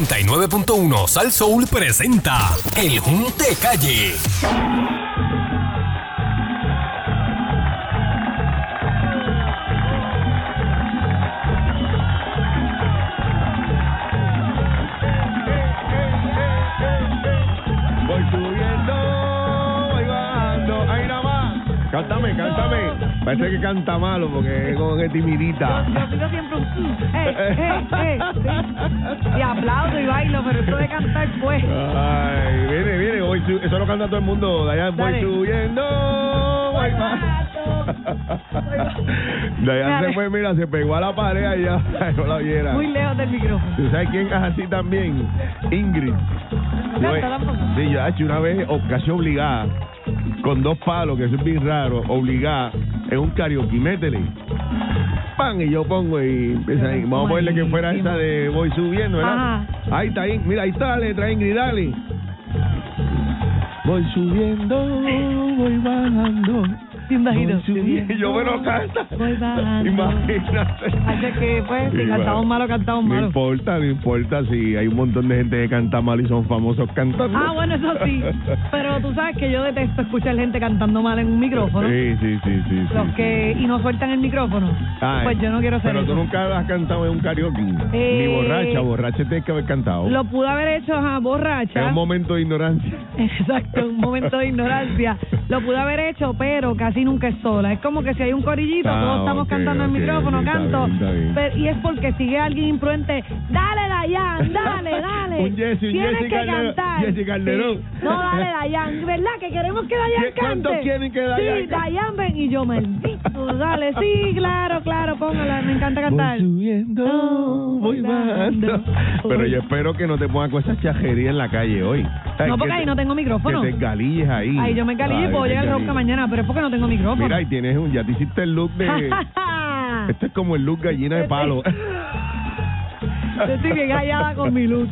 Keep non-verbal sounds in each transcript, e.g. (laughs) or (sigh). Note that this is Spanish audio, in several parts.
99.1 Sal Soul presenta El Junte Calle. Voy subiendo, voy bajando. Ahí nada más. Cántame, cántame. Parece que canta malo porque es como que timidita. Yo pido siempre un mm, eh, eh, eh, sí. Y aplaudo y bailo, pero esto de cantar pues. Ah, Ay, viene, viene. Voy su- Eso lo canta todo el mundo. Dayan, voy Dale. subiendo, (laughs) voy bajando. Dayan se Dale. fue, mira, se pegó a la pared (laughs) allá. No la viera. Muy lejos del micrófono. ¿Tú sabes quién es así también? Ingrid. Yo, Canta tampoco. sí, yo hecho una vez o- casi obligada, con dos palos, que eso es bien raro, obligada, es un karaoke, métele. Pan, y yo pongo y empieza ahí. Vamos a ponerle que fuera esa de voy subiendo, ¿verdad? Ajá. Ahí está, In- mira, ahí está, le trae Ingrid, dale. Voy subiendo, voy bajando. Te Voy imagino. subiendo. Yo me lo canta. Voy bajando. Imagínate. Así que pues, Sí, si cantamos bueno. malo, cantamos No malo. importa, no importa si hay un montón de gente que canta mal y son famosos cantando. Ah, bueno, eso (laughs) sí. Pero tú sabes que yo detesto escuchar gente cantando mal en un micrófono. Sí, sí, sí, sí. sí, Los que sí. y no sueltan el micrófono. Ay, pues yo no quiero ser Pero eso. tú nunca has cantado en un karaoke. Eh, Ni borracha, borracha tienes que haber cantado. Lo pude haber hecho a borracha. Es un momento de ignorancia. Exacto, un momento de ignorancia. Lo pude haber hecho, pero casi nunca es sola. Es como que si hay un corillito, Ah, todos estamos ok, cantando en ok, el micrófono, está canto. bien, está bien. pero- y es porque sigue alguien imprudente. Dale, Dayan, (laughs) dale, dale. Un Jesse, un Tienes Jesse que Calderón, cantar. Jesse Calderón. Sí. No, dale, (laughs) Dayan. ¿Verdad que queremos que Dayan ¿Qué- cante? cuántos quieren que Dayan Sí, cante? Dayan, ven. Y yo, maldito, dale. Sí, claro, claro, póngala. Me encanta cantar. Voy subiendo, Oh, voy bajando. bajando. Pero Voy. yo espero que no te pongas con esa chajería en la calle hoy. Ay, No, porque que ahí te- no tengo micrófono. Que te galilles ahí. Ay, yo me encalillo Ay, y puedo te llegar engalilles. ronca mañana, pero es porque no tengo micrófono. Mira, y tienes un, ya te hiciste el look de... (laughs) Este es como el look gallina de palo. (laughs) Yo estoy bien callada con mi look.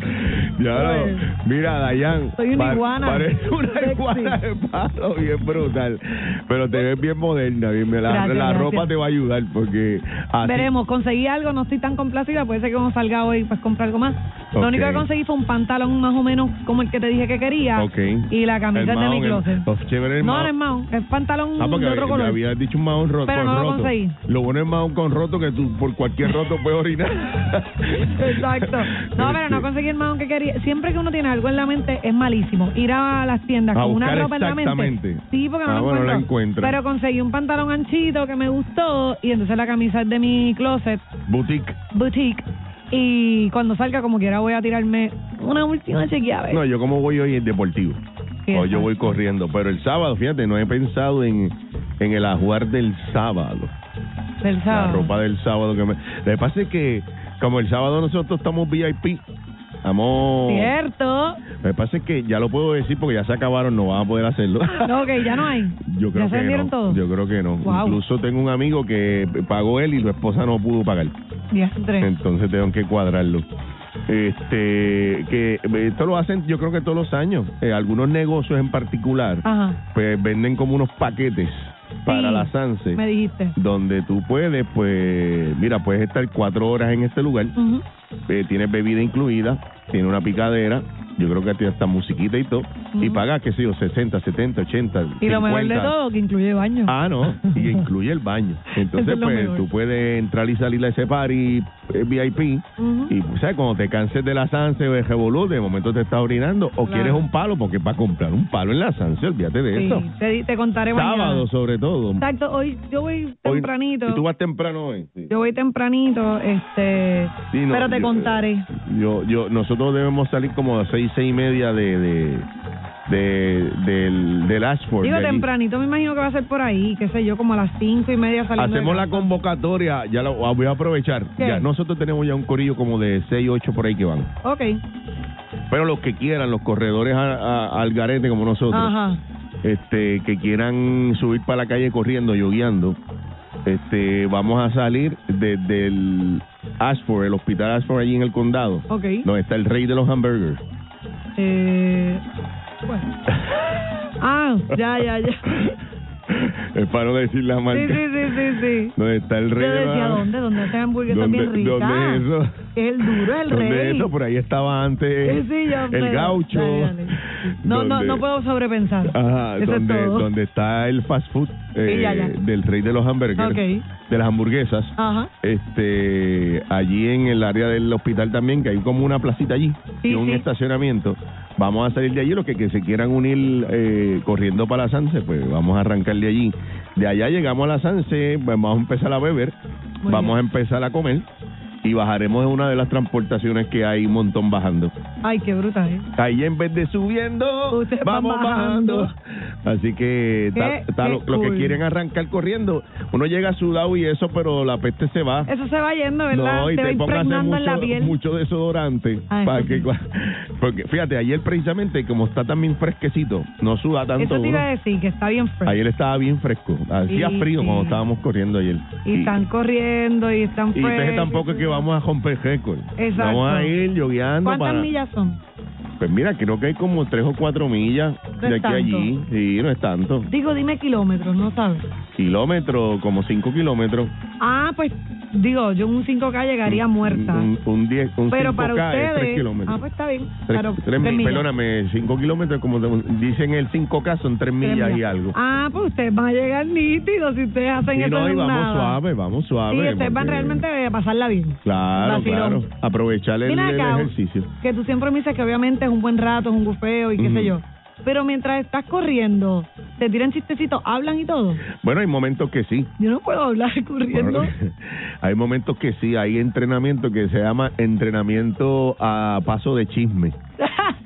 Ya no. Oye. Mira, Dayan. Pues. Soy una iguana. Parece una Sexy. iguana de palo, bien brutal. Pero te ves bien moderna, bien. La, Gracias, la gracias. ropa te va a ayudar porque. así- Veremos, conseguí algo, no estoy tan complacida, puede ser que cuando salga hoy pues compre algo más. Ok. Lo único que conseguí fue un pantalón más o menos como el que te dije que quería Ok. y la El camisa es de mi mahón, el- closet. los chéveres del no, mahón. no es mahón, es pantalón Ah, porque de otro color. me habías dicho un mahón roto. Pero no lo roto. (laughs) conseguí. Lo bueno es mahón con roto que tú por cualquier roto (laughs) puedes orinar. Exacto. No, pero no Este, conseguí el mahón que quería. Siempre que uno tiene algo en la mente es malísimo. Ir a las tiendas A con una buscar ropa en la mente. exactamente. Sí, porque no Ah, la bueno, no la encuentro. encuentra. Pero conseguí un pantalón anchito que me gustó y entonces la camisa es de mi closet Boutique. boutique y cuando salga como quiera voy a tirarme una última chequeada. No, yo como voy hoy es deportivo. Sí, Hoy yo exacto. voy corriendo, pero el sábado, fíjate, no he pensado en, en el ajuar del sábado. del La sábado. ropa del sábado que me... Lo que pasa es que como el sábado nosotros estamos VIP, estamos... Cierto. Lo que pasa es que ya lo puedo decir porque ya se acabaron, no van a poder hacerlo. (laughs) No, ok, ya no hay. Yo creo ¿Ya se que vendieron no. todos? Yo creo que no. Wow. Incluso tengo un amigo que pagó él y su esposa no pudo pagar. Diastre. Entonces tengo que cuadrarlo. Este, que esto lo hacen yo creo que todos los años. Eh, algunos negocios en particular Ajá. pues venden como unos paquetes Ah. para Sí, la Sanse, Me dijiste. donde tú puedes, pues, mira, puedes estar cuatro horas en este lugar, Ujú. eh, tienes bebida incluida, tiene una picadera, yo creo que tiene hasta musiquita y todo, y Ujú. pagas, qué sé yo, 60, 70, 80, Y lo mejor de 50. todo que incluye baño. Ah, no, y incluye el baño. Eso Entonces, es lo pues, mejor. tú puedes entrar y salir a ese party eh, VIP, Ujú. y, pues, ¿sabes? Cuando te canses de la Sanse o de Revolú, de momento te estás orinando, o Claro. quieres un palo, porque para comprar un palo en la Sanse, olvídate de Sí, eso. te, di- te contaré mañana. Sábado sobre todo. Exacto, hoy yo voy Hoy- tempranito. y tú vas temprano hoy. Sí. Yo voy tempranito, este, Sí, no, pero te yo- eh, contaré. Yo, yo, nosotros debemos salir como a seis, seis y media de, de, de- del, del Ashford. Digo de allí. tempranito, me imagino que va a ser por ahí, qué sé yo, como a las cinco y media saliendo. de Hacemos la casa. convocatoria, ya la voy a aprovechar. ¿Qué? Ya, nosotros tenemos ya un corillo como de seis, ocho por ahí que van. Ok, Pero los que quieran, los corredores a- a- al garete como nosotros, ajá. este, que quieran subir para la calle corriendo, yogueando, este, vamos a salir desde el Ashford, el hospital Ashford allí en el condado. Ok. No, está el rey de los hamburgers. Eh, bueno. Ah, ya, ya, ya. Es para no decir la Sí, marca. sí, sí, sí, sí. ¿Dónde está el rey? Yo de la- decía, ¿dónde? ¿Dónde esa hamburguesa ¿Dónde- bien rica? ¿Dónde es eso? El duro, el ¿Dónde rey. es eso? Por ahí estaba antes Sí, sí, yo sé. el gaucho. Dale, dale. No, no, ¿Dónde- Ah. no puedo sobrepensar. Ajá, Eso es donde, todo. donde está el fast food eh, ya, ya. del rey de los hamburguesas, Ok. de las hamburguesas. Ajá. Este, allí en el área del hospital también, que hay como una placita allí Sí, y un sí. estacionamiento. Vamos a salir de allí, los que, que se quieran unir eh, corriendo para la Sanse, pues vamos a arrancar de allí. De allá llegamos a la Sanse, pues, vamos a empezar a beber, Muy bien. vamos a empezar a comer y bajaremos en una de las transportaciones que hay un montón bajando. Ay, qué brutal. Ahí en vez de subiendo, Ustedes van vamos bajando. bajando. Así que ta- Qué- ta- qué lo- los que cool. quieren arrancar corriendo, uno llega sudado y eso, pero la peste se va. Eso se va yendo, ¿verdad? No, y se va te pongas impregnando en la mucho, piel. mucho desodorante. Ah, para eso que, sí. cua- (laughs) porque fíjate, ayer precisamente, como está también fresquecito, no suda tanto. Eso te uno. iba a decir, que está bien fresco. Ayer estaba bien fresco, hacía Y- frío y- cuando estábamos corriendo ayer. Y están corriendo y están y entonces frescos. tampoco es que vamos a romper récord. Exacto. Vamos a ir yogueando ¿Cuántas para... millas son? Pues mira, creo que hay como tres o cuatro millas No de es aquí a allí. tanto. Sí, no es tanto. Digo, dime kilómetros, no sabes. Kilómetros, como cinco kilómetros. Ah, pues, digo, yo en un 5K Mm, llegaría muerta. Un, un diez, un Pero 5K para es tres ustedes. kilómetros. ah, pues está bien. Tres- Claro, tres tres mil- millas. perdóname, cinco kilómetros, como de- dicen el 5K, son tres Tres millas, y millas. algo. Ah, pues ustedes van a llegar nítidos si ustedes hacen y eso. no, en y vamos nada. suave, vamos Sí, suave. ustedes van porque- realmente a pasarla bien. Claro, Vacilón. claro. Aprovechar el, Ven el acá, ejercicio. Que tú siempre me dices que obviamente es un buen rato, es un bufeo y qué Ujú. sé yo. Pero mientras estás corriendo, te tiran chistecitos, hablan y todo. Bueno, hay momentos que sí. Yo no puedo hablar (laughs) corriendo. Bueno, (laughs) hay momentos que sí, hay entrenamiento que se llama entrenamiento a paso de chisme.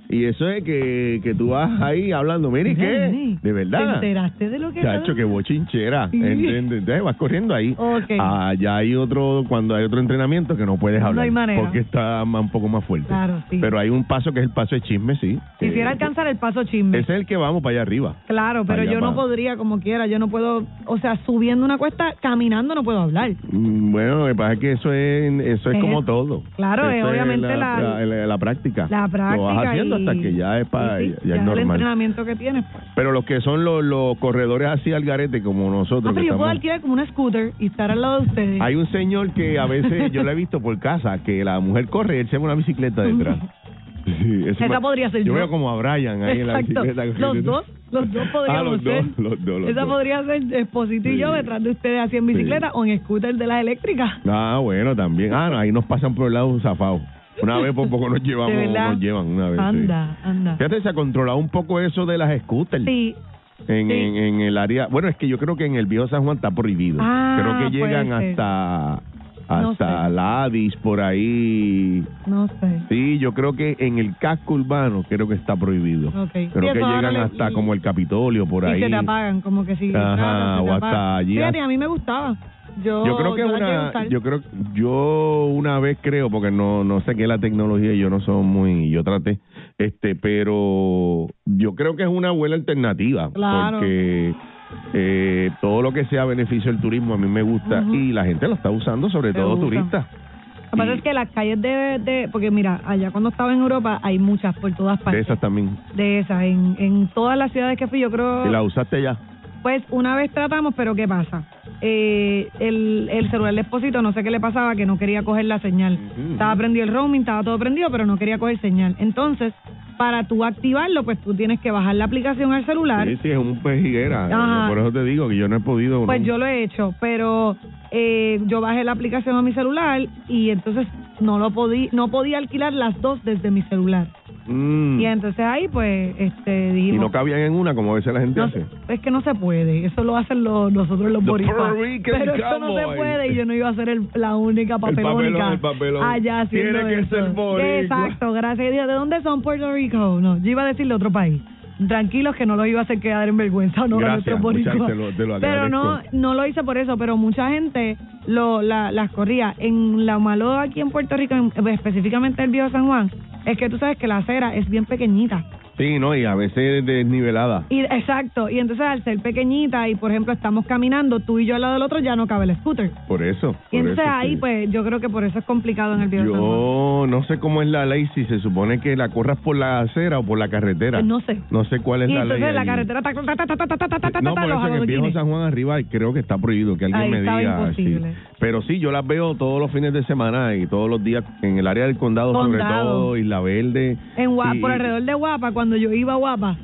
Y eso es que, que tú vas ahí hablando, mire, ¿y ¿qué? Nene, De ¿Te verdad. enteraste de lo que Chacho, que bochinchera. Sí. ¿Entiendes? Entonces vas corriendo ahí. Ok. Allá hay otro, cuando hay otro entrenamiento que no puedes No hablar. hay manera. Porque está más- un poco más fuerte. Claro, sí. Pero hay un paso que es el paso de chisme, sí. Quisiera Eh, alcanzar el paso chisme. Ese es el que vamos para allá arriba. Claro, pero Allá yo no va. podría como quiera, yo no puedo, o sea, subiendo una cuesta, caminando no puedo hablar. Mm, Bueno, lo que pasa es que eso es, eso es Es- como todo. claro, es Eso obviamente la, la- la- la práctica. La práctica Lo vas haciendo y- hasta que ya es, para, y sí, ya es el normal. entrenamiento que tienes, pues. Pero los que son los, los corredores así al garete, como Ah, nosotros. pero que yo puedo estamos- alquilar como una scooter y estar al lado de ustedes. Hay un señor que a veces yo lo he visto por casa, que la mujer corre y él se ve una bicicleta detrás. (laughs) Sí, eso Esa podría ser yo. veo como a Brian ahí en la Exacto. bicicleta. Los dos, los dos (laughs) Ah, podríamos los ser. dos, los dos, los Esa dos. podría ser Esposito y yo Sí. detrás de ustedes así en Sí. bicicleta o en scooter de las eléctricas. Ah, bueno, también. Ah, no, ahí nos pasan por el lado un zafado. Una vez por poco nos llevamos, De verdad. nos llevan una vez. sí. Anda, anda. Fíjate, se ha controlado un poco eso de las scooters. Sí, En, sí. en, en el área, bueno, es que yo creo que en el viejo San Juan está prohibido. Ah, creo que puede llegan ser. hasta No hasta sé. Ladis por ahí. no sé. Sí, yo creo que en el casco urbano creo que está prohibido. Ok. Sí, Creo que eso ahora llegan le- hasta y- como el Capitolio por y ahí. se te apagan, como que si. Ajá, claro, se te o hasta apagan. allí. Fíjate, a mí me gustaba. Yo, yo creo que yo la llegué a una usar. yo creo yo una vez creo porque no no sé qué es la tecnología y yo no soy muy yo traté este pero yo creo que es una buena alternativa Claro. porque eh, todo lo que sea beneficio del turismo a mí me gusta Ujú. y la gente lo está usando sobre Te todo gusta. turistas Lo que pasa es que las calles de, de- Porque mira, allá cuando estaba en Europa hay muchas por todas de partes. esas también De esas, en, en todas las ciudades que fui, yo creo. y la usaste ya Pues una vez tratamos, pero ¿qué pasa? Eh, el, el celular de Esposito, no sé qué le pasaba, que no quería coger la señal. Ujú. Estaba prendido el roaming, estaba todo prendido, pero no quería coger señal. Entonces, para tú activarlo, pues tú tienes que bajar la aplicación al celular. sí sí es un pejiguera Ajá. por eso te digo que yo no he podido Pues no. yo lo he hecho, pero eh, yo bajé la aplicación a mi celular y entonces no lo podí, no podía alquilar las dos desde mi celular. Mm. Y entonces ahí pues este y dijimos no cabían en una como a veces la gente no, hace es que no se puede, eso lo hacen los, nosotros los The boricuas. Puerto Rican Pero eso no se cowboy. puede y yo no iba a ser el- la única papelónica el papelón. allá haciendo Tiene que eso. ser boricua. Exacto, gracias a Dios. ¿De dónde son Puerto Rico? No, yo iba a decirle otro país. Tranquilos que no los iba a hacer quedar en vergüenza o no Gracias, a nuestros boricuas. muchachos, te lo- te lo pero no, agradezco. no lo hice por eso, pero mucha gente lo la- las corría. En la malo aquí en Puerto Rico, en- específicamente el viejo San Juan, es que tú sabes que la acera es bien pequeñita. Sí, no, y a veces desnivelada. Y, exacto, y entonces al ser pequeñita y por ejemplo estamos caminando, tú y yo al lado del otro ya no cabe el scooter. Por eso. por Y entonces eso es ahí que- pues yo creo que por eso es complicado en el video. Yo no sé cómo es la ley, si se supone que la corras por la acera o por la carretera. Pues No sé. No sé cuál es y la entonces ley. la ahí. carretera ta, ta, ta, ta, ta, ta, ta, ta, ta, ta, No, por los eso en el viejo adoquines. San Juan arriba creo que está prohibido que alguien Ahí me estaba diga. imposible. Pero sí, yo las veo todos los fines de semana y todos los días en el área del condado, sobre Condado. todo, Isla Verde. En Gua- y- por alrededor de Guapa, cuando yo iba a (laughs) Guapa,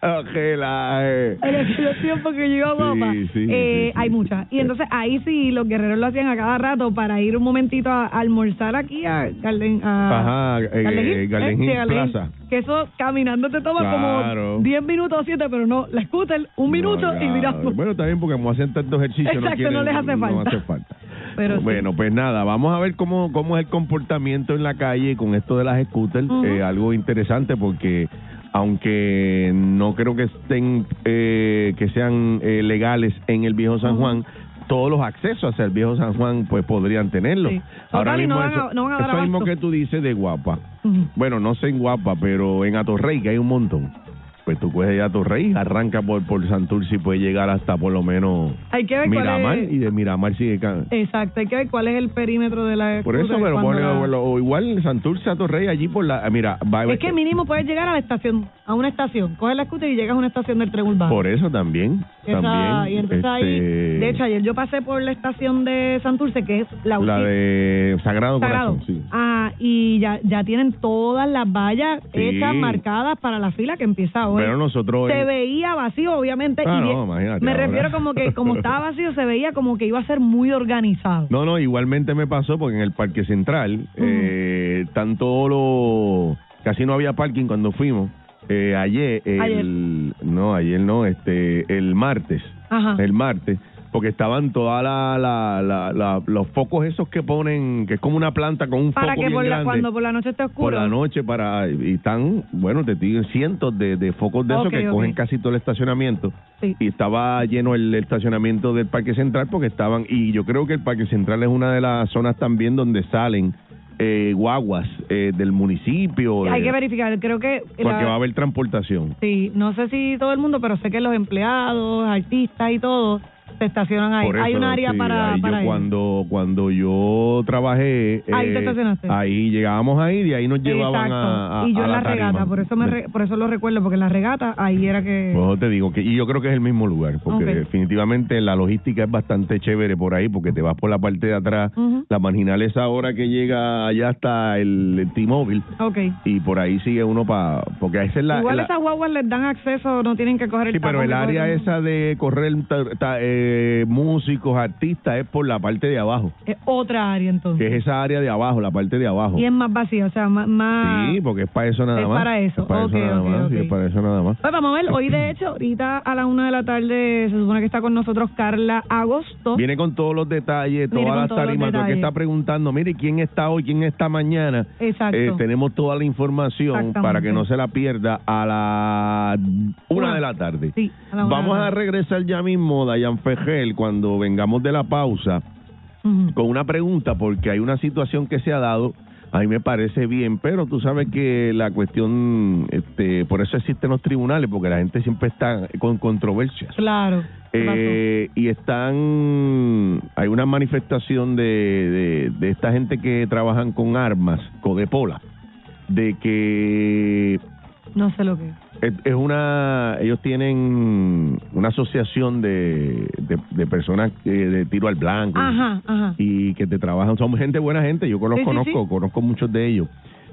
Ángela, Ah, eh. en aquel tiempo que yo iba a Guapa, Sí, sí, eh, sí, sí. hay muchas. Y entonces ahí sí los guerreros lo hacían a cada rato para ir un momentito a, almorzar aquí a Garden a Ajá, eh, Garden Hill, eh, Garden eh, Hill sí, Garden Hill. Plaza. Que eso caminando te toma Claro. como 10 minutos o 7, pero no, la scooter, un minuto No, y ya. miras. Bueno, también porque como hacen tantos ejercicios, no, Exacto, quieren- no les hace falta. hace falta. Pero sí. bueno, pues nada, vamos a ver cómo, cómo es el comportamiento en la calle con esto de las scooters. Ujú. eh, algo interesante porque aunque no creo que estén eh, que sean eh, legales en el viejo San Ujú. Juan, todos los accesos hacia el viejo San Juan pues podrían tenerlo. Sí. Total, y no van a- no van a dar eso mismo abasto. que tú dices de guapa. Ujú. Bueno, no sé en Guapa, pero en Atorrey, que hay un montón. Pues tú coges de Atorrey, arranca por, por Santurce y puedes llegar hasta por lo menos Hay que ver cuál Miramar es- y de Miramar sigue. ca- Exacto, hay que ver cuál es el perímetro de la Por eso, scooter pero cuando ponle, la- o igual Santurce, Atorrey, allí por la. eh, Mira, va Es que mínimo puedes llegar a la estación, a una estación. Coge la scooter y llegas a una estación del tren urbano. Por eso también. Esa- también y entonces ahí, este, de hecho ayer yo pasé por la estación de Santurce, que es la, la UCI de Sagrado, Sagrado. Corazón, sí. Ah, y ya, ya tienen todas las vallas Sí. hechas, marcadas para la fila que empieza hoy. Pero nosotros. se en- veía vacío, obviamente. eh. Ah, y no, bien- imagínate me ahora. refiero como que (laughs) como estaba vacío, se veía como que iba a ser muy organizado. No, no, igualmente me pasó porque en el Parque Central, Ujú. eh, tanto lo... Casi no había parking cuando fuimos. Eh, ayer, el, Ayer. No, ayer no, este, el martes. Ajá. El martes. Porque estaban todos la, la, la- la- los focos esos que ponen, que es como una planta con un para foco que bien por la, grande. cuando por la noche esté oscuro. Por la noche para... Y están, bueno, te digo, cientos de, de focos de Ok, esos que ok. cogen casi todo el estacionamiento Sí. y estaba lleno el estacionamiento del Parque Central porque estaban, y yo creo que el Parque Central es una de las zonas también donde salen eh, guaguas eh, del municipio, Hay de- que verificar, creo que... porque la- va a haber transportación. Sí, no sé si todo el mundo, pero sé que los empleados, artistas y todo se estacionan ahí. Por eso, Hay un área sí, para, ahí para yo ellos. cuando cuando yo trabajé eh, Ahí te estacionaste. ahí llegábamos ahí y ahí nos llevaban Exacto. a, a- y yo a en la, tarima. regata, por eso me De- re- por eso lo recuerdo, porque en la regata ahí era que Por eso te digo que y Pues yo creo que es el mismo lugar, porque Ok. definitivamente la logística es bastante chévere por ahí, porque te vas por la parte de atrás, Ujú. la marginal es ahora que llega allá hasta el, el T-Mobile okay. y por ahí sigue uno para porque esa es la, Igual la- esas guaguas les dan acceso, no tienen que coger el sí, pero tapón el que área cogen. esa de correr ta- ta- eh, músicos, artistas es por la parte de abajo, es otra área entonces. que es esa área de abajo, la parte de abajo. Y es más vacía, o sea, más, más- Sí, porque es para eso nada Es más. para eso. Es para Ok, eso nada ok, más. sí, ok. es para eso nada más. Pues vamos a ver, hoy de hecho, ahorita a la una de la tarde se supone que está con nosotros Carla Agosto. Viene con todos los Viene detalles, todas con las todos los tarimas, porque detalles. está preguntando, mire, ¿quién está hoy, quién está mañana? Exacto. Eh, tenemos toda la información Exactamente. para que no se la pierda a la una Una. de la tarde. Sí, a la una Vamos de la a tarde. regresar ya mismo, Dayan Fejel, cuando vengamos de la pausa, Ujú. con una pregunta, porque hay una situación que se ha dado, a mí me parece bien, pero tú sabes que la cuestión, este, por eso existen los tribunales, porque la gente siempre está con controversias. Claro. ¿Qué pasó? Eh, y están, hay una manifestación de, de, de esta gente que trabajan con armas, Codepola, de que No sé lo que es. es, es una, ellos tienen una asociación de, de, de personas eh, de tiro al blanco Ajá, ajá. y que te trabajan, son gente buena gente, yo los Sí, sí, conozco, conozco muchos de ellos.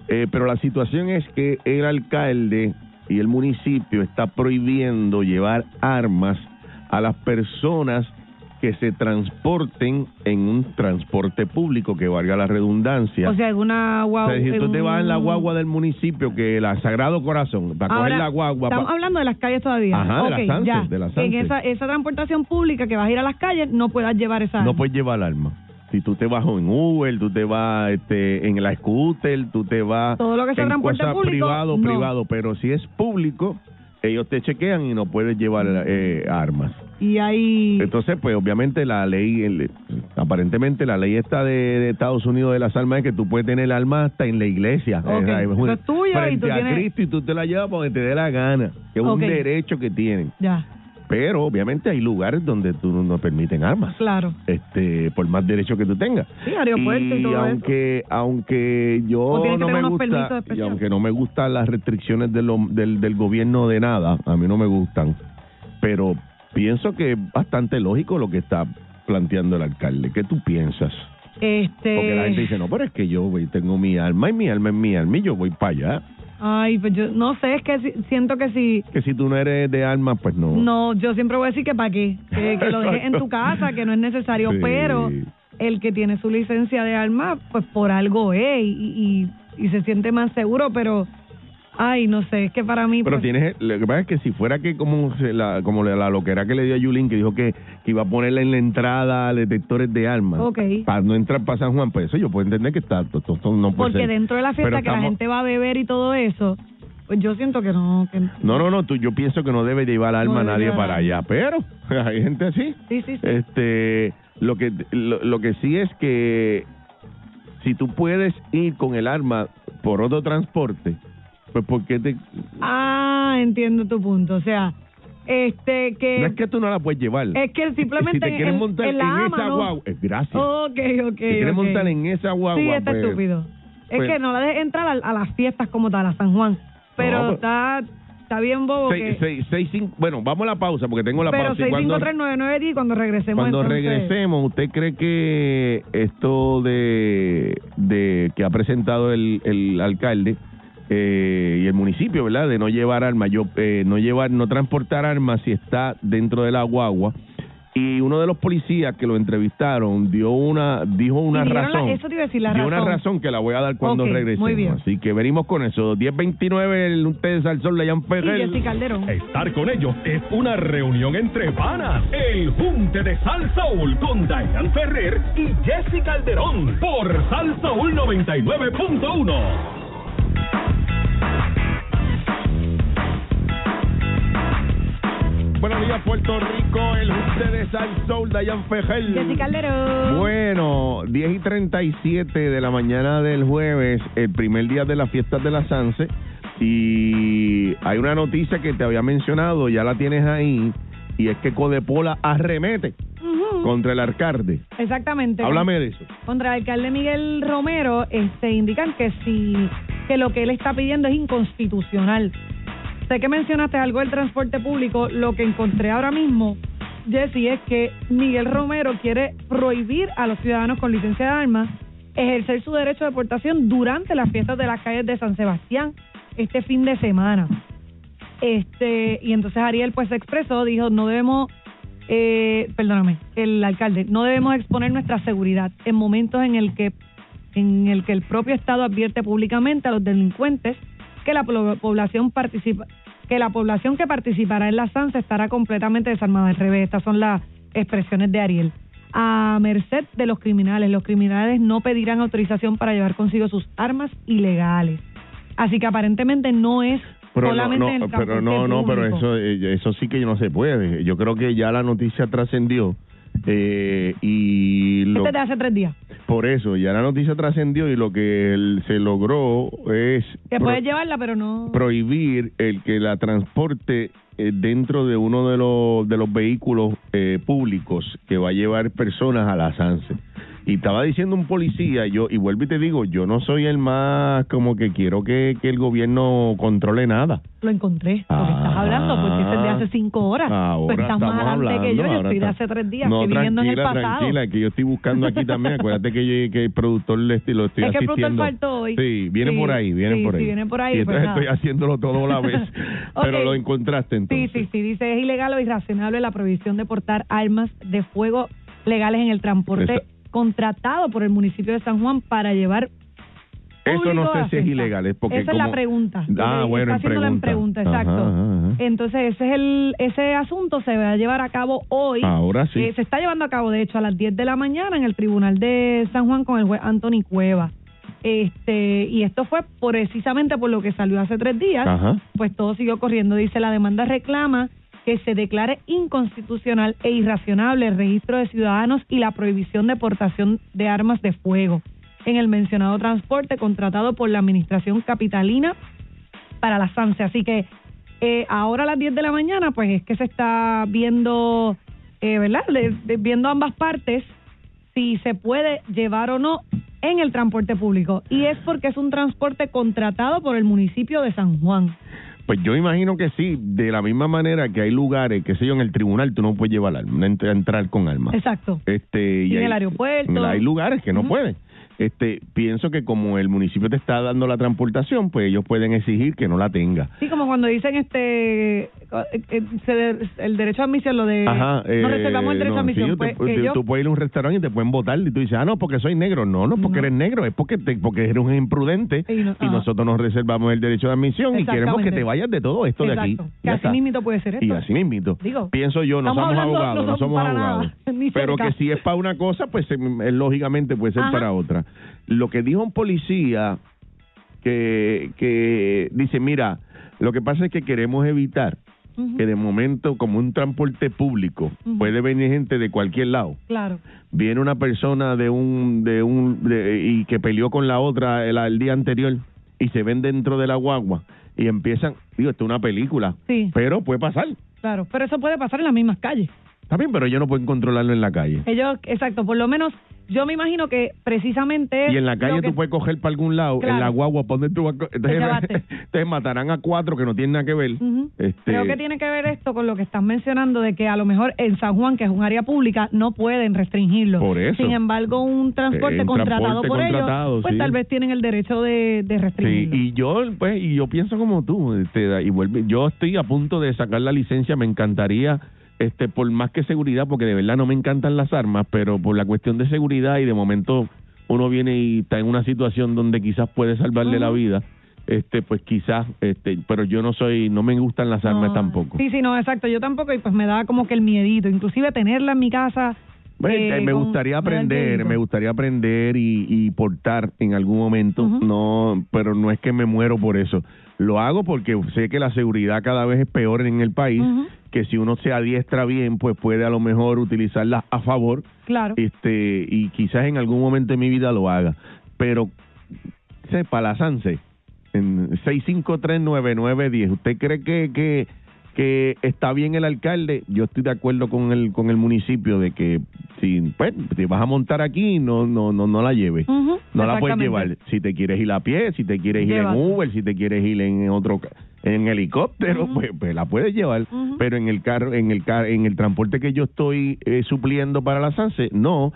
Eh, pero la situación es que el alcalde y el municipio está prohibiendo llevar armas a las personas que se transporten en un transporte público, que valga la redundancia. O sea, alguna O guagua. sea, si tú te algún- vas en la guagua del municipio, que la Sagrado Corazón, para Ahora, coger la guagua... pa- Estamos hablando de las calles todavía. Ajá, de las Ok, Sánchez, ya. de las En Sánchez. esa, esa transportación pública que vas a ir a las calles, no puedas llevar esa. No arma. puedes llevar arma. Si tú te vas en Uber, tú te vas este, en la scooter, tú te vas Todo lo que sea en transporte cosas público, privado, no. privado. Pero si es público, ellos te chequean y no puedes llevar eh, armas. Y ahí... Entonces, pues obviamente la ley, el- aparentemente la ley está de, de Estados Unidos de las armas es que tú puedes tener el arma hasta en la iglesia. Ok, O sea, eso un- es tuyo y frente tú a tienes- Cristo y tú te la llevas porque te dé la gana. que Es Ok. un derecho que tienen. Ya, Pero obviamente hay lugares donde tú no, no permiten armas. claro. Este, por más derecho que tú tengas. Sí, aeropuerto y, todo eso. aunque aunque yo O tienes que no tener me unos permisos gusta y especiales. aunque no me gustan las restricciones de lo- del, del gobierno de nada a mí no me gustan pero pienso que es bastante lógico lo que está planteando el alcalde ¿qué tú piensas? porque la gente Este... dice no pero es que yo voy, tengo mi alma y mi alma es mi alma y yo voy para allá Ay, pues yo no sé, es que si- siento que si... que si tú no eres de alma pues no No, yo siempre voy a decir que para qué, que, que lo dejes en tu casa, que no es necesario, Sí. pero el que tiene su licencia de arma, pues por algo es y, y, y se siente más seguro, pero, ay, no sé, es que para mí... Pero pues, tienes, lo que pasa es que si fuera que como se la, como la, la loquera que le dio a Yulín, que dijo que, que iba a ponerle en la entrada detectores de armas, Ok. para no entrar para San Juan, pues eso yo puedo entender que está, to- to- to- no puede Porque ser. dentro de la Pero fiesta que la estamos- gente va a beber y todo eso, pues yo siento que no, que No, no, no, tú, yo pienso que no debe llevar alma debe nadie llevar para arma. allá, pero (laughs) hay gente así. Sí, sí, sí. Este, lo que lo, lo que sí es que si tú puedes ir con el arma por otro transporte, pues ¿por qué te Ah, entiendo tu punto, o sea, este que no es que tú no la puedes llevar? es que simplemente (laughs) si te quieres eh, en, montar en en, la ama, esa ¿no? guagua, eh, gracias. Ok, ok. Si quieres ok. montar en esa guagua, Sí, está pues, estúpido. Es pues- que no la dejes entrar a, a las fiestas como tal, a San Juan. Pero No, pues- está, está bien bobo seis- que... seis- seis, cinco- bueno, vamos a la pausa porque tengo la pero pausa. y cuando 65399 y cuando regresemos cuando entonces- regresemos, ¿usted cree que esto de, de que ha presentado el, el alcalde eh, y el municipio, ¿verdad? De no llevar armas, yo, eh, no llevar, no transportar armas si está dentro de la guagua. Y uno de los policías que lo entrevistaron dio una, dijo una dieron la- razón. eso te iba a decir, la dio una razón. razón que la voy a dar cuando Ok, muy regresemos. bien. Así que venimos con eso. 1029, el ustedes al sol, Leyan Y Ferrer. Jessy Calderón. Estar con ellos es una reunión entre panas. El Junte de Sal Soul con Diane Ferrer y Jesse Calderón por Sal Soul 99.1. Buenos días, Puerto Rico, el ustedes al sol, Dayan Fejel. Jessy Calderón. Bueno, 10 y 37 de la mañana del jueves, el primer día de las fiestas de la Sanse. Y hay una noticia que te había mencionado, ya la tienes ahí, y es que Codepola arremete Ujú. contra el alcalde. Exactamente. Háblame de eso. Contra el alcalde Miguel Romero, este, indican que si que lo que él está pidiendo es inconstitucional. Sé que mencionaste algo del transporte público. Lo que encontré ahora mismo, Jessy, es que Miguel Romero quiere prohibir a los ciudadanos con licencia de armas ejercer su derecho de portación durante las fiestas de las calles de San Sebastián este fin de semana. Este, y entonces Ariel pues se expresó, dijo, no debemos, eh, perdóname, el alcalde, no debemos exponer nuestra seguridad en momentos en el que en el que el propio Estado advierte públicamente a los delincuentes que la plo- población participa que la población que participará en la sanza estará completamente desarmada al revés. Estas son las expresiones de Ariel. A merced de los criminales, los criminales no pedirán autorización para llevar consigo sus armas ilegales. Así que aparentemente no es Pero no, solamente no, en el pero no, transporte no, pero público. eso, eh, eso sí que no se puede. Yo creo que ya la noticia trascendió. Eh, y lo Este es de hace tres días. Por eso, ya la noticia trascendió y lo que el- se logró es Que pro- puedes llevarla, pero no. prohibir el que la transporte eh, dentro de uno de los, de los vehículos eh, públicos que va a llevar personas a la SANSE. Y estaba diciendo un policía, yo y vuelvo y te digo, yo no soy el más como que quiero que, que el gobierno controle nada. Lo encontré. Lo que Ah. estás hablando, porque este es de hace cinco horas. Tú Ahora estás estamos más adelante que yo. Yo hablando, ahora estoy de está- hace tres días. No, estoy viviendo en el tranquila, pasado. Tranquila, que yo estoy buscando aquí también. Acuérdate que, yo- que el productor le estoy- lo estoy Es que el asistiendo. productor faltó hoy. Sí, viene Sí, por ahí, viene sí, por sí, ahí. viene por ahí, Y pues entonces nada. estoy haciéndolo todo a la vez. (laughs) Pero Ok. lo encontraste entonces. Sí, sí, sí. Dice, es ilegal o irracionable la prohibición de portar armas de fuego legales en el transporte Esa- contratado por el municipio de San Juan para llevar Eso público no a sé la si es fiesta. ilegal, es porque Esa es como- la pregunta. Ah, Porque está bueno, en haciéndola pregunta. en pregunta, Ajá, exacto. ajá, ajá. Entonces, ese es el ese asunto se va a llevar a cabo hoy. Ahora sí. Eh, se está llevando a cabo de hecho a las 10 de la mañana en el Tribunal de San Juan con el juez Anthony Cueva. Este, y esto fue precisamente por lo que salió hace tres días. Ajá. Pues todo siguió corriendo. Dice, la demanda reclama que se declare inconstitucional e irracionable el registro de ciudadanos y la prohibición de portación de armas de fuego en el mencionado transporte contratado por la Administración Capitalina para la SANSE. Así que eh, ahora a las 10 de la mañana, pues es que se está viendo, eh, ¿verdad? Le- de- viendo ambas partes si se puede llevar o no en el transporte público. Y es porque es un transporte contratado por el municipio de San Juan. Pues yo imagino que sí, de la misma manera que hay lugares, qué sé yo, en el tribunal tú no puedes llevar arma, ent- entrar con armas. Exacto. Este, Y en hay- el aeropuerto. Hay lugares que no Ujú. pueden. Este, pienso que como el municipio te está dando la transportación, pues ellos pueden exigir que no la tenga. Sí, como cuando dicen este eh, eh, se de- el derecho a admisión, lo de Ajá, eh, no reservamos el derecho a no, sí, admisión. yo te- pues, tú, que yo- tú puedes ir a un restaurante y te pueden votar y tú dices, ah, no, porque soy negro. No, no, porque No. eres negro, es porque te, porque eres un imprudente Y y, no- ajá. nosotros nos reservamos el derecho de admisión y queremos que Exactamente. te vayas de todo esto de aquí. Exacto, que Ya así está. mismito puede ser esto. Y así mismo. Digo, Pienso yo, no estamos somos hablando- abogados, no somos para nada, abogados. (laughs) ni Pero cerca. que si es para una cosa, pues eh, eh, lógicamente puede ser Ajá. para otra. Lo que dijo un policía que, que dice, mira, lo que pasa es que queremos evitar Ujú, que de momento, como un transporte público, Ujú. puede venir gente de cualquier lado. Claro. Viene una persona de un, de un, de- y que peleó con la otra el, el día anterior y se ven dentro de la guagua y empiezan, digo, esto es una película, Sí. pero puede pasar. Claro, pero eso puede pasar en las mismas calles. Está bien, pero ellos no pueden controlarlo en la calle. Ellos, exacto, por lo menos yo me imagino que precisamente Y en la lo calle que- tú puedes coger para algún lado, Claro. en la guagua, ¿para dónde tú vas? co- Entonces, llevaste. (laughs) entonces matarán a cuatro que no tienen nada que ver. Ujú. Este, Creo que tiene que ver esto con lo que estás mencionando de que a lo mejor en San Juan, que es un área pública, no pueden restringirlo. Por eso. Sin embargo, un transporte Eh, un contratado transporte por contratado, ellos, pues sí. tal vez tienen el derecho de, de Sí, restringirlo. y yo pues y yo pienso como tú, este, y vuelve, yo estoy a punto de sacar la licencia, me encantaría este por más que seguridad porque de verdad no me encantan las armas, pero por la cuestión de seguridad y de momento uno viene y está en una situación donde quizás puede salvarle la Ujú. vida, este pues quizás este, pero yo no soy no me gustan las armas No, tampoco. Sí, sí, no, exacto. Yo tampoco, y pues me da como que el miedito. Inclusive tenerla en mi casa. Bueno, eh, me con- gustaría me da el aprender, miedito. me gustaría aprender y, y portar en algún momento, Ujú. no, pero no es que me muero por eso. Lo hago porque sé que la seguridad cada vez es peor en el país, Ujú. que si uno se adiestra bien, pues puede a lo mejor utilizarlas a favor, Claro. este, y quizás en algún momento de mi vida lo haga. Pero sepa la Sanse, en 6539910, ¿usted cree que, que, que está bien el alcalde? Yo estoy de acuerdo con el con el municipio de que si pues, te vas a montar aquí, no no no no la lleves. Ujú, No la puedes exactamente. llevar. Si te quieres ir a pie, si te quieres ir Llévala. en Uber, si te quieres ir en otro ca- en helicóptero, Ujú. pues, pues la puedes llevar, Ujú. pero en el carro, en el car- en el transporte que yo estoy eh, supliendo para la SANSE, no.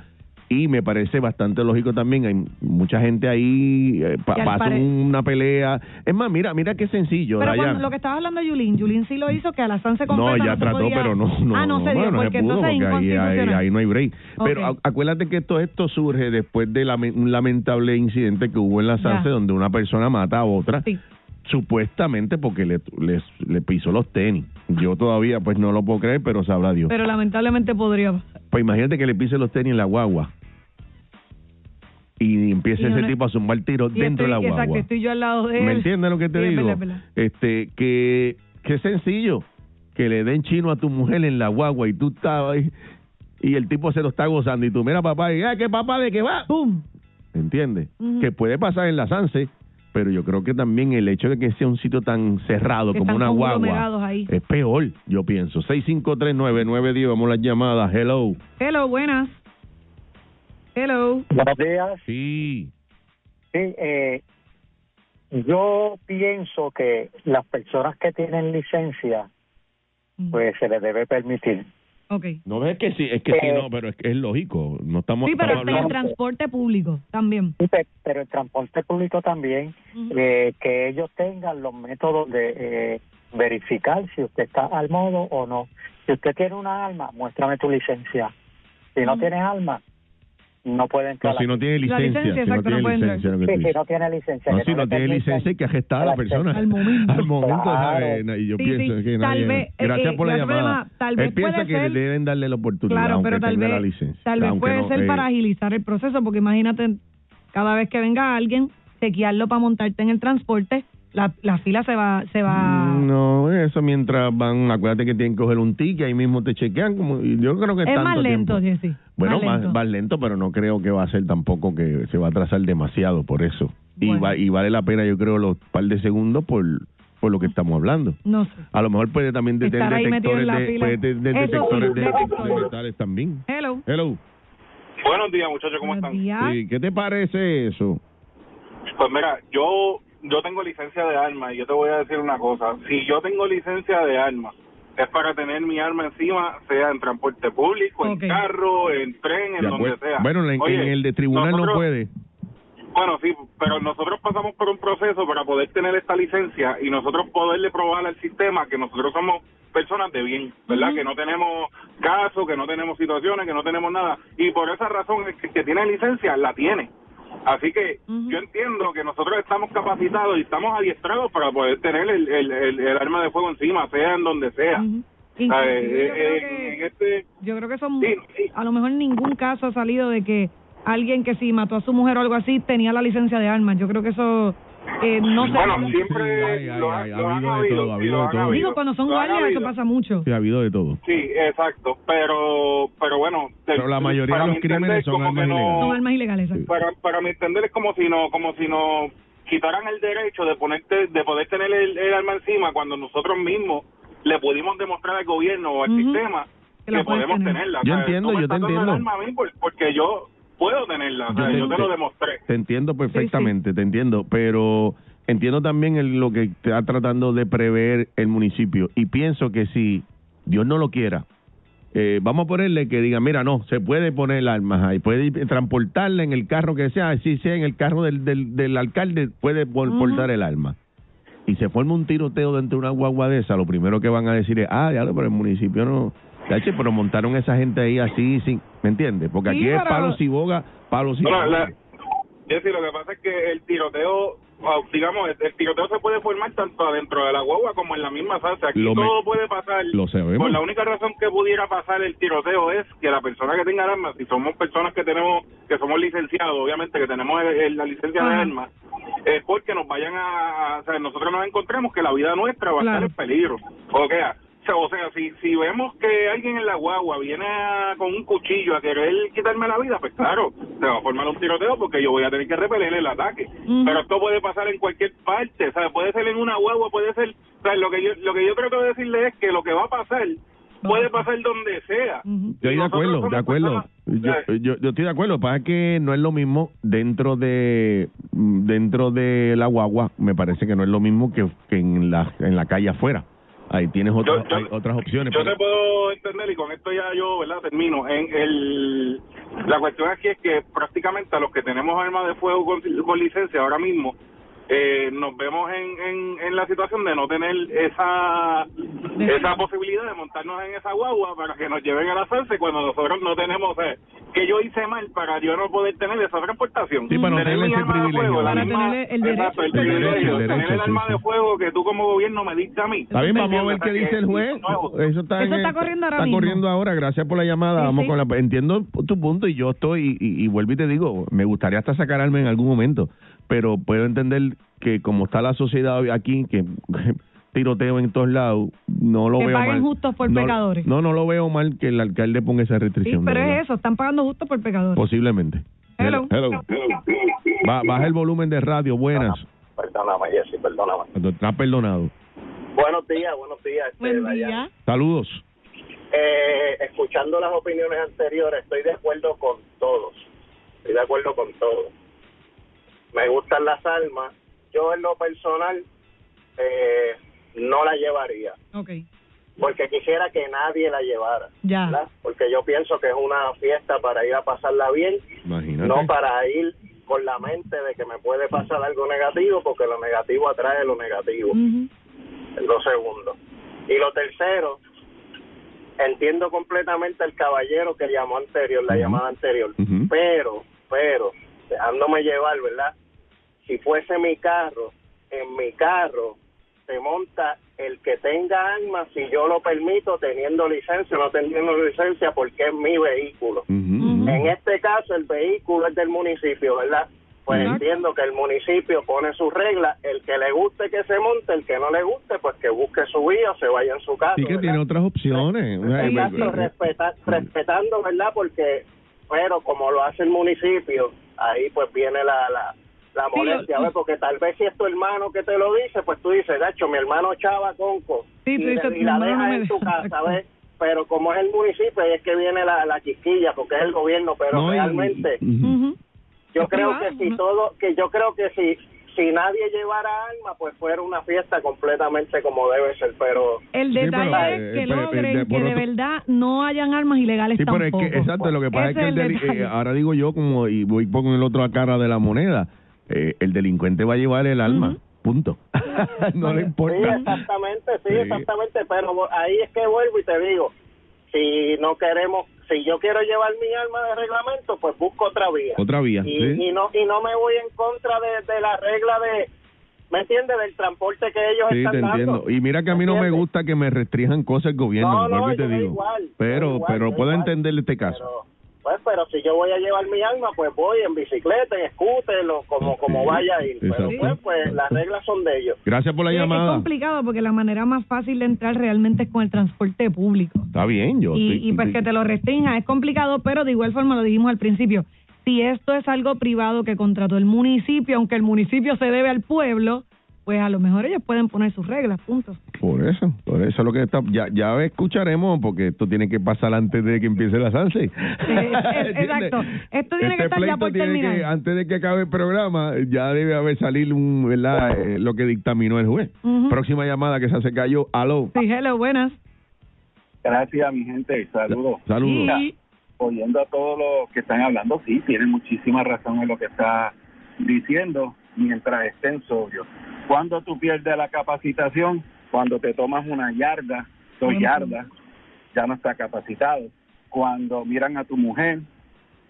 Y me parece bastante lógico también, hay mucha gente ahí, eh, pa- Que al pasa pare- una pelea. Es más, mira, mira qué sencillo, Pero cuando, Dayan. lo que estabas hablando de Yulín, Yulín sí lo hizo, que a la San se No, completa ya se trató, podía- pero no, no, Ah, no se dio, bueno, porque pudo, entonces es porque ahí, ahí, inconstitucional. ahí no hay break. Pero Ok. a- acuérdate que todo esto surge después de lame- un lamentable incidente que hubo en la Ya. SANSE donde una persona mata a otra, Sí. supuestamente porque le, les- le pisó los tenis. Yo todavía pues no lo puedo creer, pero sabrá Dios. Pero lamentablemente podría. pasar. Pues imagínate que le pise los tenis en la guagua y empiece Y ese no- tipo a zumbar tiros Y dentro de la estoy- guagua. Exacto, estoy yo al lado de él. ¿Me entiendes lo que te Sí, es digo? verdad, es verdad. Este, que, que es sencillo. Que le den chino a tu mujer en la guagua y tú estás ahí y el tipo se lo está gozando y tú, mira papá, y, ah, que papá de qué va. ¡Pum! ¿Entiendes? Ujú. Que puede pasar en la Sanse, pero yo creo que también el hecho de que sea un sitio tan cerrado Que como están una conglomerados guagua ahí. es peor, yo pienso. 6539910, vamos a las llamadas. Hello. Hello, buenas. Hello. Buenos días. Sí. Sí, eh, yo pienso que las personas que tienen licencia, pues se les debe permitir. Ok. No es que sí, es que sí, Eh. no, pero es, que es lógico. No estamos, Sí, pero estamos hasta en el hablando- transporte público también. Sí, pe- Pero el transporte público también, Ujú. eh, que ellos tengan los métodos de eh, verificar si usted está al modo o no. Si usted tiene una alma, muéstrame tu licencia. Si no Ujú. tienes alma, no puede No, entrar. si no aquí. tiene La licencia, licencia, si no exacto, no tiene pueden licencia, lo Sí, que tú si dices. no tiene licencia. No, que si no le tiene permitan licencia hay que agestar a el la acceso. persona. Al momento. Al momento, Claro. ¿sabes? No, Y yo Sí, pienso sí. que Tal nadie- vez, eh, eh, Gracias por la gracias por la llamada. llamada. Tal vez Él piensa puede que ser- le deben darle la oportunidad, Claro, aunque pero tal tenga vez, la licencia. tal vez aunque puede no, ser eh, para agilizar el proceso, porque imagínate cada vez que venga alguien, chequearlo para montarte en el transporte, la, la fila se va, se va. No, eso mientras van, acuérdate que tienen que coger un ticket, ahí mismo te chequean. Como, y yo creo que es Mm, tanto más lento, tiempo. Jessy. Bueno, más más, lento. más lento, pero no creo que va a ser tampoco que se va a atrasar demasiado por eso. Y, Bueno. va, y vale la pena, yo creo, los par de segundos por, por lo que estamos hablando. No sé. A lo mejor puede también de- tener Estar ahí metido en detectores la de, fila. puede tener Eso sí, detectores de, detectores. de metales también. Hello. Hello. Buenos días, muchachos, ¿cómo Buenos están? días. Sí, ¿Qué te parece eso? Pues mira, yo yo tengo licencia de arma y yo te voy a decir una cosa. Si yo tengo licencia de arma, es para tener mi arma encima, sea en transporte público, Ok. en carro, en tren, en De donde acuerdo. sea. Bueno, en, en Oye, el de tribunal no nosotros- puede. Bueno, sí, pero nosotros pasamos por un proceso para poder tener esta licencia y nosotros poderle probar al sistema que nosotros somos personas de bien, ¿verdad? Que no tenemos casos, que no tenemos situaciones, que no tenemos nada. Y por esa razón, el que, que tiene licencia la tiene. Así que Ujú. yo entiendo que nosotros estamos capacitados y estamos adiestrados para poder tener el, el, el- el arma de fuego encima, sea en donde sea. Ujú. ¿Sabes? Inclusive yo creo Eh, que- eh, en este- Yo creo que son, Sí, sí. a lo mejor ningún caso ha salido de que alguien que si mató a su mujer o algo así tenía la licencia de armas. Yo creo que eso eh, no se bueno, sí, siempre ay, ay, lo ha- ay, ha lo han habido de habido, todo, ha sí, habido lo de han todo. habido, digo cuando son lo han guardias eso habido. pasa mucho. Sí, ha habido de todo. Sí, exacto, pero pero bueno, Pero la mayoría para de los mi entender, crímenes son como armas que no- ilegales. Son armas ilegales. exacto. Para para mi entender es como si no como si no quitaran el derecho de ponerte de poder tener el, el arma encima cuando nosotros mismos le pudimos demostrar al gobierno o al Ujú. sistema Que que, la puedes podemos tener. tenerla. Yo O sea, entiendo, tú me yo te estás dando el entiendo. arma a mí por- porque yo puedo tenerla, o sea, yo, te- te, lo demostré. Te entiendo perfectamente, te entiendo, pero entiendo también el- lo que está tratando de prever el municipio y pienso que si Dios no lo quiera, eh, vamos a ponerle que diga, mira, no, se puede poner el arma ahí, puede ir- transportarla en el carro que sea, así sea en el carro del, del, del alcalde, puede por- Ujú. portar el arma. Y se forma un tiroteo dentro de una guagua de esa, lo primero que van a decir es, ah, ya lo, pero el municipio no... Cache, pero montaron esa gente ahí así, sin, ¿me entiendes? Porque Sí, aquí es pero- palo si boga, palo si No, boga. la- Jessy, lo que pasa es que el tiroteo, o, digamos, el, el tiroteo se puede formar tanto adentro de la guagua como en la misma salsa. Aquí Lo me- todo puede pasar. lo sabemos. Por la única razón que pudiera pasar el tiroteo es que la persona que tenga el arma, si somos personas que tenemos, que somos licenciados, obviamente que tenemos el- el- la licencia de Ajá. armas, es porque nos vayan a, o sea, nosotros nos encontremos que la vida nuestra va Claro. a estar en peligro. O sea, o sea, o sea, si, si vemos que alguien en la guagua viene a- con un cuchillo a querer quitarme la vida, pues claro, se va a formar un tiroteo porque yo voy a tener que repeler el ataque. Ujú. Pero esto puede pasar en cualquier parte, ¿sabes? Puede ser en una guagua, puede ser... o sea, lo que yo, lo que yo trato de decirle es que lo que va a pasar puede pasar donde sea. Ujú. Yo estoy de Nosotros acuerdo, somos de acuerdo. Yo, personas- yo, yo estoy de acuerdo, lo que pasa es que no es lo mismo dentro de dentro de la guagua, me parece que no es lo mismo que, que en la en la calle afuera. Ahí tienes otras yo- hay otras opciones. Yo pero- te puedo entender y con esto ya yo, ¿verdad? Termino. En el, la cuestión aquí es que prácticamente a los que tenemos armas de fuego con, con licencia ahora mismo, eh, nos vemos en, en, en la situación de no tener esa esa posibilidad de montarnos en esa guagua para que nos lleven a la salsa cuando nosotros no tenemos, o sea, que yo hice mal para yo no poder tener esa transportación. Sí, para no tener mi ese arma de privilegio. fuego, la Para misma- tener el derecho, exacto, el el derecho, el privilegio, derecho, tener el sí, arma sí. de fuego que tú como gobierno me diste a mí. Está bien, vamos a ver ¿Entiendes? qué dice el juez. Nuevo. Eso está, Eso en- está corriendo ahora está mismo. corriendo ahora. Gracias por la llamada. Sí, vamos sí. con la. Entiendo tu punto y yo estoy y, y vuelvo y te digo, me gustaría hasta sacar arma en algún momento, pero puedo entender que como está la sociedad hoy aquí, que (laughs) tiroteo en todos lados, no lo Que veo paguen mal. justos por no, pecadores. No, no lo veo mal que el alcalde ponga esa Sí, restricción. de pero verdad. es eso, están pagando justo por pecador. Posiblemente. Hello. Ba- baja el volumen de radio. Buenas. Perdóname, Jessy, perdóname. Está perdonado. Buenos días, buenos días. este, Buen Dayan. día. Saludos. Eh, escuchando las opiniones anteriores, estoy de acuerdo con todos. Estoy de acuerdo con todos. Me gustan las almas. Yo en lo personal eh, no la llevaría, Ok, porque quisiera que nadie la llevara. ya. ¿verdad? Porque yo pienso que es una fiesta para ir a pasarla bien Imagínate. no para ir con la mente de que me puede pasar algo negativo, porque lo negativo atrae lo negativo, Ujú. es lo segundo. Y lo tercero, entiendo completamente el caballero que llamó anterior, la Ujú. llamada anterior, Pues, Ujú. pero, pero, dejándome llevar, ¿verdad? Si fuese mi carro, en mi carro se monta el que tenga armas, si yo lo permito, teniendo licencia o no teniendo licencia, porque es mi vehículo. este Ujú, ujú. En este caso, el vehículo es del municipio, ¿verdad? pues Ujú. entiendo que el municipio pone sus reglas, el que le guste que se monte, el que no le guste, pues que busque su vía o se vaya en su casa. Sí que ¿verdad? tiene otras opciones. Eh, Exacto, respeta- respetando, ¿verdad? Porque, pero como lo hace el municipio, ahí pues viene la, la, la molestia, lo- ¿ves? Porque tal vez si es tu hermano que te lo dice, pues tú dices, Gacho, mi hermano Chava Conco, Sí, y, tú le- dices, y "Tu la hermano no deja me en deja". tu casa, ¿ves? Pero como es el municipio, ahí es que viene la, la chisquilla, porque es el gobierno, pero No, y- realmente Ujú. Ujú. yo Es creo que privado, si ¿no? todo que yo creo que si si nadie llevara alma pues fuera una fiesta completamente como debe ser pero El Sí, detalle pero, es que (laughs) eh, pero, logren eh, de- por que de otro- verdad no hayan armas ilegales Sí, pero es tampoco. que, exacto, lo que pasa es Ese que el deli- detalle. eh, ahora digo yo, como y voy pongo el otro a cara de la moneda, eh, el delincuente va a llevar el alma, Ujú. punto. no le importa. sí exactamente sí, Sí. exactamente pero vo- ahí es que vuelvo y te digo si no queremos si yo quiero llevar mi alma de reglamento pues busco otra vía Otra vía. y, ¿sí? y no y no me voy en contra de, de la regla de me entiendes del transporte que ellos Sí, están te entiendo. dando Y mira que a mí no me ¿Entiendes? gusta que me restrinjan cosas el gobierno, No, no, vuelvo y yo te da digo. igual, yo pero da igual, pero yo puedo da igual. entender este caso. Pero, pues, pero si yo voy a llevar mi alma, pues voy en bicicleta, en scooter, o como, como Sí, vaya a ir. Pero exacto, pues, pues exacto. las reglas son de ellos. Gracias por la Sí, es que es llamada. complicado porque la manera más fácil de entrar realmente es con el transporte público. Está bien, yo. y, estoy- y pues estoy- que te lo restrinja es complicado, pero de igual forma lo dijimos al principio, si esto es algo privado que contrató el municipio, aunque el municipio se debe al pueblo, pues a lo mejor ellos pueden poner sus reglas, punto. Por eso, por eso es lo que está. Ya, ya escucharemos, porque esto tiene que pasar antes de que empiece la salsa. (laughs) exacto. Esto tiene Este que estar ya por terminar. antes de que acabe el programa, ya debe haber salido un, ¿verdad? Eh, lo que dictaminó el juez. Ujú. Próxima llamada que esa se cayó. Aló. Sí, hello, buenas. Gracias, mi gente. Saludos. Saludos. Y- Oyendo a todos los que están hablando, sí, tienen muchísima razón en lo que está diciendo, mientras estén sobrios. Cuando tú pierdes la capacitación, cuando te tomas una yarda, dos Bueno. yardas, ya no está capacitado. Cuando miran a tu mujer,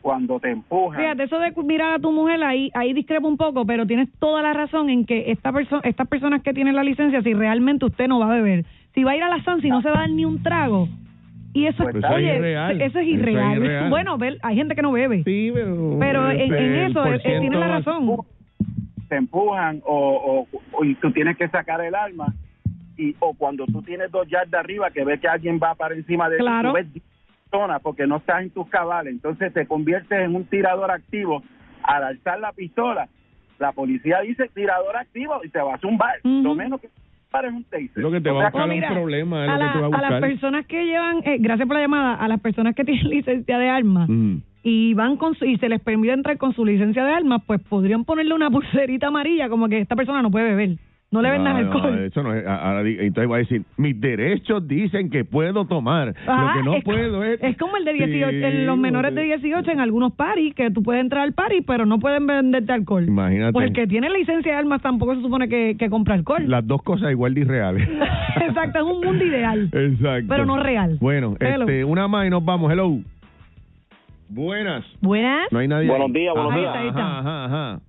cuando te empujan. Fíjate, eso de cu- mirar a tu mujer ahí, ahí discrepo un poco, pero tienes toda la razón en que esta perso- estas personas que tienen la licencia, si realmente usted no va a beber, si va a ir a la Sansi y no se va a dar ni un trago. Y eso, Pues es, eso es oye, irreal. eso es Eso es irreal. irreal. Bueno, ve- hay gente que no bebe. Sí, pero. Pero en, en el eso, por él- él tiene ciento la va- razón. te empujan o, o- o- y tú tienes que sacar el arma y o cuando tú tienes dos yardas arriba que ves que alguien va para encima de ti, Claro. tú ves diez personas porque no estás en tus cabales entonces te conviertes en un tirador activo al alzar la pistola la policía dice tirador activo y te va a zumbar Ujú. lo menos que para es un taser Lo que te va a O sea, buscar Oh, mira, un problema, es a, lo que la- te va a a las buscar. personas que llevan, eh, gracias por la llamada, a las personas que tienen (laughs) licencia de armas Mm. y van con su- y se les permite entrar con su licencia de armas, pues podrían ponerle una pulserita amarilla como que esta persona no puede beber, no le vendan Ah, No, no, alcohol. eso no es. a- ahora di- entonces va a decir, mis derechos dicen que puedo tomar. Ajá, lo que no Ah, es co- puedo es... es como el de 18, Sí, el- los menores de sí. 18 en algunos paris, que tú puedes entrar al pari, pero no pueden venderte alcohol. Imagínate. Pues el que tiene licencia de armas tampoco se supone que, que compra alcohol. (laughs) Las dos cosas igual de irreales. Exacto, es un mundo ideal. (laughs) Exacto. Pero no real. Bueno, Hello. este, una más y nos vamos. Hello. Buenas. Buenas. No hay nadie. Buenos ahí. días, buenos Ajá, días. Ahí está, ahí Ajá, ajá, ajá.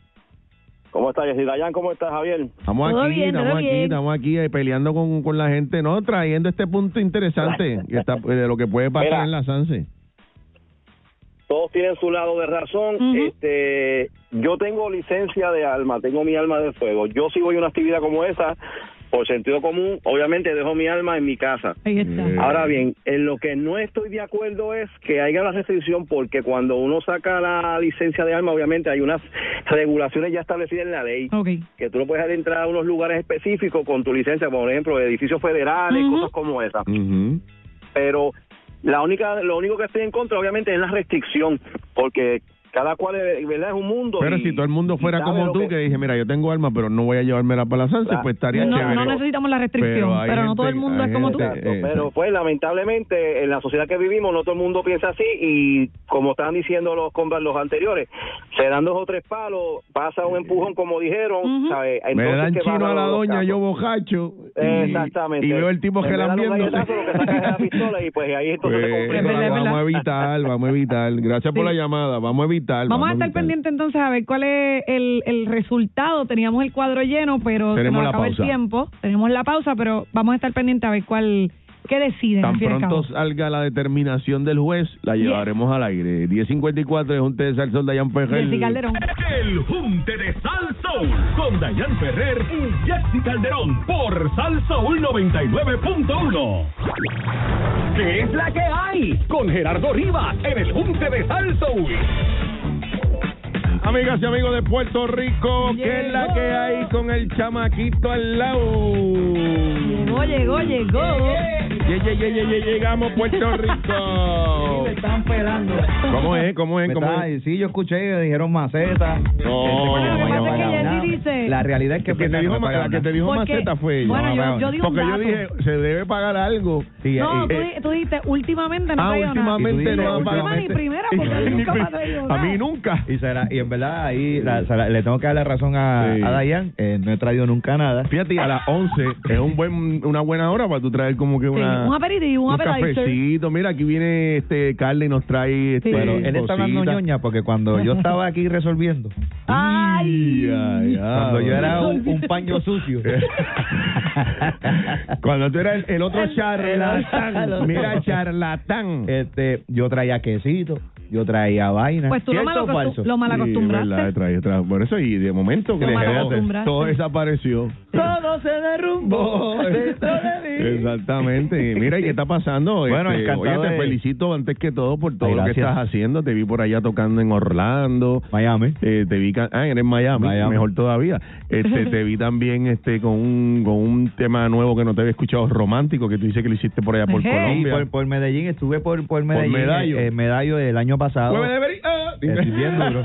¿Cómo estás, Jessy Dayan? ¿Cómo estás, Javier? Estamos Todo aquí, bien, todo estamos aquí, bien. estamos aquí eh, peleando con, con la gente, ¿no? Trayendo este punto interesante que está- eh, de lo que puede pasar Mira. en la Sanse. Todos tienen su lado de razón. Ujú. este Yo tengo licencia de alma, tengo mi alma de fuego. Yo si voy a una actividad como esa, por sentido común, obviamente dejo mi alma en mi casa. este. Ahí está. Eh, Ahora bien, en lo que no estoy de acuerdo es que haya la restricción porque cuando uno saca la licencia de arma, obviamente hay unas regulaciones ya establecidas en la ley. Eh. Ok. que tú no puedes entrar a unos lugares específicos con tu licencia, por ejemplo, edificios federales, Ujú. cosas como esas. Ujú. Pero la única, lo único que estoy en contra, obviamente, es la restricción, porque cada cual es, ¿verdad? es un mundo. Pero y- si todo el mundo y fuera sabe como lo tú, que... dije, mira, yo tengo armas, pero no voy a llevármela para la Sanse, Claro. pues estaría No, chévere. no necesitamos la restricción, pero, hay no gente- todo el mundo hay es como tú. gente- Exacto, eh, pero pues lamentablemente en la sociedad que vivimos no todo el mundo piensa así y como estaban diciendo los compras los anteriores, se dan dos o tres palos, pasa un empujón como dijeron, Ujú. ¿sabes? me Entonces, dan ¿qué chino pasa a la con los doña, casos? yo bojacho. y- Exactamente. Y veo el tipo Me dan un gelambiéndose. galletazo, lo que saca es la pistola y pues ahí entonces se Pues, complica la cosa. vamos a evitar, vamos a evitar. Gracias Sí. por la llamada, vamos a evitar. Vamos a estar evitar. pendientes entonces a ver cuál es el, el resultado. Teníamos el cuadro lleno, pero se Tenemos nos la acaba el pausa. tiempo. Tenemos la pausa, pero vamos a estar pendientes a ver cuál ¿Qué deciden? al Tan fin y al pronto cabo? salga la determinación del juez, la llevaremos al aire. 10.54 es un té de salsón de Jan Ferrer. Jessy Calderón. El Junte de Sal Soul con Dayan Ferrer y Jesse Calderón por Sal Soul 99.1. ¿Qué es la que hay? Con Gerardo Rivas en el Junte de Sal Soul. Amigas y amigos de Puerto Rico, ¿qué es la que hay con el chamaquito al lado? Llegó, llegó, llegó. Ye, ye, ye, ye, ye, llegamos Puerto Rico. están pelando. ¿Cómo es? ¿Cómo es? ¿Cómo es? Sí, yo escuché, dijeron maceta. Este, No, Bueno, lo que pasa vaya, es vaya. que vaya, Jessy vaya. dice... La realidad es que, El que, te Peter no dijo, me ma- paga la que nada. te dijo Porque- maceta fue ella. Bueno, yo, No, yo di un Porque yo dato. dije, se debe pagar algo. Sí, No, eh, tú, eh, di- tú dijiste, últimamente no ah, traigo nada. Y tú últimamente dices, no ha última pagado. ni primera, (laughs) porque a mí nunca me ha traído A nada. mí nunca. y, será, y en verdad ahí la- se la- le tengo que dar la razón a, Sí. a Dayan. Eh, no he traído nunca nada. Fíjate, y a las 11 es un buen, una buena hora para tú traer como que Sí, una... un aperitivo, un appetizer. cafecito. Mira, aquí viene este Carla y nos trae este Sí. Pero él está hablando cosita. ñoña porque cuando yo estaba aquí resolviendo, Ay. Ay, ay, cuando yo era un, un paño (laughs) sucio. Pues (laughs) Cuando tú eras el, el otro charlatán. el- Mira, charlatán. este, yo traía quesito, yo traía vaina. Pues tú lo ¿Cierto o malacostum- falso? lo malacostumbraste. Sí, verdad, trae, trae. Por eso, y de momento que Lo todo, malacostumbraste. todo desapareció. Todo (laughs) se derrumbó dentro de mí. Exactamente. Mira, ¿y qué está pasando? Bueno, Este, encantado Oye, te de- felicito antes que todo por todo Ay, lo que gracias. estás haciendo. Te vi por allá tocando en Orlando. Miami. Eh, te vi, ca- ah, eres Miami, Miami. mejor todavía. Este, te vi también este con un, con un tema nuevo que no te había escuchado, romántico, que tú dices que lo hiciste por allá por Ejé. Sí, Colombia. por, por Medellín, estuve por, por Medellín, Medallo. eh, (laughs) eh, medallo del año pasado. Hueve de beri- ah, dime. Eh, (laughs) bien duro.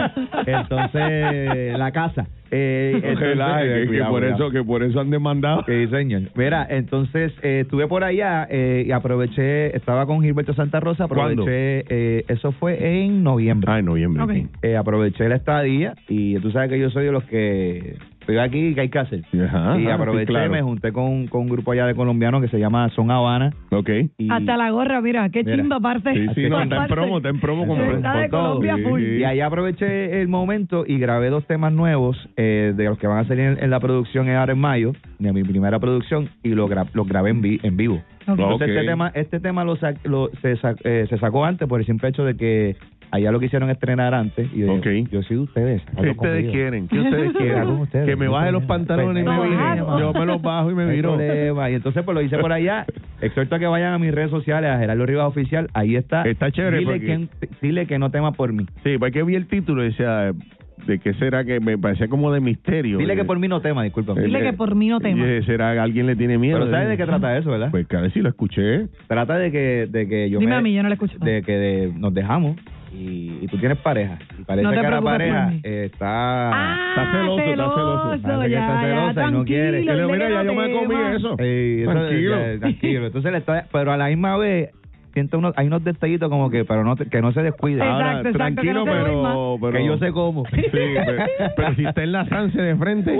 Entonces, la casa. Eh, (laughs) entonces- Ojalá, eh, que- que, cuidado, por cuidado. eso, que por eso han demandado. Que diseñan. Mira, entonces eh, estuve por allá eh, y aproveché, estaba con Gilberto Santa Rosa, ¿Cuándo? aproveché, eh, eso fue en noviembre. Ah, en noviembre. Ok. sí. Eh, aproveché la estadía y tú sabes que yo soy de los que estoy aquí y que hay que hacer. Ajá, y ajá, aproveché, Ah, sí, claro. me junté con, con un grupo allá de colombianos que se llama Son Habana. Ok. Y, Hasta la gorra, mira, qué Mira. chimba parte. Sí, sí, no, parte. está en promo, está en promo con, Está de con todo. Colombia Sí, full. sí. Y ahí aproveché el momento y grabé dos temas nuevos eh, de los que van a salir en, en la producción ahora en mayo, de mi primera producción, y lo, gra- lo grabé en, vi- en vivo. Ok. No. Entonces Ok. este tema, este tema lo, sa- lo- se, sa- eh, se sacó antes por el simple hecho de que allá lo quisieron estrenar antes. Y yo, Ok. dije, yo soy de ustedes. ¿Qué háganlo ustedes conmigo". quieren? ¿Qué (laughs) ustedes Hagan quieren? ustedes, Que me no baje tienen- los pantalones y Pues, me no vire. hay problema. Yo me los bajo y me No hay viro. problema. Y entonces pues lo hice (laughs) por allá. Exhorto a que vayan a mis redes sociales, a Gerardo Rivas Oficial. Ahí está. Está chévere Dile, porque- que, dile que no tema por mí. Sí, porque vi el título y decía, ¿de qué será que me parecía como de misterio? Eh, Dile que por mí no tema, discúlpame. Dile que por mí no tema. Y dije, ¿Será que alguien le tiene miedo? Pero ¿sabes de qué trata eso, verdad? Pues claro, sí lo escuché. Trata de que, de que yo Dime me- a mí, yo no la escucho. de que de- nos dejamos y, y tú tienes pareja. Y parece No te que la preocupes por pareja mí. eh, está... Ah, Está celoso, está celoso. Parece que ya, está celosa ya, y no quiere. tranquilo, Que le- dile mira, que ya no yo me comí tema. eso. Eh, eso- Tranquilo. ya, tranquilo. Entonces le está, pero a la misma vez siento unos, hay unos detallitos como que pero no te- que no se descuide. Exacto, Ahora, exacto, ah, tranquilo, que no se pero, duerma. pero... Que yo sé cómo. (laughs) Sí, pero, (laughs) pero si está en la Sanse de frente...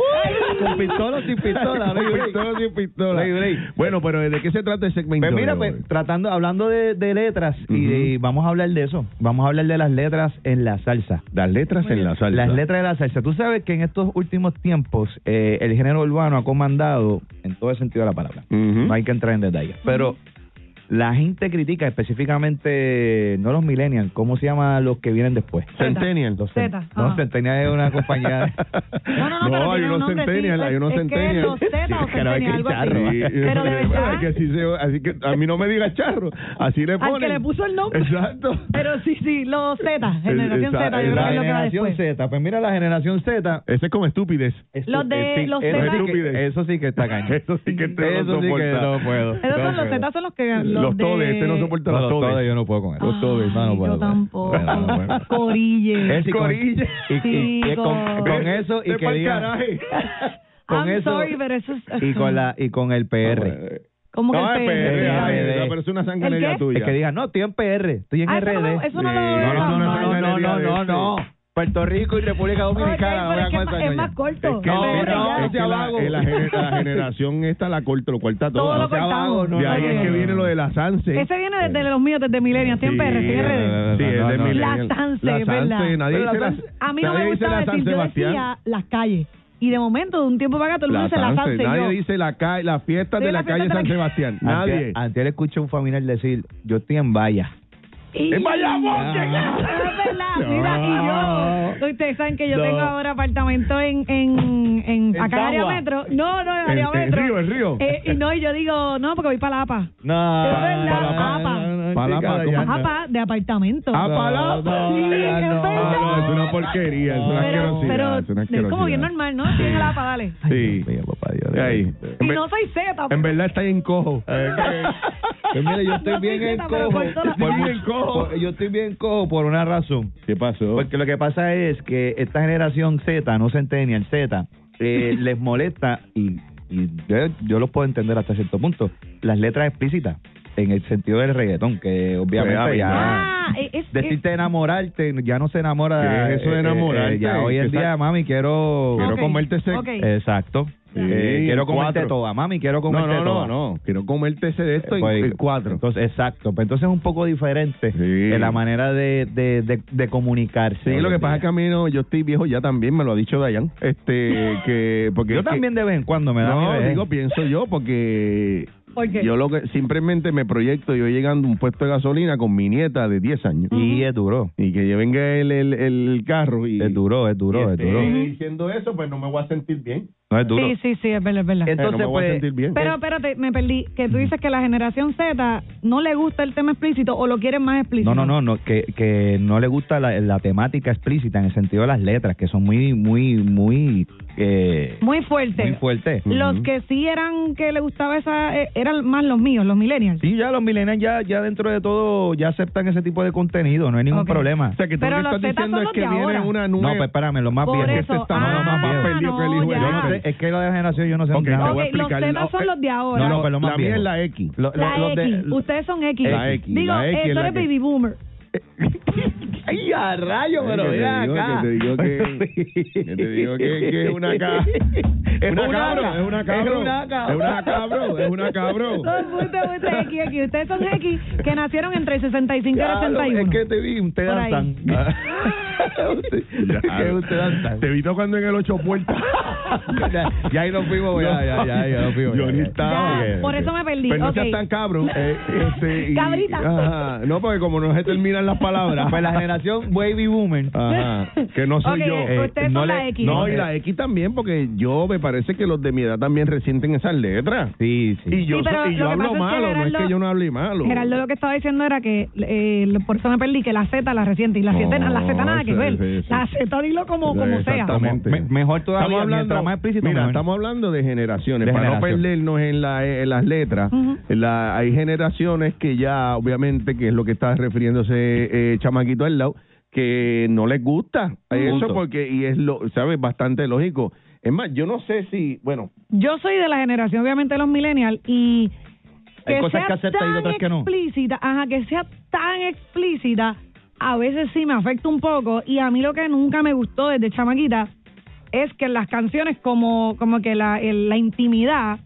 Con pistola o sin pistola, no hay Con break. pistola o sin pistola. No hay break. Bueno, pero ¿de qué se trata el segmento? Pues mira, de pues, hoy? tratando, hablando de, de letras, y, Ujú. y vamos a hablar de eso. Vamos a hablar de las letras en la salsa. Las letras en la salsa. Las letras de la salsa. Tú sabes que en estos últimos tiempos eh, el género urbano ha comandado en todo el sentido de la palabra. Ujú. No hay que entrar en detalle. Pero la gente critica específicamente, no los millennials, ¿cómo se llama los que vienen después? Centennial. Los Zeta, cen- No, ajá. Centennial es una compañía. (laughs) No, no, no, pero hay tiene un unos nombre, sí, centennial, hay es- unos es que centennial. los Zeta o Sí, claro, hay que centennial, algo así. charro. Pero de verdad- Es que así, se- así que a mí no me diga charro, así le Al ponen. que le puso el nombre. Exacto. Pero sí, sí, los (laughs) Z, generación Esa- Z, yo creo la que es lo que va generación después. Z. Pues mira, la generación Z. Ese es como estupidez. es- Los de- es- los eso Zeta- sí que- Eso sí que (laughs) está cañón. Eso sí que te lo Eso sí que soporta. no puedo. Esos son No los puedo. Z, son los que los, Los de... todes, este no soporta No, los los todes todes. yo no puedo con eso. Ay, No, no yo puedo. tampoco. Corille. Es y con- Corilla. y- y- y es con, Chico. con eso y Ve que pa'l digan- caraje. (laughs) con I'm eso sorry, pero eso es- y con la y con el PR. ¿Cómo que No, el es PR? PR, ay, PR. esa persona es una ¿El sanguinería qué? tuya. Es que digan, "No, estoy en PR, estoy en Ah, eso no, RD." eso no lo Sí. No, no, no, no, no, no, no, no, no, no. Puerto Rico y República Ok, Dominicana, pero es que no voy a es con más- esa es más ñoña. corto. que No, la- Pero no, ya. es que la, vago. la gener- la (laughs) (laughs) generación esta la corta, lo corta todo. Todo lo O sea, corta. cortamos. no, de no, ahí no, es que no, viene no. lo de la (laughs) Sanse. (laughs) Ese viene desde los míos, desde Millennium, Sí, siempre R, no, no, no, siempre no. Sí, es de no. Millennial. La Sanse, La ¿verdad? Sanse, nadie Pero dice la A mí no nadie me dice gustaba la San decir, yo Sebastián. decía las calles. Y de momento, de un tiempo para acá, todo el mundo dice La la Sanse. Sanse. y Nadie yo, dice la, ca- la fiesta Sí, de la la, fiesta calle de la San ca- Sebastián. Nadie. Antes, antes escuché a un familiar decir, yo estoy en valla. ¡En Bayamón, Ah. llegué! Es verdad, (laughs) mira, y yo, ustedes saben que yo No. tengo ahora apartamento en, en, en, En acá en área Cagua. metro. No, no, en área En- en metro. Río, en Río. Eh, y (laughs) no, Eh, y yo digo, no, porque voy para la APA. No, Es verdad, apa. Palapa, ¿cómo? APA de apartamento. Ah, palapa. Sí, es verdad. Ah, no, es una porquería, es una pero, asquerosidad. pero es una es como bien asquerosidad. normal, ¿no? Tiene la APA, dale. Sí. Ahí. Y En, ve- no soy Z. pues. en verdad está en (laughs) cojo. (laughs) Pues mire, yo estoy No bien soy en zeta, pero cojo. por todas- Por- Bien en cojo. por- yo estoy bien en cojo por una razón. ¿Qué pasó? Porque lo que pasa es que esta generación Z, no Centennial, Z, (laughs) eh, les molesta, y, y yo, yo los puedo entender hasta cierto punto, las letras explícitas, en el sentido del reggaetón, que obviamente Pues, ya... Ah, es, es- Decirte enamorarte, ya no se enamora. ¿Qué es eso de eh, eh, enamorarte? ya hoy en Exacto. día, mami, quiero. Quiero Ok, comerte ese. ok. Exacto. Sí, Eh, quiero el comerte cuatro. toda, mami, quiero No, comerte no, no, toda. no. Quiero comerte ese de esto Eh, en pues, el cuatro. Entonces, exacto. Pues entonces es un poco diferente Sí. en la manera de, de, de, de comunicarse. Sí, lo que pasa es que a mí no, yo estoy viejo ya también, me lo ha dicho Dayan. (laughs) Este, que. Porque yo es que- también de vez en cuando me da mi No, vejez. digo, pienso yo, porque. ¿Por qué? Yo lo que simplemente me proyecto yo llegando a un puesto de gasolina con mi nieta de 10 años. y es duro. Y que yo venga el, el, el carro y. Es duro, es duro, y es esté duro. diciendo eso, pues no me voy a sentir bien. No es duro. sí, sí, sí, es verdad, es verdad. Entonces, Eh, no me voy a pues, sentir bien. Pero espérate, me perdí. Que tú dices que la generación Z no le gusta el tema explícito o lo quieren más explícito. No, no, no, no, que, que no le gusta la, la temática explícita en el sentido de las letras, que son muy, muy, muy... Eh, Muy fuerte. muy fuertes. Los Ujú. que sí eran que le gustaba esa eh, eran más los míos, los millennials. Sí, ya los millennials ya, ya dentro de todo ya aceptan ese tipo de contenido, no hay ningún Ok. problema. O sea, que tú Pero lo que los estás tetas diciendo son es los que de viene ahora. una No, nueva. pues espérame, los más Por viejos. eso. este está ah, más- más perdido no, que el hijo de- ya. Yo no sé, es que la generación yo no sé Ok, dónde te voy a anda. Ok, los explicar. tetas son los de ahora. No, no, pues los más la mía viejos. es la X. Lo- lo- la los X. de- Ustedes son X. La X, Digo, la X eh, es tú la eres que- baby boomer. (laughs) Ay, a rayo, Ay, pero que te ven digo, acá. que te digo (laughs) que- que te digo que- que es una ca- Es una cabro, cabro, es una Es cabro, una cabro. es una cabro, es (laughs) una cabro. Son muchos, muchos X, X. Ustedes son X que nacieron entre el 65 y el Claro, 81. Es que te vi, un te Por ahí. (laughs) danzan. Ah. Que un te danzan. Te evitó cuando en el ocho (laughs) puertas. Ya- ya ahí nos fuimos, ya, ya, ya, ya nos fuimos, Yo ya, ni ya. estaba. Ya, por eso me perdí, Pero no ok. seas tan cabro. eh, este, y- Cabrita. ajá, no, porque como no se terminan las palabras. Pues la generación baby boomer. Ajá, que no soy Ok, yo. eh, ustedes no son le- la X. No, y la X también, porque yo me parece que los de mi edad también resienten esas letras. Sí, sí. Y yo, Sí, pero so- y lo yo que hablo pasa es que malo, no es Gerardo- que yo no hable malo. Gerardo lo que estaba diciendo era que eh, lo- por eso me perdí que la Z la reciente y la Z na- la Z nada que sí, ver. sí, sí. La Z dilo como Sí, como sea. exactamente. Me- mejor todavía, estamos hablando, mientras más explícito, mira, mejor. estamos hablando de generaciones. De para no generación. perdernos en, la- en las letras, Ujú. la- hay generaciones que ya, obviamente, que es lo que está refiriéndose eh, Chamaquito al lado, que no les gusta eso Punto. porque, y es lo, ¿sabes? Bastante lógico. Es más, yo no sé si, bueno, Yo soy de la generación obviamente de los millennials y Hay que cosas sea que aceptas y tan otras que no. Explícita, ajá, que sea tan explícita, a veces sí me afecta un poco y a mí lo que nunca me gustó desde chamaquita es que en las canciones como como que la el- la intimidad,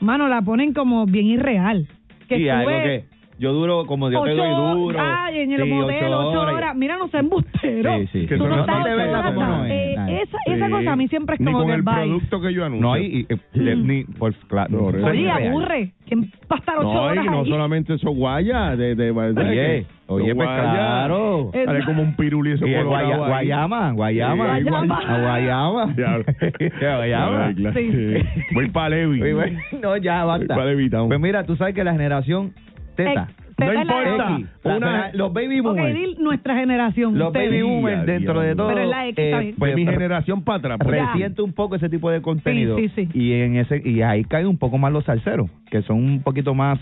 mano, la ponen como bien irreal. (laughs) Que Sí, tú algo ves- que yo duro como Dios te doy duro. Ay, en el Sí, motel, ocho horas. Mira, no seas embustero. Sí, sí. Que Tú eso no no estás te ve ocho la horas. como no es, Eh, nada. esa, esa Sí. cosa a mí siempre es ni como con que el bye. producto que yo anuncio. No hay, y- y- le- ni, por, claro, Por eso. Oye, Real. aburre. ¿Quién va a estar ocho No, y horas no ahí? solamente eso, guaya. De, de, Oye, oye, pues claro. Eh, Sale como un piruli eso Y el colorado Guaya- ahí. Guayama, Guayama, Sí, Guayama. A Guayama. Ya. (laughs) Ya, Guayama. Ay, claro. Sí. Voy para Levi. (laughs) Oye, bueno, No, ya basta. Para evitar un- Pues mira, tú sabes que la generación Teta. Ex- teta No es la importa. X. X, la- Una- los baby Ok, boomers. di nuestra generación. los ustedes. baby boomers Día, dentro día, de día. todo. Pero es la X, está bien. de pues, mi re- generación para atrás. pues. porque- Ya. resiente un poco ese tipo de contenido Sí, sí, sí. y en ese y ahí caen un poco más los salseros que son un poquito más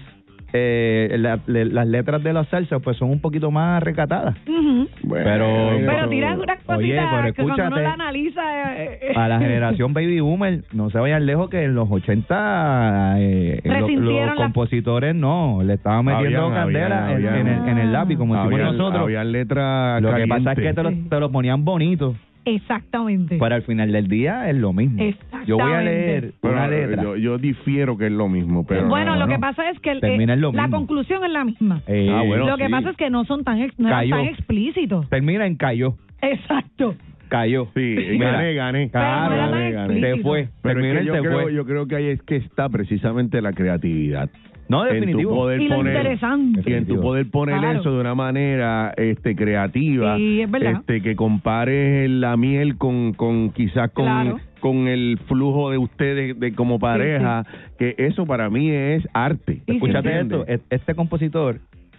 eh, la- le- las letras de las salsas pues son un poquito más recatadas Ujú. Bueno, Pero- Pero tiran unas cositas Oye, pero que cuando uno escúchate. la analiza... eh, eh, a la generación baby boomer no se vayan lejos que en los 80 eh, lo- Resintieron los la- compositores no le estaban metiendo Habían, candela habían, en- habían. en, el, en el lápiz como había, decimos nosotros había letras lo que pasa es que te calientes. lo, te lo ponían bonito (laughs) Exactamente. pero al final del día es lo mismo Exactamente. yo voy a leer Bueno, una letra Yo, yo difiero que es lo mismo, pero... bueno, no, lo no. que pasa es que el- eh, Termina en lo la mismo. conclusión es la misma. Eh, Ah, bueno. lo que sí. pasa es que no son tan, ex- no eran (laughs) Cayó. tan explícitos. termina en cayó Exacto. cayó. Sí, Mira, gané, gané. Pero no era gané, tan gané. explícito. Te fue. Pero es Terminó que y yo, te creo, fue. yo creo que ahí es que está precisamente la creatividad. no, En tu definitivo. poder Y lo poner, interesante. Y en tu poder poner Claro. eso de una manera este creativa. Sí, es verdad. Este, que compares la miel con, con quizás con, Claro. con el flujo de ustedes de como pareja. Que eso para mí es arte. sí, Escúchate sí. esto, e- este compositor...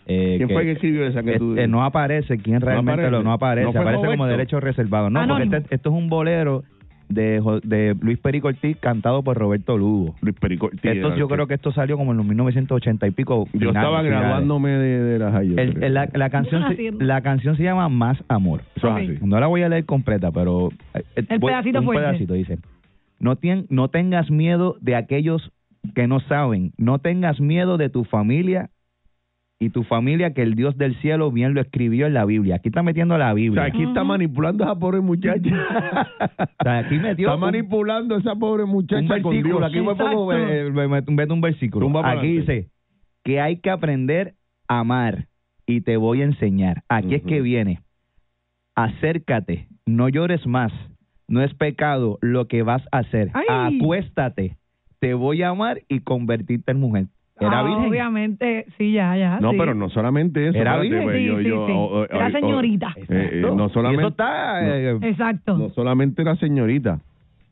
eh, ¿Quién fue que escribió esa que eh, tú- eh, no aparece quién realmente aparece. lo no aparece, ¿No fue aparece como Roberto? derecho reservado. No, Anónimo. porque este- esto es un bolero de, Jo- de Luis Perico Ortiz cantado por Roberto Lugo. Luis Perico- sí, Esto, yo arte. creo que esto salió como en los 1980 y pico. Yo finales, estaba finales. graduándome de, de las ayudas. El- el- la, la canción, se- Naciendo. la canción se llama Más Amor. Eso es Ok. así. No la voy a leer completa, pero... eh, eh, El voy- pedacito Un fuerte. pedacito, dice. No, tien- no tengas miedo de aquellos que no saben. No tengas miedo de tu familia y tu familia que el Dios del cielo bien lo escribió en la Biblia. Aquí está metiendo la O sea, Biblia. aquí está manipulando a esa pobre muchacha. (laughs) O sea, aquí metió está un- manipulando a esa pobre un muchacha con Dios. versículo. Aquí me pongo, Exacto. eh, me meto- meto un versículo. Tumba para aquí adelante. dice que hay que aprender a amar y te voy a enseñar. Aquí es que Ujú. viene. Acércate, no llores más. No es pecado lo que vas a hacer. Ay. Acuéstate, te voy a amar y convertirte en mujer. Era Ah, virgen. Obviamente, sí, ya, ya. No, sí. pero no solamente eso. Era espérate, virgen, pues, sí, yo- sí, yo- sí. o- o- Era o- señorita. eh, eh, Exacto. no Y solamente- eso está, eh, Exacto. No solamente la señorita,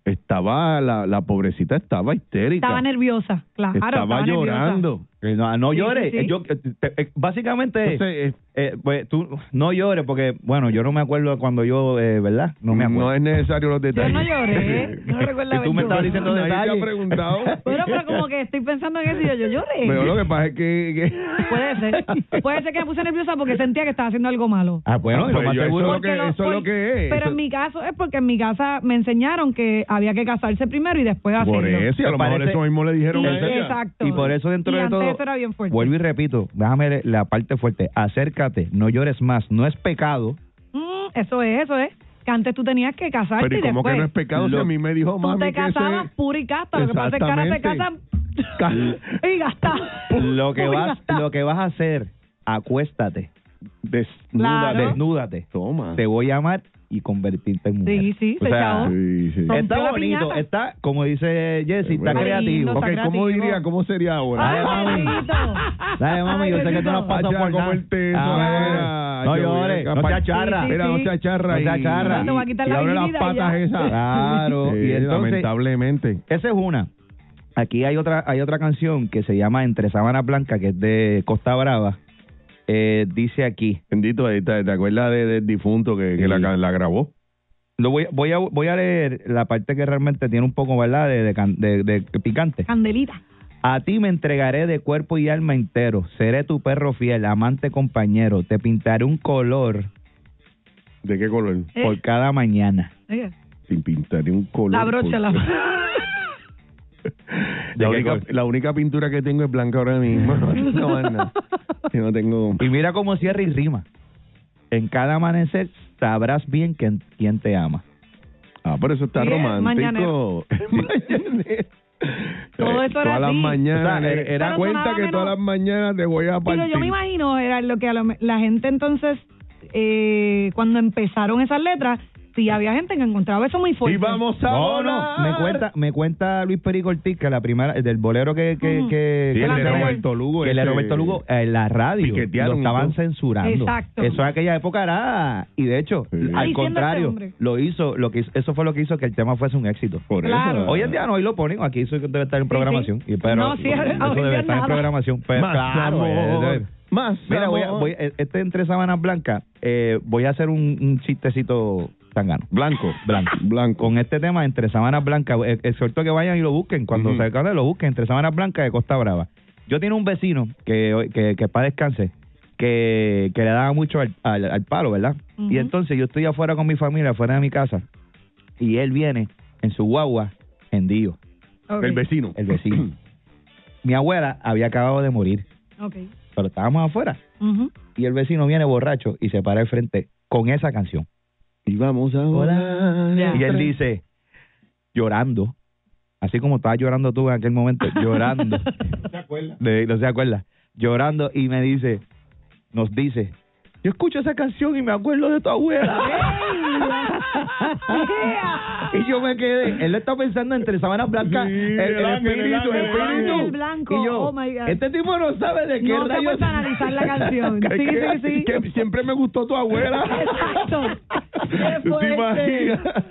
estaba la, la pobrecita estaba histérica. estaba nerviosa, claro. estaba, nerviosa. llorando. eh, no, no Sí, sí, llores. sí. Eh, yo- eh, te- eh, básicamente, Entonces, eh, eh, pues tú no llores porque, bueno, yo no me acuerdo cuando yo, eh, ¿verdad? No me acuerdo. no es necesario los Yo detalles. no (laughs) lloré, no recuerdo Y tú me haber llorado. estabas diciendo Nadie te ha detalles. preguntado. Bueno, (laughs) pero como que eh. estoy pensando en eso y yo, yo lloré. Pero lo que pasa es que... que- Puede ser. Puede ser que me puse nerviosa porque sentía que estaba haciendo algo malo. Ah, bueno, Ah, y lo pues más yo- seguro- eso es lo que, Porque lo- eso es lo porque- que es. Pero Eso- en mi caso es porque en mi casa me enseñaron que había que casarse primero y después hacerlo. Por eso, y a lo Me mejor parece- eso mismo le dijeron Y- a ella. Exacto. Y por eso dentro Y de antes todo, eso era bien fuerte. vuelvo y repito, déjame leer la parte fuerte, acércate, no llores más, no es pecado, Mm, eso es, eso es. Que antes tú tenías que casarte Pero ¿y y cómo después que no es pecado si Lo- a mí me dijo tú mami te que ese- casabas pura y casta. Lo que pasa es que ahora te casan (laughs) Ca- y gastas. (laughs) lo que Pura y vas, gastá. lo que vas a hacer, acuéstate, Desnúdate. Claro. desnúdate, Toma. te voy a amar y convertirte en mujer. Sí, sí, O se sea, acabó. Sí, sí. Rompió Está la bonito, piñata. está, como dice Jessy, está Bueno. creativo. lindo, Ok, está ¿cómo creativo. diría? ¿Cómo sería ahora? Ay, mami. bendito. Dale, mami, Ay, yo sé que tú bendito. no has pasado Pacha, por como nada. el teso, Ah, era. no Yo voy llores, acá no te pa- acharras. Sí, sí. Era no se acharra No se y- acharra. y- Te voy a quitar y la abre las dignidad y patas ya. esas. Claro, Sí, y entonces- lamentablemente. Esa es una. Aquí hay otra, hay otra canción que se llama Entre Sábanas Blanca, que es de Costa Brava. Eh, dice aquí, Bendito, ahí está, ¿te acuerdas de- del difunto que, que Sí. la, la grabó? lo voy, voy, a, voy a leer la parte que realmente tiene un poco, ¿verdad?, de, de can- de- de picante. Candelita. A ti me entregaré de cuerpo y alma entero. Seré tu perro fiel, amante compañero. Te pintaré un color ¿De qué color? Eh, por cada mañana. eh, Sin (laughs) pintar ni un color. La brocha, por- la La qué única, color? la única pintura que tengo es blanca ahora mismo. No, más nada. Yo no tengo... Y mira cómo cierra y rima. En cada amanecer sabrás bien quién, quién te ama. Ah, pero eso está Sí, es romántico. (laughs) mañanero. Mañanero. Todo Eh, eso Todas era las así. mañanas. O sea, eh, era- era Pero cuenta sonaba que menos- todas las mañanas te voy a Pero partir. yo me imagino, era lo que a lo me- la gente entonces, eh, cuando empezaron esas letras, sí había gente que encontraba eso muy fuerte. Y vamos a No, no, volar. me cuenta, me cuenta Luis Perico Ortiz que la primera, del bolero que, que, Ujú. que, Sí, que el le de dieron- Roberto Lugo, que le ese- Roberto Lugo en la radio Piquetearon lo estaban y todo. censurando. Exacto. Eso en aquella época era, y de hecho, Sí. al Diciendo este contrario, hombre. lo hizo, lo que hizo- eso fue lo que hizo que el tema fuese un éxito. Por Claro. eso. Hoy en día no, hoy lo ponen, aquí eso debe estar en Sí, programación, sí. y pero No, sí, ahora- eso ahora debe ya estar en nada. programación, pero Más claro, amor, eh, más Mira, voy a, amor. voy a- este entre sábanas blancas, eh, voy a hacer un, un chistecito tangano. Blanco. Blanco. Blanco. Con este tema entre sábanas blancas, eh, exhorto que vayan y lo busquen, cuando Ujú. se acabe lo busquen, entre sábanas blancas de Costa Brava. Yo tenía un vecino que que, que para descanse, que, que le daba mucho al, al- al palo, ¿verdad? Y Ujú. entonces yo estoy afuera con mi familia, afuera de mi casa, y él viene en su guagua, hendido, Ok, El vecino. (clears throat) el vecino. mi abuela había acabado de morir, ok. pero estábamos afuera. Ujú. y el vecino viene borracho y se para al frente con esa canción. Y vamos a volar. Ya. Y él dice, llorando, así como estaba llorando tú en (laughs) aquel momento, llorando. De- no (laughs) se acuerda. Llorando y me dice, nos dice, yo escucho esa canción y me acuerdo de tu abuela. y yo me quedé. Él está pensando entre sábanas blancas, Sí, el, el el ángel, el espíritu, el ángel, el espíritu. ángel blanco, Y yo, oh my God. este tipo no sabe de qué No se ha rayos- puesto a analizar la (laughs) canción. Es Sí, que- sí, sí. que siempre me gustó tu abuela. Exacto. Qué ¿Tú (laughs) te fuerte. imaginas?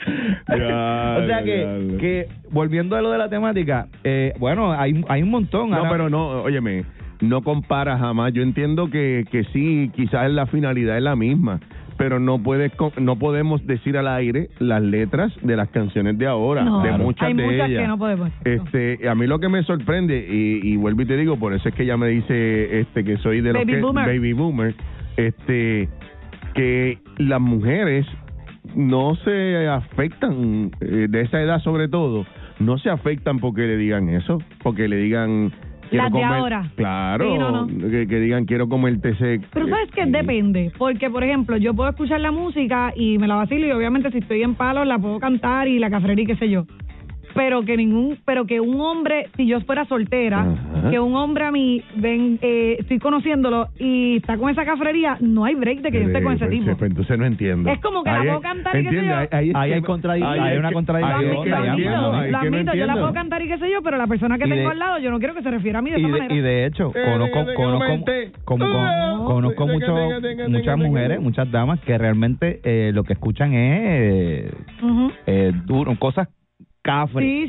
(laughs) o sea que, Diablo, que, volviendo a lo de la temática, eh, bueno, hay, hay un montón. No, Ana- pero no, óyeme, no compara jamás. Yo entiendo que, que sí, quizás la finalidad es la misma, pero no puedes co- no podemos decir al aire las letras de las canciones de ahora, No, de claro. muchas hay de muchas ellas. que no podemos. Este, a mí lo que me sorprende y, y vuelvo y te digo, por eso es que ella me dice este que soy de los Baby que- boomer. baby boomer, este que las mujeres no se afectan eh, de esa edad sobre todo, no se afectan porque le digan eso, porque le digan quiero Las de comer- ahora. Claro, Sí, no, no. Que, que digan quiero comerte ese Pero sabes que depende, porque por ejemplo, yo puedo escuchar la música y me la vacilo y obviamente si estoy en palo la puedo cantar y la cafrería y qué sé yo. Pero que ningún, pero que un hombre, si yo fuera soltera, Ajá. que un hombre a mí ven, eh, estoy conociéndolo y está con esa cafrería, no hay break de que yo esté con ese tipo. Pues, Entonces no entiendo. Es como que la puedo cantar y qué sé entiende, yo. ahí- ahí es Ahí que- hay contradic- ahí hay es una que- contradicción, ahí es Lo que la no llama, admito, entiendo, ¿no? ahí es lo que no admito, yo la puedo entiendo. cantar y qué sé yo, pero la persona que Y tengo de- al lado, yo no quiero que se refiera a mí de y esa de, manera. y de hecho, Eh, conozco, tenga, conozco, aumente. como- como- Ah, conozco tenga, mucho- tenga, tenga, tenga, muchas tenga. mujeres, muchas damas que realmente eh, lo que escuchan es eh, Ujú. eh, duro, cosas cafres,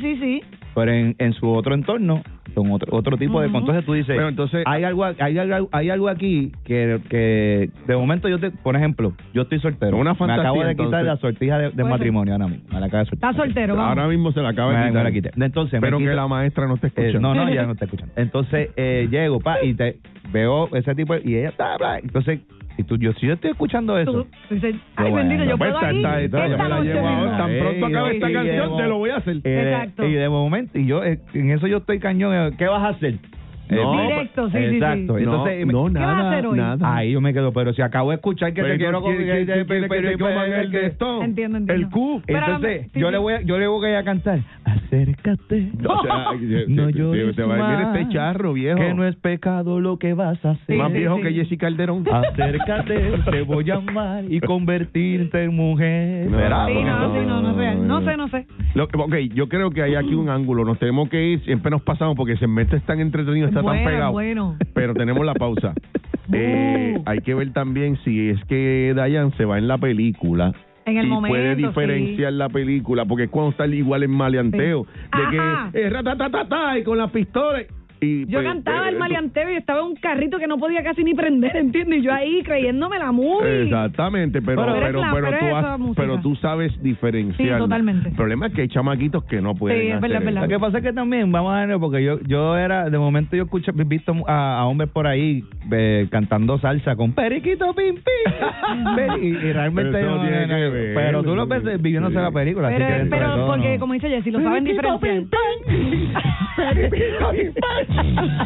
Sí, sí, sí. pero en, en su otro entorno son otro, otro tipo de... Ujú. Entonces tú dices, Pero entonces- hay, algo, a- hay, algo- hay algo aquí que, que de momento yo te... Por ejemplo, yo estoy soltero. Una me acabo fantasía, de quitar entonces. la sortija de, de Puede ser. matrimonio ahora mismo. Me la acabo de soltar. Está soltero, vamos. Ahora mismo se la acaba Me- de me quitar. la quité. Entonces, me pero que quito- la maestra no te escucha. Eh, no, (laughs) no, ya no te escuchan. Entonces eh, llego pa, y te veo ese tipo y ella está. bla, Entonces, y tú, yo si yo estoy escuchando eso. Tú, tú dices, ay, Bueno, bendito, yo Pues puedo está, ahí. está, está, yo esta me la noche llevo mismo. ahora. Tan Ey, pronto acabe yo esta sí canción, llevo- te lo voy a hacer. Eh, Exacto. Y de momento, y yo eh, en eso yo estoy cañón. eh, ¿Qué vas a hacer? Eh, No, Directo, sí, sí, sí. Exacto. Entonces, me- no, ¿Qué vas a nada, hacer hoy? nada. Ahí yo me quedo, pero si acabo de escuchar que Pero te ¿y quiero tú quieres- comer, quieres- que- quieres que te coman el que- resto? Entiendo, entiendo. El Q. Pero ahora me- Entonces, sí, yo sí. le voy a, yo le voy a cantar, acércate. O sea, te- No te- llores te va a decir, más, "Mira este charro, viejo". Que no es pecado lo que vas a hacer. Más sí, viejo sí. que Jessica Calderón. (laughs) Acércate, te voy a amar y convertirte en mujer. No, Verá, Sí, no, sí, no, no es real. No sé, no sé. Lo- ok, yo creo que hay aquí un ángulo. Nos tenemos que ir. Siempre nos pasamos porque el segmento es tan entretenido, está Bueno, tan pegado. bueno. Pero tenemos la pausa. (laughs) Eh, Uh. hay que ver también si es que Dayan se va en la película. En el y momento. puede sí. diferenciar la película, porque es cuando está igual en maleanteo. Sí. De Ajá. que eh, ratatatatá, y con las pistolas. Y, Yo pues, cantaba eh, el tú- maleanteo y estaba en un carrito que no podía casi ni prender, ¿entiendes? Y yo ahí creyéndome la movie. Exactamente, pero Pero- pero, pero pero, es la- pero tú es has- esa música. pero tú sabes diferenciar. Sí, totalmente. El problema es que hay chamaquitos que no pueden Sí, es verdad, hacer es eso. verdad. Lo que pasa es que también, vamos a ver, porque yo yo era, de momento yo escuché, he visto a, a hombres por ahí eh, cantando salsa con periquito (laughs) pim pim. Ve, y, y realmente Pero eso yo no tiene que ver. Pero tú lo ves viviéndose Sí. la película. así Pero, que pero, dentro de todo, porque, no. como dice Jessy, lo saben diferenciar. (laughs)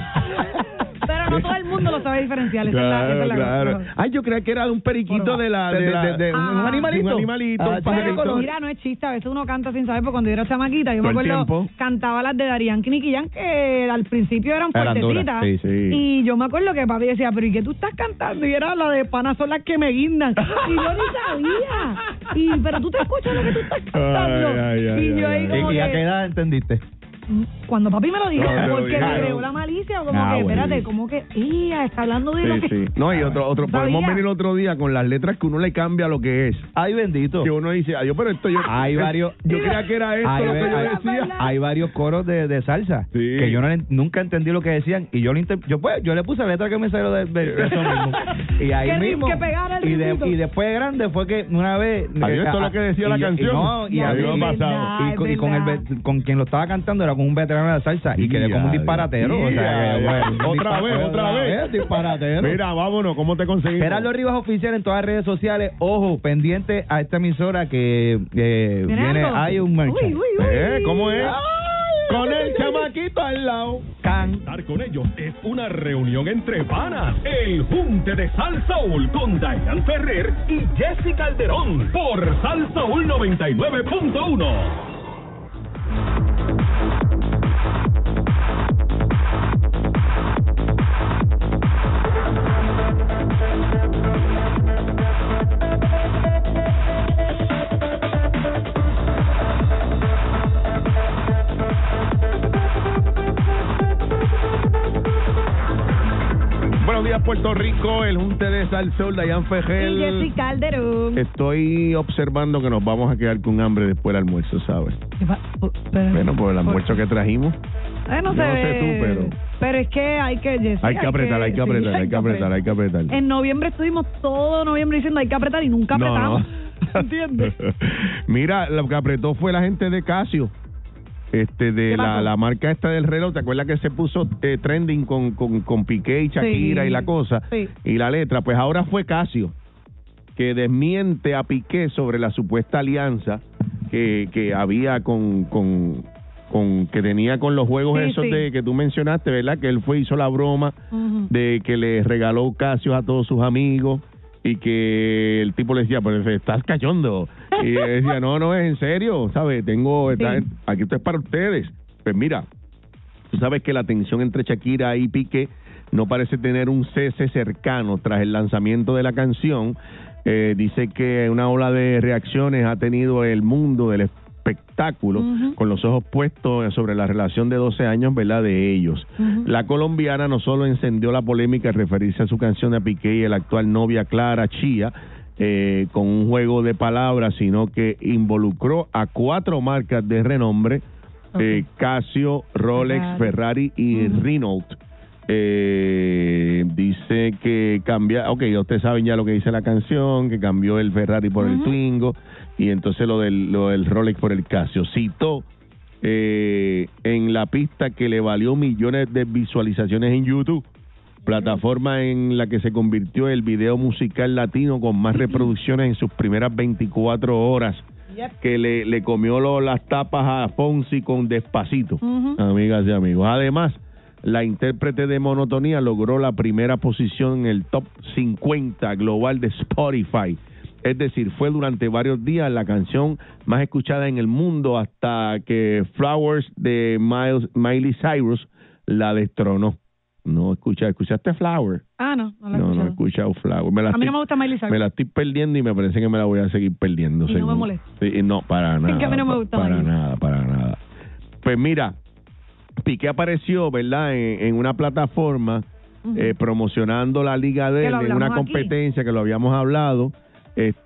pero no todo el mundo lo sabe diferenciar. Esa es la, Claro, esa es la claro. cosa. Ay, yo creía que era de un periquito de la... De, De la- de- de- Ah. un animalito. Ah, Un animalito, un sí, pajarito. Pero mira, no es chiste, a veces uno canta sin saber, porque cuando yo era chamaquita, yo me Todo el acuerdo, tiempo. cantaba las de Darían Kinikiyan, que al principio eran Eran duras, fuertecitas, sí, sí. y yo me acuerdo que papi decía, pero ¿y qué tú estás cantando? Y era la de panas son las que me guindan, y yo ni sabía, y, pero tú te escuchas lo que tú estás cantando, Ay, ay, ay, y yo ay, ahí ay. como Y, y a qué que, edad entendiste. cuando papi me lo dijo, No, te lo porque me dijeron. creó la malicia, como Ah, que, bueno. espérate, como que, ¡Ia! Está hablando de lo Sí, que... sí. No, y otro, otro, Sabía. podemos venir otro día con las letras que uno le cambia lo que es. Ay, bendito. Que uno dice, ay, yo, pero (laughs) esto yo. Hay es- varios- Yo creía que era esto hay, lo que yo hay- decía. hay varios coros de, de salsa Sí. que yo no le- nunca entendí lo que decían y yo lo inter- yo pues yo le puse la letra que me salió de, de- de eso (laughs) mismo y ahí Que ri- mismo que pegara el y, de- ritmito. y después de grande fue que una vez Adiós, esto es lo que decía la y- y canción. no, y, Ya, a mí- es y verdad, con, es y con el verdad. ve- con quien lo estaba cantando era con un veterano de la salsa y quedé como un Ya, disparatero o sea, ya, que, ya. bueno, un otra dispara- vez, otra vez. disparatero Mira, vámonos, ¿cómo te conseguimos? Gerardo Rivas Oficial en todas las redes sociales. Ojo, pendiente a esta emisora que eh, ¿Viene viene. algo? Hay un merchan. Uy, uy, uy. ¿Eh? ¿Cómo es? (laughs) Con el chamaquito chamaquito al lado. Can. Estar con ellos es una reunión entre panas. El Junte de Sal Soul con Diane Ferrer y Jessica Calderón por Sal Soul 99.1. Thank días, Puerto Rico. El Junte de Salsol, Dayan Y Fejel. Jessica Este. Calderón. Estoy observando que nos vamos a quedar con hambre después del almuerzo, ¿sabes? Oh, Bueno, por el almuerzo que trajimos. Eh, no Yo se no sé ve. tú, pero- es que hay que. Jessica, Hay que apretar, hay que apretar, sí, hay que apretar, hay que apretar. En noviembre estuvimos todo noviembre diciendo hay que apretar y nunca (laughs) apretamos. ¿Entiendes? Mira, lo que apretó fue la gente de Casio. Este, ¿Qué de pasó? la, la marca esta del reloj, ¿te acuerdas que se puso eh, trending con, con, con Piqué y Shakira Sí, y la cosa? sí. Y la letra, pues ahora fue Casio, que desmiente a Piqué sobre la supuesta alianza que, que había con, con, con, que tenía con los juegos Sí, esos sí. de que tú mencionaste, ¿verdad? Que él fue, hizo la broma Ujú. de que le regaló Casio a todos sus amigos y que el tipo le decía, pues estás cachondo. (laughs) Y él decía, no, no, es en serio, ¿sabes? Tengo, está- Sí. aquí esto es para ustedes. Pues mira, tú sabes que la tensión entre Shakira y Piqué no parece tener un cese cercano tras el lanzamiento de la canción. Eh, dice que una ola de reacciones ha tenido el mundo del espectáculo Ujú. con los ojos puestos sobre la relación de 12 años, ¿verdad? De ellos. Ujú. La colombiana no solo encendió la polémica al referirse a su canción de Piqué y el actual novia Clara Chía eh, con un juego de palabras, sino que involucró a cuatro marcas de renombre, eh, Casio, Rolex, Ferrari, y Ujú. Renault. Eh, dice que cambia, ok, ya ustedes saben ya lo que dice la canción, que cambió el Ferrari por el Ujú. Twingo y entonces lo del, lo del Rolex por el Casio. Citó eh, en la pista que le valió millones de visualizaciones en YouTube, plataforma en la que se convirtió el video musical latino con más reproducciones en sus primeras 24 horas, Yep. que le, le comió lo- las tapas a Fonsi con despacito, Ujú. amigas y amigos. Además, la intérprete de Monotonía logró la primera posición en el top 50 global de Spotify. Es decir, fue durante varios días la canción más escuchada en el mundo hasta que Flowers de Miles- Miley Cyrus la destronó. No escucha, escuchaste Flower. Ah, no, no la he No, no he escuchado. escuchado Flower. Me la A mí estoy- no me gusta Miley Cyrus. me la estoy perdiendo y me parece que me la voy a seguir perdiendo. Y no me según. molesta. Sí, no, para nada. que a mí no me gusta Para María. nada, para nada. Pues mira, Piqué apareció, ¿verdad?, en, en una plataforma Ujú. eh, promocionando la liga de Que él lo en una hablamos aquí. competencia que lo habíamos hablado.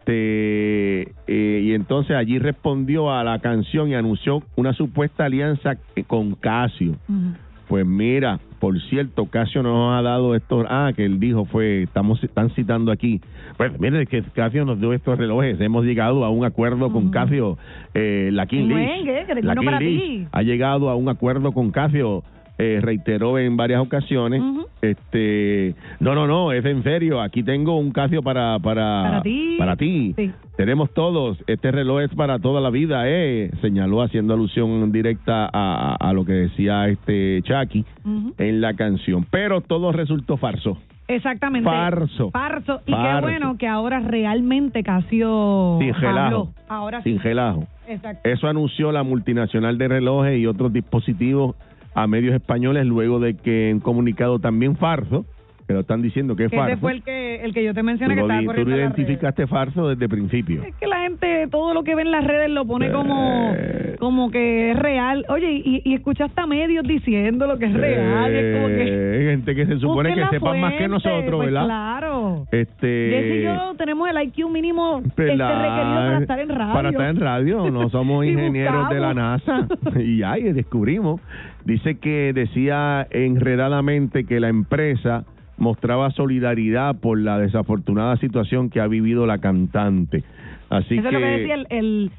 Este eh, y entonces allí respondió a la canción y anunció una supuesta alianza eh, con Casio. Ujú. Pues mira, por cierto, Casio nos ha dado estos. Ah, que él dijo fue, estamos están citando aquí. Pues mire que Casio nos dio estos relojes. Hemos llegado a un acuerdo con Ujú. Casio. Eh, la King Bueno, Leash, ¿qué? Que tengo la uno King para Leash ti. ha llegado a un acuerdo con Casio. eh, reiteró en varias ocasiones. Ujú. Este, no, no, no, es en serio. Aquí tengo un Casio para para Para ti. Para ti. Sí. Tenemos todos, este reloj es para toda la vida, eh, señaló haciendo alusión directa a, a- a lo que decía este Chucky Ujú. en la canción, pero todo resultó falso. Exactamente. Farso. Farso. Y Farso. qué bueno que ahora realmente Casio Sin habló. relajo. Ahora sí. Sin relajo. Exacto. Eso anunció la multinacional de relojes y otros dispositivos a medios españoles luego de que en comunicado también farso, que lo están diciendo que es Que farso. ese fue el que, el que yo te tú mencioné que lo estaba di- tú corriendo lo en las redes. identificaste farso desde el principio. Es que la gente, todo lo que ve en las redes lo pone como, Eh. como que es real. Oye, y, y escucha hasta medios diciendo lo que es real. y es como que, Eh, gente que se supone busquen que la sepan más que fuente, nosotros, pues ¿verdad? Claro. Este, Jessy y yo tenemos el IQ mínimo este, Pues requerido la- para estar en radio. Para estar en radio, no (laughs) somos Y ingenieros de la NASA. (laughs) buscamos. Y ahí descubrimos. Dice que decía enredadamente que la empresa mostraba solidaridad por la desafortunada situación que ha vivido la cantante. Así Eso es lo que decía el, el,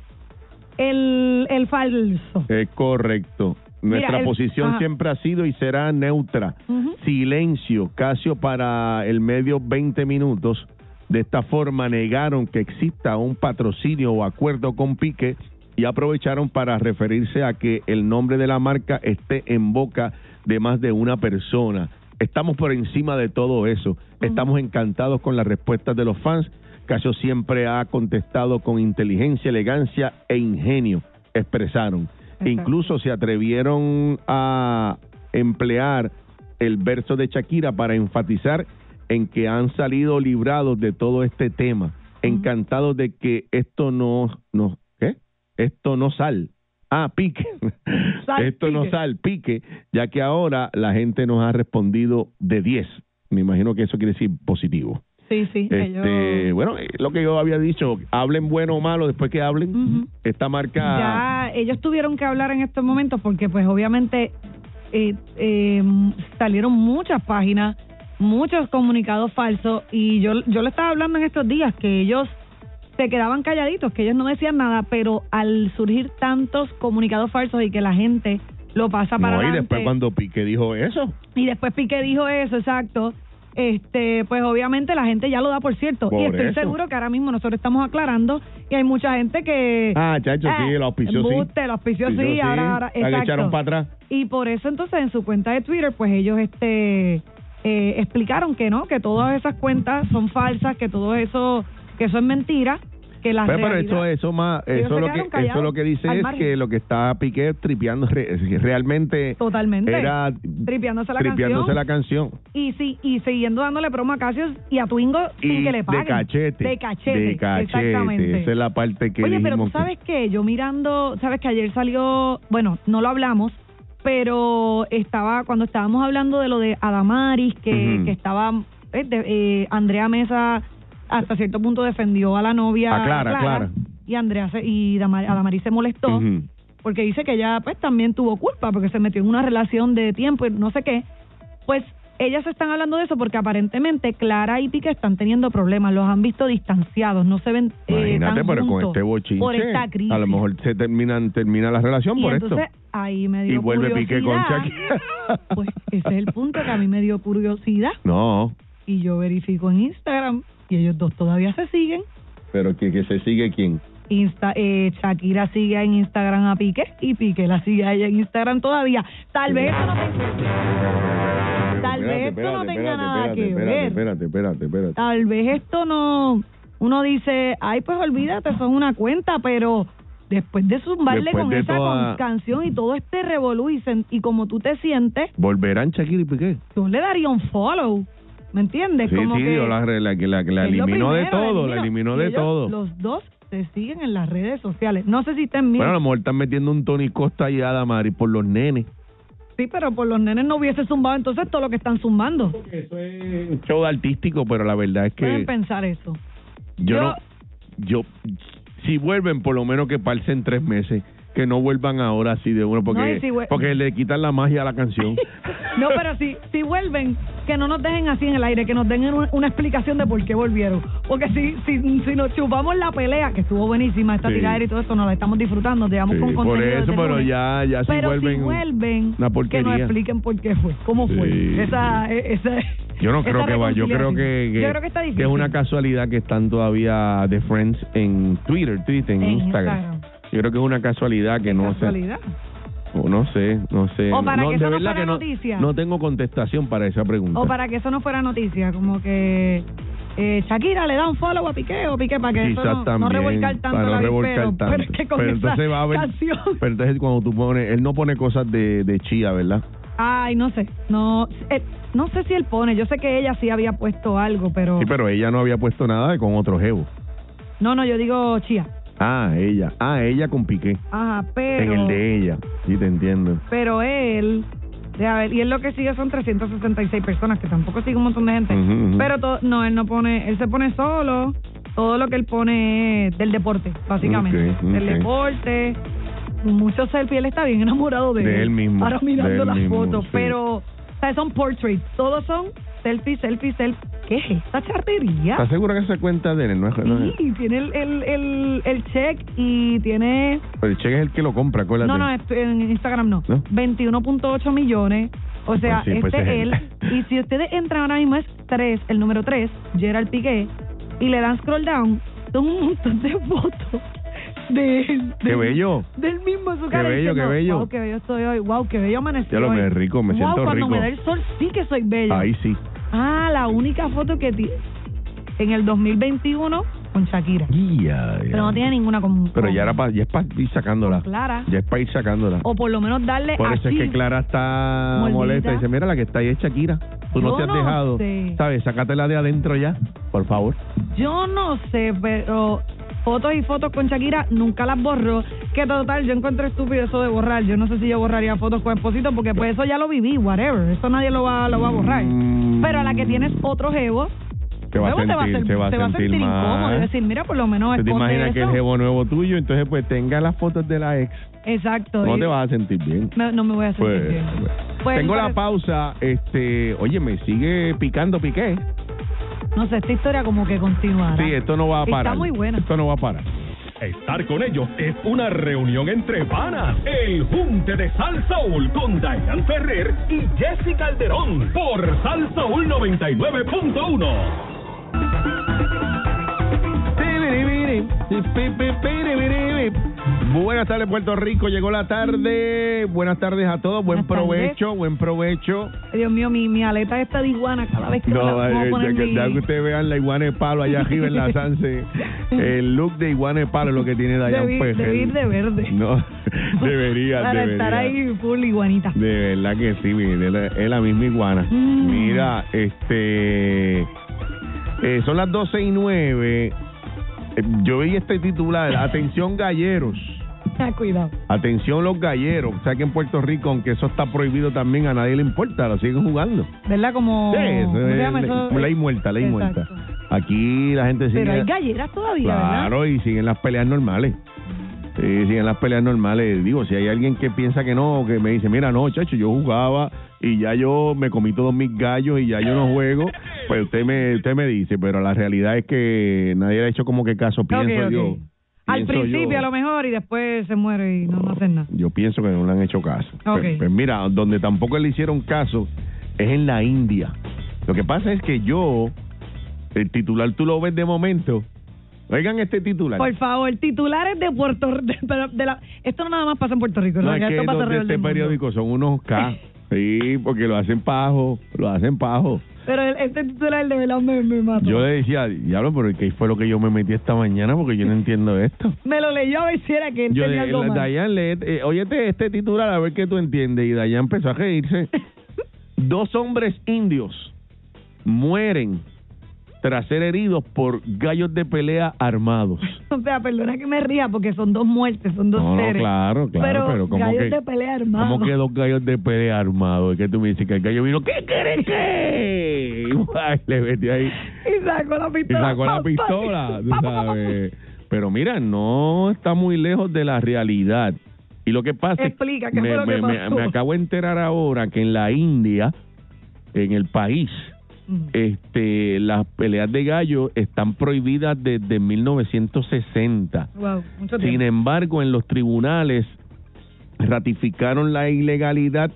el, el falso. Es correcto. Nuestra el- posición ajá. siempre ha sido y será neutra. Ujú. Silencio, Casio para el medio 20 minutos. De esta forma negaron que exista un patrocinio o acuerdo con Pique y aprovecharon para referirse a que el nombre de la marca esté en boca de más de una persona. Estamos por encima de todo eso. Estamos encantados con las respuestas de los fans. Casio siempre ha contestado con inteligencia, elegancia e ingenio, expresaron. Exacto. Incluso se atrevieron a emplear el verso de Shakira para enfatizar en que han salido librados de todo este tema, encantados de que esto no, no, ¿qué? Esto no sal. Ah, pique. Salpique. esto no salpique, ya que ahora la gente nos ha respondido de 10. me imagino que eso quiere decir positivo. Sí, sí, Este, ellos... Bueno, eh, lo que yo había dicho, hablen bueno o malo, después que hablen, Ujú. esta marca... Ya ellos tuvieron que hablar en estos momentos porque pues obviamente eh, eh, salieron muchas páginas, muchos comunicados falsos y yo, yo le estaba hablando en estos días que ellos se quedaban calladitos, que ellos no decían nada, pero al surgir tantos comunicados falsos y que la gente lo pasa para no, y adelante, después cuando Piqué dijo eso, y después Piqué dijo eso, exacto. Este, pues obviamente la gente ya lo da por cierto. Por y estoy eso. seguro que ahora mismo nosotros estamos aclarando y hay mucha gente que. eh, Ah, chacho, sí, lo auspició, sí. embuste, lo auspició, sí. Auspició, sí. Ahora, ahora, La que echaron para atrás. Y por eso entonces en su cuenta de Twitter, pues ellos este eh, explicaron que no, que todas esas cuentas son falsas, que todo eso, que eso es mentira, que la Pues, pero realidad- eso, eso más, Ellos eso se lo que, quedaron eso callados, lo que dice al es margen. que lo que está Piqué tripeando re- realmente Totalmente. era tripeándose la tripeándose canción. la canción. Y sí, y siguiendo dándole promo a Casios y a Twingo sin Y que le paguen. de cachete. De cachete. De cachete, Exactamente. Esa es la parte que Oye, pero tú dijimos que- sabes que yo mirando, sabes que ayer salió, bueno, no lo hablamos, pero estaba, cuando estábamos hablando de lo de Adamaris, que, Ujú. que estaba, eh, de- eh, Andrea Mesa hasta cierto punto defendió a la novia. A Clara, Clara. Y Andrea se- y Dama- Adamaris se molestó Ujú. porque dice que ella pues también tuvo culpa porque se metió en una relación de tiempo y no sé qué, pues ellas están hablando de eso porque aparentemente Clara y Piqué están teniendo problemas, los han visto distanciados, no se ven eh, Imagínate, tan pero con juntos este bochinche, por esta crisis. a lo mejor se terminan termina la relación y por esto. entonces ahí me dio Y vuelve curiosidad. Piqué con Shakira. Pues ese es el punto que a mí me dio curiosidad No, y yo verifico en Instagram y ellos dos todavía se siguen. pero que, que se sigue quién. Insta, eh, Shakira sigue en Instagram a Piqué y Piqué la sigue a ella en Instagram todavía. Tal vez eso no tenga- Tal vez esto no tenga nada que ver. Espérate, espérate, espérate. Tal vez esto no. Uno dice, ay, pues olvídate, eso es una cuenta, pero después de zumbarle Después con de esa toda- con- canción y todo este revolú y, sen- y como tú te sientes, ¿Volverán Shakira y Piqué? yo le daría un follow. ¿Me entiendes? Sí, como sí, que yo la, re- la, que- la, que la es lo eliminó de primero, todo, la eliminó Y de ellos, todo. Los dos se siguen en las redes sociales. No sé si estén bien. Bueno, a lo mejor están metiendo un Tony Costa y Adamari por los nenes. Sí, pero por los nenes no hubiese zumbado entonces todo lo que están zumbando. Un show artístico, pero la verdad es que Pueden pensar eso. yo, yo- no... Yo, si vuelven, por lo menos que pasen tres meses. Que no vuelvan ahora así de uno, No, porque, y si vuel- porque le quitan la magia a la canción. No, pero si, si vuelven, que no nos dejen así en el aire, que nos den un- una explicación de por qué volvieron. Porque si, si, si nos chupamos la pelea, que estuvo buenísima esta Sí. tiradera y todo eso, nos la estamos disfrutando, llegamos Sí, con por contenido. eso, desde el pero lunes. ya, ya si Pero vuelven, vuelven, una que porquería. nos expliquen por qué fue, cómo Sí. fue. Esa, e- esa, Yo no esa creo que va, yo creo que, reconciliación. que, yo creo que está que difícil. es una casualidad que están todavía de Friends en Twitter, Twitter, en, En Instagram. Instagram. Yo creo que es una casualidad que no Casualidad. sé, o no sé, no sé. O para eh, no, que eso de no verdad fuera que no, noticia. no tengo contestación para esa pregunta. O para que eso no fuera noticia, como que eh, Shakira le da un follow a Piqué o Piqué para que Quizás eso no, no también, revolcar tanto para no el revolcar avispero, tanto. Pero es que con Pero esa entonces va a haber, canción, pero entonces cuando tú pones, él no pone cosas de, de chía, ¿verdad? ay, no sé, no, eh, no sé si él pone, yo sé que ella sí había puesto algo, pero, Sí, pero ella no había puesto nada de con otro jevo. no, no, yo digo chía, Ah, ella, ah, ella con Piqué, ajá, pero, en el de ella, sí te entiendo. pero él, a ver, y él lo que sigue son 366 personas, que tampoco sigue un montón de gente, Ujú, ujú. pero to- no, él no pone, él se pone solo, todo lo que él pone es del deporte, básicamente, Ok, del ok. deporte, mucho selfie, él está bien enamorado de, De él mismo, ahora de mirando él las mismo, fotos, sí. pero o sea, son portraits, todos son selfie, selfie, selfie, ¿qué es esta chartería? ¿Estás segura que esa cuenta de él no es? no es- Sí, tiene el, el, el, el check y tiene... Pero el cheque es el que lo compra, acuérdate. No, no, esto- en Instagram no. ¿No? 21.8 millones. O sea, Pues sí, pues este es es él. él. (laughs) Y si ustedes entran ahora mismo es 3, el número 3, Gerald Piqué, y le dan scroll down, son un montón de fotos de él. ¡Qué del- bello! Del mismo su Qué cara bello, diciendo, qué bello. Wow, qué bello estoy hoy. Wow, qué bello amaneció Ya lo hoy. me rico, me Wow, siento cuando rico. me da el sol sí que soy bello. Ahí sí. Ah, la única foto que tiene en el 2021 con Shakira. Ya, ya. Pero no tiene ninguna común. Pero ya, era pa- ya es para ir sacándola. Clara. Ya es para ir sacándola. O por lo menos darle Por eso aquí. es que Clara está Moldita. molesta. Dice, mira, la que está ahí es Shakira. Tú Pues no Yo te has no dejado. sé. ¿Sabes? Sácatela de adentro ya, por favor. Yo no sé, pero fotos y fotos con Shakira, nunca las borro. Que total, yo encuentro estúpido eso de borrar. Yo no sé si yo borraría fotos con Esposito, porque pues eso ya lo viví, whatever. Eso nadie lo va, lo va a borrar. Pero a la que tienes otro jevo, Mm. Te va a luego te va a sentir, hacer- te va a te va a sentir sentir incómodo. y mal. decir, mira, por lo menos ¿Tú te esconde imaginas que el eso. jevo nuevo tuyo, entonces pues tenga las fotos de la ex? Exacto. No y- te vas a sentir bien. me- no me voy a sentir Pues, bien. pues. Pues, Tengo la pues, pausa, este, oye, me sigue picando piqué. No sé, esta historia como que continuará. Sí, esto no va a Está parar. muy buena. Esto no va a parar. Estar con ellos es una reunión entre panas. El Junte de Sal Soul con Diane Ferrer y Jessica Calderón por Sal Soul 99.1. Buenas tardes, Puerto Rico. Llegó la tarde. Buenas tardes a todos. Buen Buenas tardes. provecho, buen provecho. Dios mío, mi, mi aleta está de iguana cada vez que me la No, puedo eh, poner ya que, mi- ya (laughs) que ustedes vean la iguana de palo allá arriba en la (laughs) Sanse, el look de iguana de palo es lo que tiene Dayan Debí- Pérez. debí ir de verde. No, (laughs) debería, Para debería. estar ahí full iguanita. De verdad que sí, mire, es la- es la misma iguana. Mm. Mira, este. eh, son las 12 y 9. yo vi este titular: Atención, galleros. Ah, Cuidado. Atención, los galleros. O sea que en Puerto Rico, aunque eso está prohibido también, a nadie le importa, lo siguen jugando. ¿Verdad? Como... Sí, eso ¿cómo se es llama ley- Oh, eso? ley muerta, ley Exacto. muerta. Aquí la gente sigue. Pero hay galleras todavía, ¿verdad? Claro, y siguen las peleas normales. Sí, siguen las peleas normales. Digo, si hay alguien que piensa que no, que me dice, mira, no, chacho, yo jugaba y ya yo me comí todos mis gallos y ya yo no (laughs) juego, pues usted me usted me dice, pero la realidad es que nadie le ha hecho como que caso, pienso Ok, ok. yo. Al Pienso yo. principio a lo mejor y después se muere y no, no hacen nada. Yo pienso que no le han hecho caso. Ok. Pues, pues mira, donde tampoco le hicieron caso es en la India. Lo que pasa es que yo, el titular tú lo ves de momento. Oigan este titular. Por favor, titulares de Puerto de, pero de la, Esto no nada más pasa en Puerto Rico, No, ¿verdad? es que esto pasa los de alrededor este del mundo. periódico son unos (laughs) K. Sí, porque lo hacen pajo, lo hacen pajo. Pero el- este titular de verdad me, me mató. Yo le decía, diablo, pero ¿qué fue lo que yo me metí esta mañana? Porque yo no entiendo esto. Me lo leyó a ver si era que él Yo tenía le algo más. Dayan, lee, eh, óyete este titular a ver qué tú entiendes. Y Dayan empezó (laughs) a reírse. Dos hombres indios mueren tras ser heridos por gallos de pelea (laughs) armados. O sea, perdona que me ría porque son dos muertes, son dos No, no, seres. claro, claro, Pero, pero como gallos que- de pelea armado. ¿Cómo que dos gallos de pelea armados? Es que tú me dices que el gallo vino, ¿qué (laughs) querés que? Ay, le metí ahí. Y sacó la y pistola. sacó la Pa, pa, pistola, tú pa, pa, pa, pa. sabes. Pero mira, no está muy lejos de la realidad. Y lo que pasa Explica, es ¿qué me, fue lo que me- me- pasó? (laughs) me acabo de enterar ahora que en la India, en el país, Mm. este, las peleas de gallo están prohibidas desde 1960. Wow, mucho Sin tiempo. embargo, en los tribunales ratificaron la ilegalidad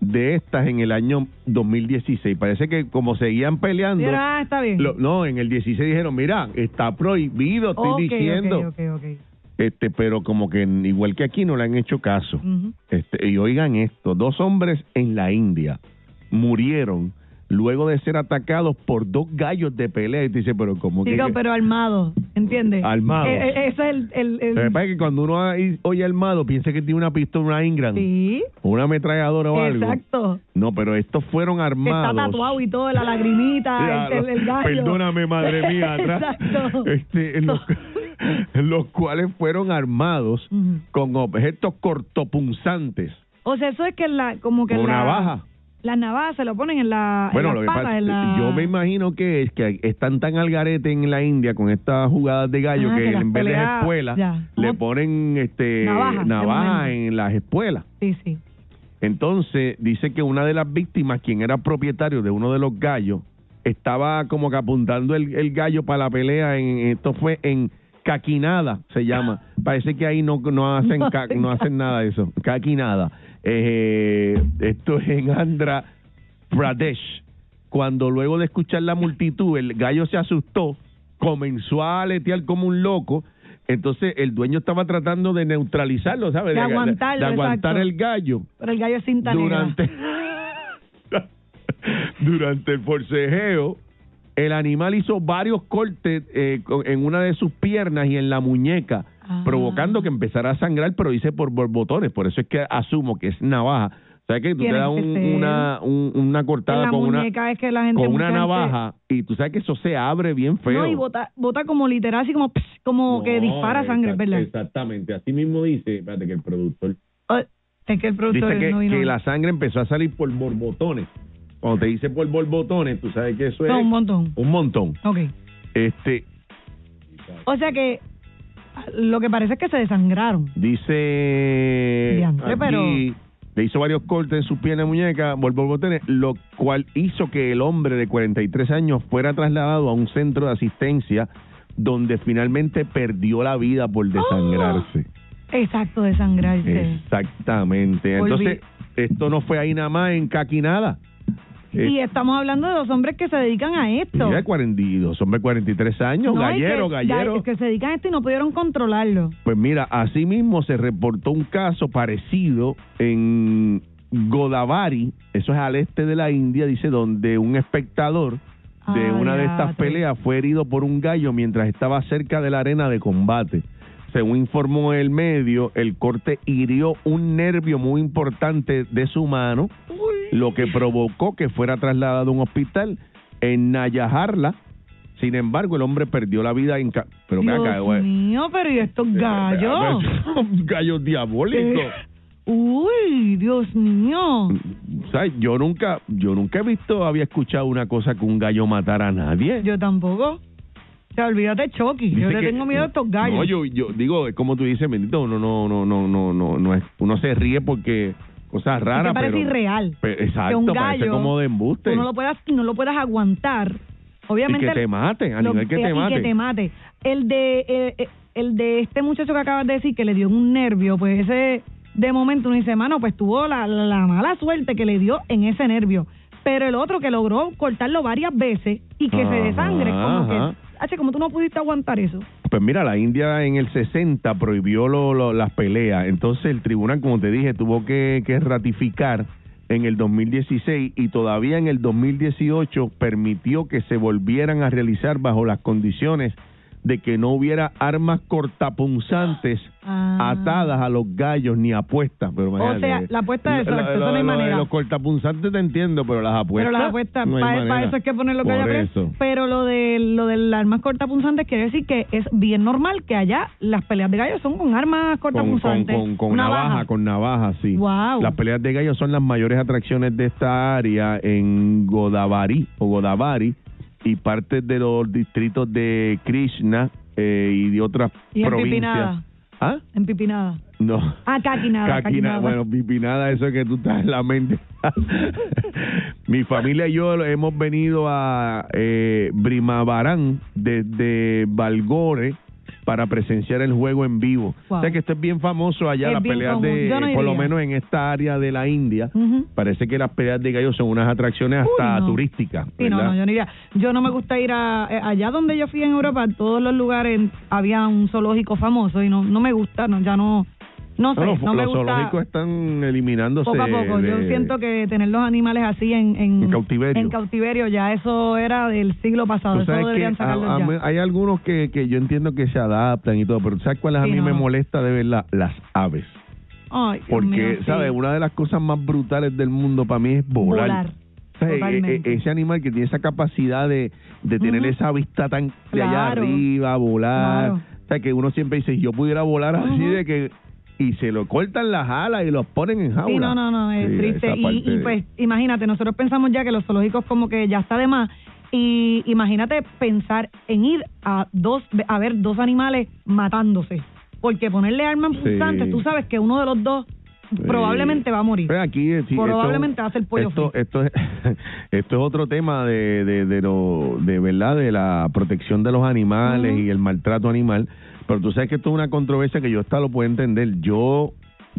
de estas en el año 2016. Parece que como seguían peleando, Pero, ah, está bien. lo- no, en el 16 dijeron, mira, está prohibido, estoy Ok, ok, diciendo. ok, ok. Este, pero como que n- igual que aquí no le han hecho caso. Ujú. Este, y oigan esto, dos hombres en la India murieron luego de ser atacados por dos gallos de pelea. Y tú dices, pero como que Digo, pero armado, ¿entiendes? Armado. Eh, eh, ese es el... el, el- Lo que pasa es que cuando uno ahí oye armado piensa que tiene una pistola, una Ingram, sí, o una ametralladora o algo. exacto. No, pero estos fueron Que está armados. tatuado y todo, la lagrimita, el, el, el gallo. Perdóname, (laughs) madre mía. atrás. Exacto. Este, (laughs) los, (laughs) los cuales fueron armados Ujú. con objetos cortopunzantes. O sea, eso es que la, como que Con la... navaja. Las navajas se lo ponen en la... en Bueno, las lo que patas, pasa, en la- yo me imagino que es que están tan al garete en la India con estas jugadas de gallo Ah, que, que las en vez de peleas, espuelas ya. le Como- ponen este Navaja, de navaja momento. en las espuelas. Sí, sí. Entonces dice que una de las víctimas, quien era propietario de uno de los gallos, estaba como que apuntando el, el gallo para la pelea. En, esto fue en Caquinada, se llama. Parece que ahí no, (laughs) no hacen No ca- hacen no hacen nada de eso. Caquinada. Eh, esto es en Andhra Pradesh. Cuando luego de escuchar la multitud, el gallo se asustó, comenzó a aletear como un loco. Entonces el dueño estaba tratando de neutralizarlo, ¿sabes? De aguantarlo, de aguantar exacto. el gallo Pero el gallo es cinta negra. (laughs) durante durante el forcejeo el animal hizo varios cortes eh, con- en una de sus piernas y en la muñeca Ah. provocando que empezara a sangrar pero hice por borbotones por eso es que asumo que es navaja o ¿Sabes qué? Tú te Tiene das que un- ser. una, un- una En cortada la con una, muñeca es que la gente con una mucha gente- navaja y tú sabes que eso se abre bien feo. No, y bota, bota como literal, así como, pss, como que No, dispara sangre, exact- ¿verdad? Exactamente, así mismo dice, espérate que el productor Ah, Es que el productor dice que, no vino. que la sangre empezó a salir por borbotones. Cuando te dice por borbotones, tú sabes que eso es No, un montón. un montón. Ok. Este O sea que lo que parece es que se desangraron. dice Diantre, aquí, pero- le hizo varios cortes en su pierna y muñeca por borbotones, lo cual hizo que el hombre de 43 años fuera trasladado a un centro de asistencia donde finalmente perdió la vida Oh, por desangrarse. Exacto, desangrarse. Exactamente. Volví. Entonces, esto no fue ahí nada más en Caquinada. Eh, Y estamos hablando de los hombres que se dedican a esto. Mira, 42, hombre, 43 años, No, y gallero, que- gallero. ga- Que se dedican a esto y no pudieron controlarlo. Pues mira, así mismo se reportó un caso parecido en Godavari, eso es al este de la India, dice, donde un espectador de Ah, una de ya, estas te- peleas fue herido por un gallo mientras estaba cerca de la arena de combate. Según informó el medio, el corte hirió un nervio muy importante de su mano, lo que provocó que fuera trasladado a un hospital en Nayajarla. Sin embargo, el hombre perdió la vida en... ca- Pero me Dios acá, güey. Eh, mío, pero ¿y estos Ah, gallos? Eh, Gallos diabólicos. Uy, Dios mío. Mm. ¿Sabes? Yo nunca, yo nunca he visto, había escuchado una cosa que un gallo matara a nadie. Yo tampoco. O sea, olvídate, Eh, Chucky. Yo le Dice que- tengo miedo a estos gallos. No, yo, yo digo, es como tú dices, bendito, uno no, no, no, no, no, no es, uno se ríe porque cosas Porque raras, parece pero, irreal. pe- exacto, un parece gallo, como de Tú embuste no lo puedas, no lo puedas aguantar. y Obviamente. que te maten, a lo- nivel que y te maten. que te mate. El de, eh, eh, el de este muchacho que acabas de decir que le dio un nervio, pues ese de momento uno dice, mano, pues tuvo la, la- la mala suerte que le dio en ese nervio. Pero el otro que logró cortarlo varias veces y que se Ajá, desangre, como ajá. que, H, como tú no pudiste aguantar eso. Pues mira, la India en el 60 prohibió lo- lo- las peleas. Entonces el tribunal, como te dije, tuvo que, que ratificar en el 2016 y todavía en el 2018 permitió que se volvieran a realizar bajo las condiciones de que no hubiera armas cortapunzantes Ah. atadas a los gallos ni apuestas. Pero O sea, imagínate. la apuesta es exacto, eso no hay de manera. Los cortapunzantes te entiendo, pero las apuestas. Pero las apuestas, no hay para, manera. eso es que poner lo que Por haya eso. preso. Pero lo de lo del armas cortapunzantes quiere decir que es bien normal que allá las peleas de gallos son con armas con, con, cortapunzantes. con, con navaja, con navaja, sí. Wow. Las peleas de gallos son las mayores atracciones de esta área en Godavari o Godavari y partes de los distritos de Krishna eh, y de otras Y en provincias. Pipinada. ¿Ah? Empipinadas. No. Ah, Caquinada, Caquina- Caquinada. Bueno, pipinada, eso es que tú estás en la (laughs) mente. Mi familia y yo hemos venido a eh, Brimabarán desde Valgore para presenciar el juego en vivo. Wow. O sea que esto es bien famoso allá, Es las bien peleas común. de, Yo no por lo iría. menos en esta área de la India. Ujú. Parece que las peleas de gallos son unas atracciones Uy, hasta no. turísticas. Sí, no, ¿verdad? no, yo no iría. Yo no me gusta ir a eh, allá donde yo fui en Europa, en todos los lugares había un zoológico famoso y no no me gusta, no ya no no sé, No, no, los me gusta. los zoológicos están eliminándose. Poco a poco, yo de- siento que tener los animales así en, en, En cautiverio. en cautiverio, ya eso era del siglo pasado, Tú eso sabes que deberían sacarlo a- a ya. mí- hay algunos que, que yo entiendo que se adaptan y todo, pero ¿sabes cuáles Sí, a mí no, me no. molesta de ver la- las aves? Ay, Dios Porque, mío, sí. ¿sabes? Una de las cosas más brutales del mundo para mí es volar. Volar, ¿Sabes? E- e- totalmente. ese animal que tiene esa capacidad de, de tener Ujú. esa vista tan de allá Claro. arriba, volar. Claro. O sea, que uno siempre dice, yo pudiera volar así Ujú. de que... Y se lo cortan las alas y los ponen en jaula. Sí, no, no, no, es Sí, triste. esa Y, parte y, de- pues, imagínate, nosotros pensamos ya que los zoológicos como que ya está de más. Y imagínate pensar en ir a dos, a ver dos animales matándose. Porque ponerle armas Sí. punzantes, tú sabes que uno de los dos probablemente va a morir. Pero aquí, eh, sí, Pues Probablemente esto- va a ser pollo Esto, frito. esto, es, (laughs) esto es otro tema de, de, de, lo, de verdad, de la protección de los animales Ujú. y el maltrato animal. Pero tú sabes que esto es una controversia que yo hasta lo puedo entender. Yo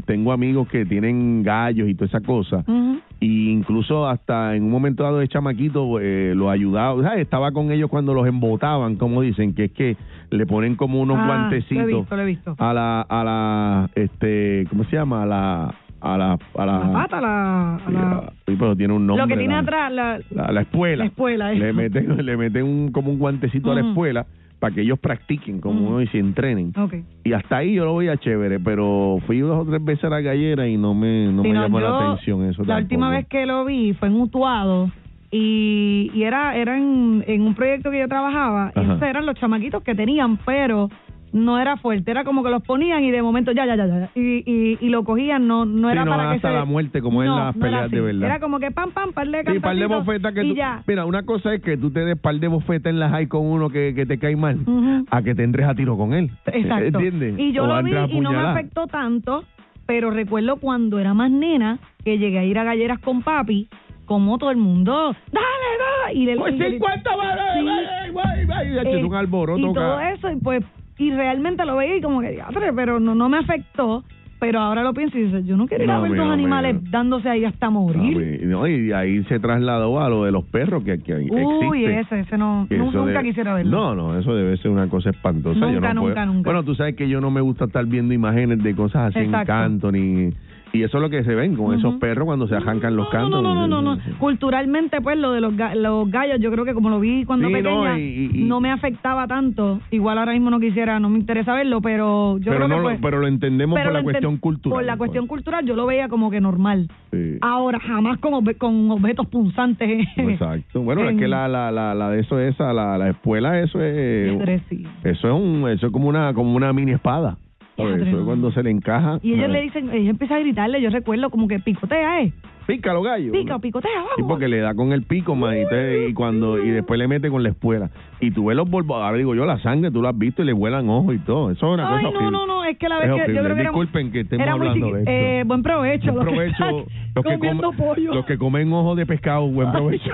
tengo amigos que tienen gallos y toda esa cosa. Ujú. Y incluso hasta en un momento dado de chamaquito eh, lo ayudaba, o sea, estaba con ellos cuando los embotaban, como dicen, que es que le ponen como unos Ah, guantecitos lo he visto, lo he visto. a la a la este, ¿cómo se llama? A la a la a la, La pata, la... a la- Ah, Sí, pero tiene un nombre. lo que tiene Ah. la- atrás, la... la, la espuela. La espuela, eh. eso. (laughs) le meten le meten un como un guantecito a la Ujú. espuela para que ellos practiquen, como Mm. uno dice, entrenen. Ok. Y hasta ahí yo lo veía chévere, pero fui dos o tres veces a la gallera y no me, no Sí, me no, llamó yo, la atención eso. La última vez que lo vi fue en Utuado y, y era, era en, en un proyecto que yo trabajaba. Ajá. Esos eran los chamaquitos que tenían, pero no era fuerte. Era como que los ponían y de momento ya, ya, ya, ya. Y, y, y lo cogían, no, no Sí, era no, para que hasta se... la muerte, como en No, las no era peleas de así. verdad. Era como que pam, pam, par de Y par de cantacitos bofetas que y tú- ya. Mira, una cosa es que tú te des par de bofetas en la high con uno que, que te cae mal, Ujú. a que te entres a tiro con él. Exacto. ¿Entiendes? Y yo O lo vi entres a y no me puñalar. afectó tanto, pero recuerdo cuando era más nena que llegué a ir a galleras con papi, como todo el mundo, ¡dale, dale! Y le Pues y le- 50 vale, Sí. vale, guay, guay, y haces Eh, un alboroto. y todo ca- eso y pues y realmente lo veía y como que "Diatre", pero no no me afectó pero ahora lo pienso y dices yo no quiero ir a No, ver mira, dos animales mira. dándose ahí hasta morir Ah, no, y de ahí se trasladó a lo de los perros que aquí hay- existe. uy ese ese no Que nu- eso nunca debe- quisiera verlo No, no, eso debe ser una cosa espantosa. Yo Nunca, no nunca, puedo- nunca. Bueno, tú sabes que yo no me gusta estar viendo imágenes de cosas así en Exacto. canto ni... Y eso es lo que se ven con esos Ujú. perros cuando se arrancan los No, cantos. no, no, no, no, no. Culturalmente, pues, lo de los, ga- los gallos, yo creo que como lo vi cuando Sí, no, pequeña, no, y- y- y- me afectaba tanto. Igual ahora mismo no quisiera, no me interesa verlo, pero yo pero, creo no, que lo- pues, pero lo entendemos pero lo por la enten- cuestión cultural. pues. Por la cuestión cultural yo lo veía como que normal. Sí. Ahora, jamás con, obje- con objetos punzantes. Exacto. Bueno, es que la, la, la, la de eso esa, la, la espuela, eso es... Interesante. Eso es un, eso es como una, como una mini espada. ¿sabes? Diadre, Eso es no. cuando se le encaja. Y ellos ah, le dicen, ella empieza a gritarle, yo recuerdo como que picotea, ¿eh? Pícalo, gallo. Pica, picotea, vamos. Sí, porque le da con el pico, man, y, te- y cuando, y después le mete con la espuela. Y tú ves los borbos, ahora digo yo, la sangre, tú la has visto y le vuelan ojos y todo. Eso es una Ay, cosa no, horrible. no, no, es que la vez Es que yo horrible. creo que era- Disculpen que estemos era muy hablando de chiqui- esto. eh, buen provecho, Buen los que (laughs) provecho, están los que comiendo comen- pollo. Los que comen ojos de pescado, buen provecho.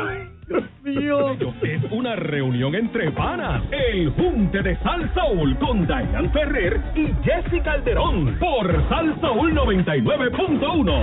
Mío. Es una reunión entre panas. El Junte de Sal Soul con Diane Ferrer y Jessica Calderón por Sal Soul 99.1.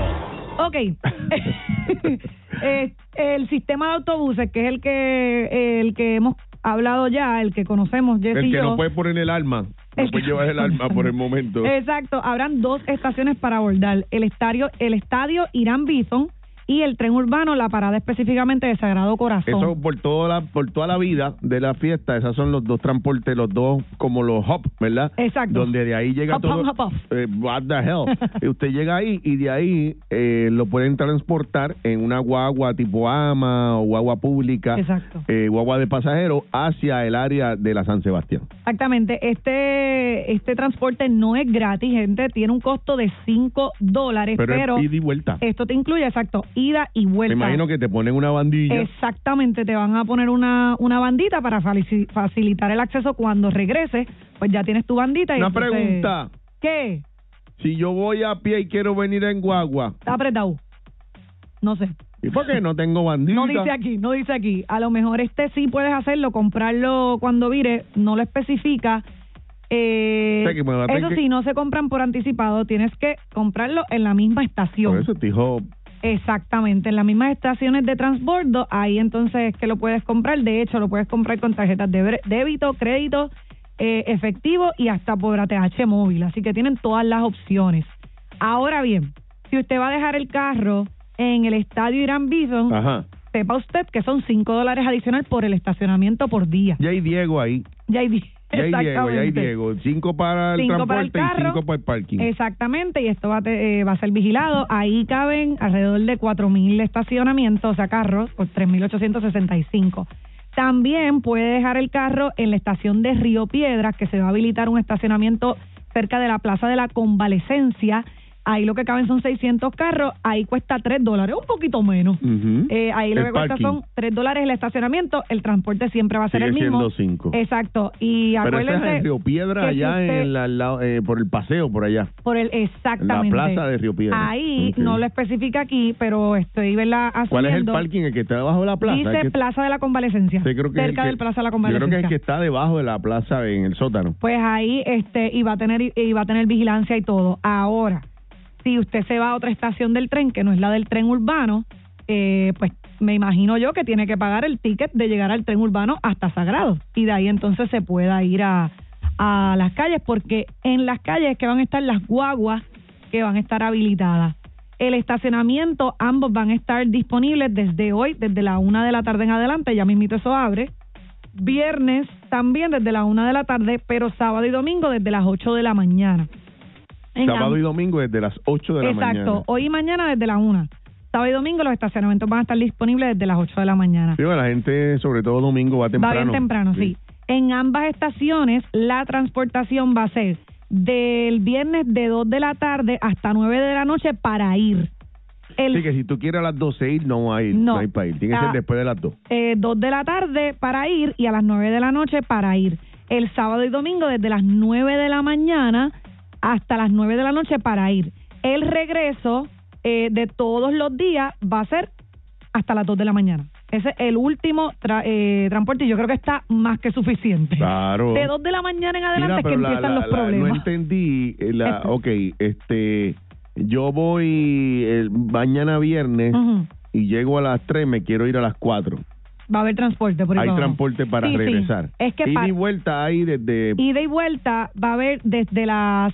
Ok. (laughs) Eh, el sistema de autobuses, que es el que el que hemos hablado ya, el que conocemos, Jess El y que yo. no puede poner el alma, no puede llevar el alma por (laughs) el momento. Exacto, habrán dos estaciones para abordar, el estadio, el estadio Irán Bison y el tren urbano, la parada específicamente de Sagrado Corazón. Eso por toda la por toda la vida de la fiesta, esos son los dos transportes, los dos como los hop, ¿verdad? Exacto. Donde de ahí llega Hop, todo. hop, hop, hop. Eh, what the (laughs) hell. Y usted llega ahí y de ahí eh, lo pueden transportar en una guagua tipo ama o guagua pública, Exacto. eh, guagua de pasajeros hacia el área de la San Sebastián. Exactamente, este este transporte no es gratis, gente, tiene un costo de 5 dólares, Pero es pero, ida y vuelta. esto te incluye, exacto, ida y Me vuelta. imagino que te ponen una bandilla. Exactamente, te van a poner una, una bandita para falici- facilitar el acceso cuando regreses, pues ya tienes tu bandita. y Una entonces- pregunta. ¿Qué? Si yo voy a pie y quiero venir en guagua, Está apretado. No sé. ¿y por qué no tengo bandilla? No dice aquí, no dice aquí. A lo mejor este sí puedes hacerlo, comprarlo cuando vire, no lo especifica. Eh, O sea, que me va a tener eso que- sí, no se compran por anticipado, tienes que comprarlo en la misma estación. Por eso, te dijo Exactamente, en las mismas estaciones de transbordo, ahí entonces es que lo puedes comprar. De hecho, lo puedes comprar con tarjetas de bre- débito, crédito, eh, efectivo y hasta por ATH móvil. Así que tienen todas las opciones. Ahora bien, si usted va a dejar el carro en el estadio Irán Bison, Ajá. sepa usted que son 5 dólares adicional por el estacionamiento por día. Ya hay Diego ahí. Ya hay, di- Ya hay Diego, ya hay (laughs) exactamente. Diego. Cinco para el Cinco para el transporte y carro. cinco para el parking. Exactamente, y esto va a, te- eh, va a ser vigilado. Ahí caben alrededor de 4.000 estacionamientos, o sea, carros, o 3.865. También puede dejar el carro en la estación de Río Piedras, que se va a habilitar un estacionamiento cerca de la Plaza de la Convalecencia. Ahí lo que caben son 600 carros, ahí cuesta 3 dólares, un poquito menos. Ujú. Eh, ahí lo El que cuesta parking. son 3 dólares el estacionamiento, el transporte siempre va a ser Sigue el mismo. siendo cinco. Exacto, y Pero ese es acuérdense en Río Piedra, que si allá usted- en la, al lado, eh, por el paseo, por allá. por el exactamente. La plaza de Río Piedras. Ahí Ok. no lo especifica aquí, pero estoy ¿verdad? Asumiendo. ¿Cuál es el parking? El que está debajo de la plaza. Dice Es que- Plaza de la Convalecencia. Sí, creo que es el cerca que- del Plaza de la Yo creo Convalecencia. que es el que está debajo de la plaza en el sótano. Pues ahí este iba a tener iba a tener vigilancia y todo. Ahora, si usted se va a otra estación del tren que no es la del tren urbano, eh, pues me imagino yo que tiene que pagar el ticket de llegar al tren urbano hasta Sagrado y de ahí entonces se pueda ir a a las calles porque en las calles es que van a estar las guaguas que van a estar habilitadas. El estacionamiento, ambos van a estar disponibles desde hoy, desde la una de la tarde en adelante, ya mismito eso abre viernes también desde las 1 de la tarde, pero sábado y domingo desde las 8 de la mañana. En Sábado y domingo desde las 8 de la mañana. Exacto, hoy y mañana desde la 1. Sábado y domingo los estacionamientos van a estar disponibles desde las 8 de la mañana. Sí, bueno, la gente, sobre todo domingo, va temprano. Va bien temprano, sí. En ambas estaciones la transportación va a ser del viernes de 2 de la tarde hasta 9 de la noche para ir. El Así que si tú quieres a las 12 ir, no hay, No. no. hay para ir. Tiene que Ah. ser después de las 2. eh, 2 de la tarde para ir y a las 9 de la noche para ir. El sábado y domingo desde las 9 de la mañana hasta las 9 de la noche para ir. El regreso eh, de todos los días va a ser hasta las 2 de la mañana. Ese es el último tra- eh, transporte y yo creo que está más que suficiente. Claro. De 2 de la mañana en adelante Mira, es que pero la- empiezan la- los la- no problemas. entendí. eh, La, Esto. ok, este, yo voy el, mañana viernes Ujú. y llego a las 3, me quiero ir a las 4. Va a haber transporte por ahí Hay para abajo. transporte para Sí, sí. regresar. Es que Ida pa- y vuelta ahí desde... ida y vuelta va a haber desde las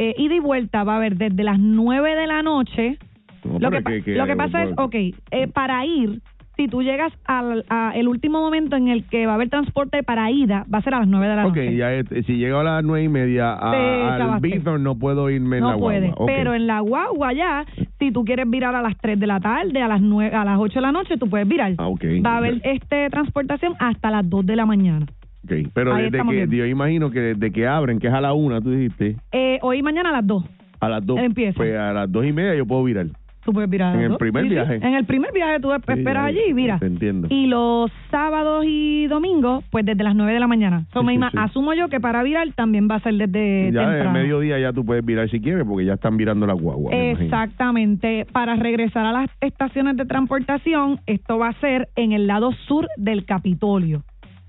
eh, ida y vuelta va a haber desde las 9 de la noche No, lo pero que, es pa- lo que pasa es ok eh, para ir si tú llegas al a el último momento en el que va a haber transporte para ida va a ser a las 9 de la Ok, noche ya es- si llego a las nueve y media a- Te al acabaste. Bithorn no puedo irme en la no guagua. puedes Ok. pero en la guagua ya si tú quieres virar a las 3 de la tarde a las 9 a las 8 de la noche tú puedes virar Ah, ok. va a haber este transportación hasta las 2 de la mañana Ok, Pero Ahí desde estamos que, bien. yo imagino que desde que abren, que es a la una, tú dijiste, eh, hoy y mañana a las 2 a las dos. Empieza. Pues a las dos y media yo puedo virar. Tú puedes virar. a En las el dos. primer Sí, sí. viaje. En el primer viaje tú esp- Sí, esperas ahí, allí y mira. te entiendo. Y los sábados y domingos, pues desde las 9 de la mañana. So, Sí, me sí, ima- sí. Asumo yo que para virar también va a ser desde ya eh, temprano. de mediodía ya tú puedes virar si quieres porque ya están virando la guagua. me imagino. Exactamente. Para regresar a las estaciones de transportación, esto va a ser en el lado sur del Capitolio.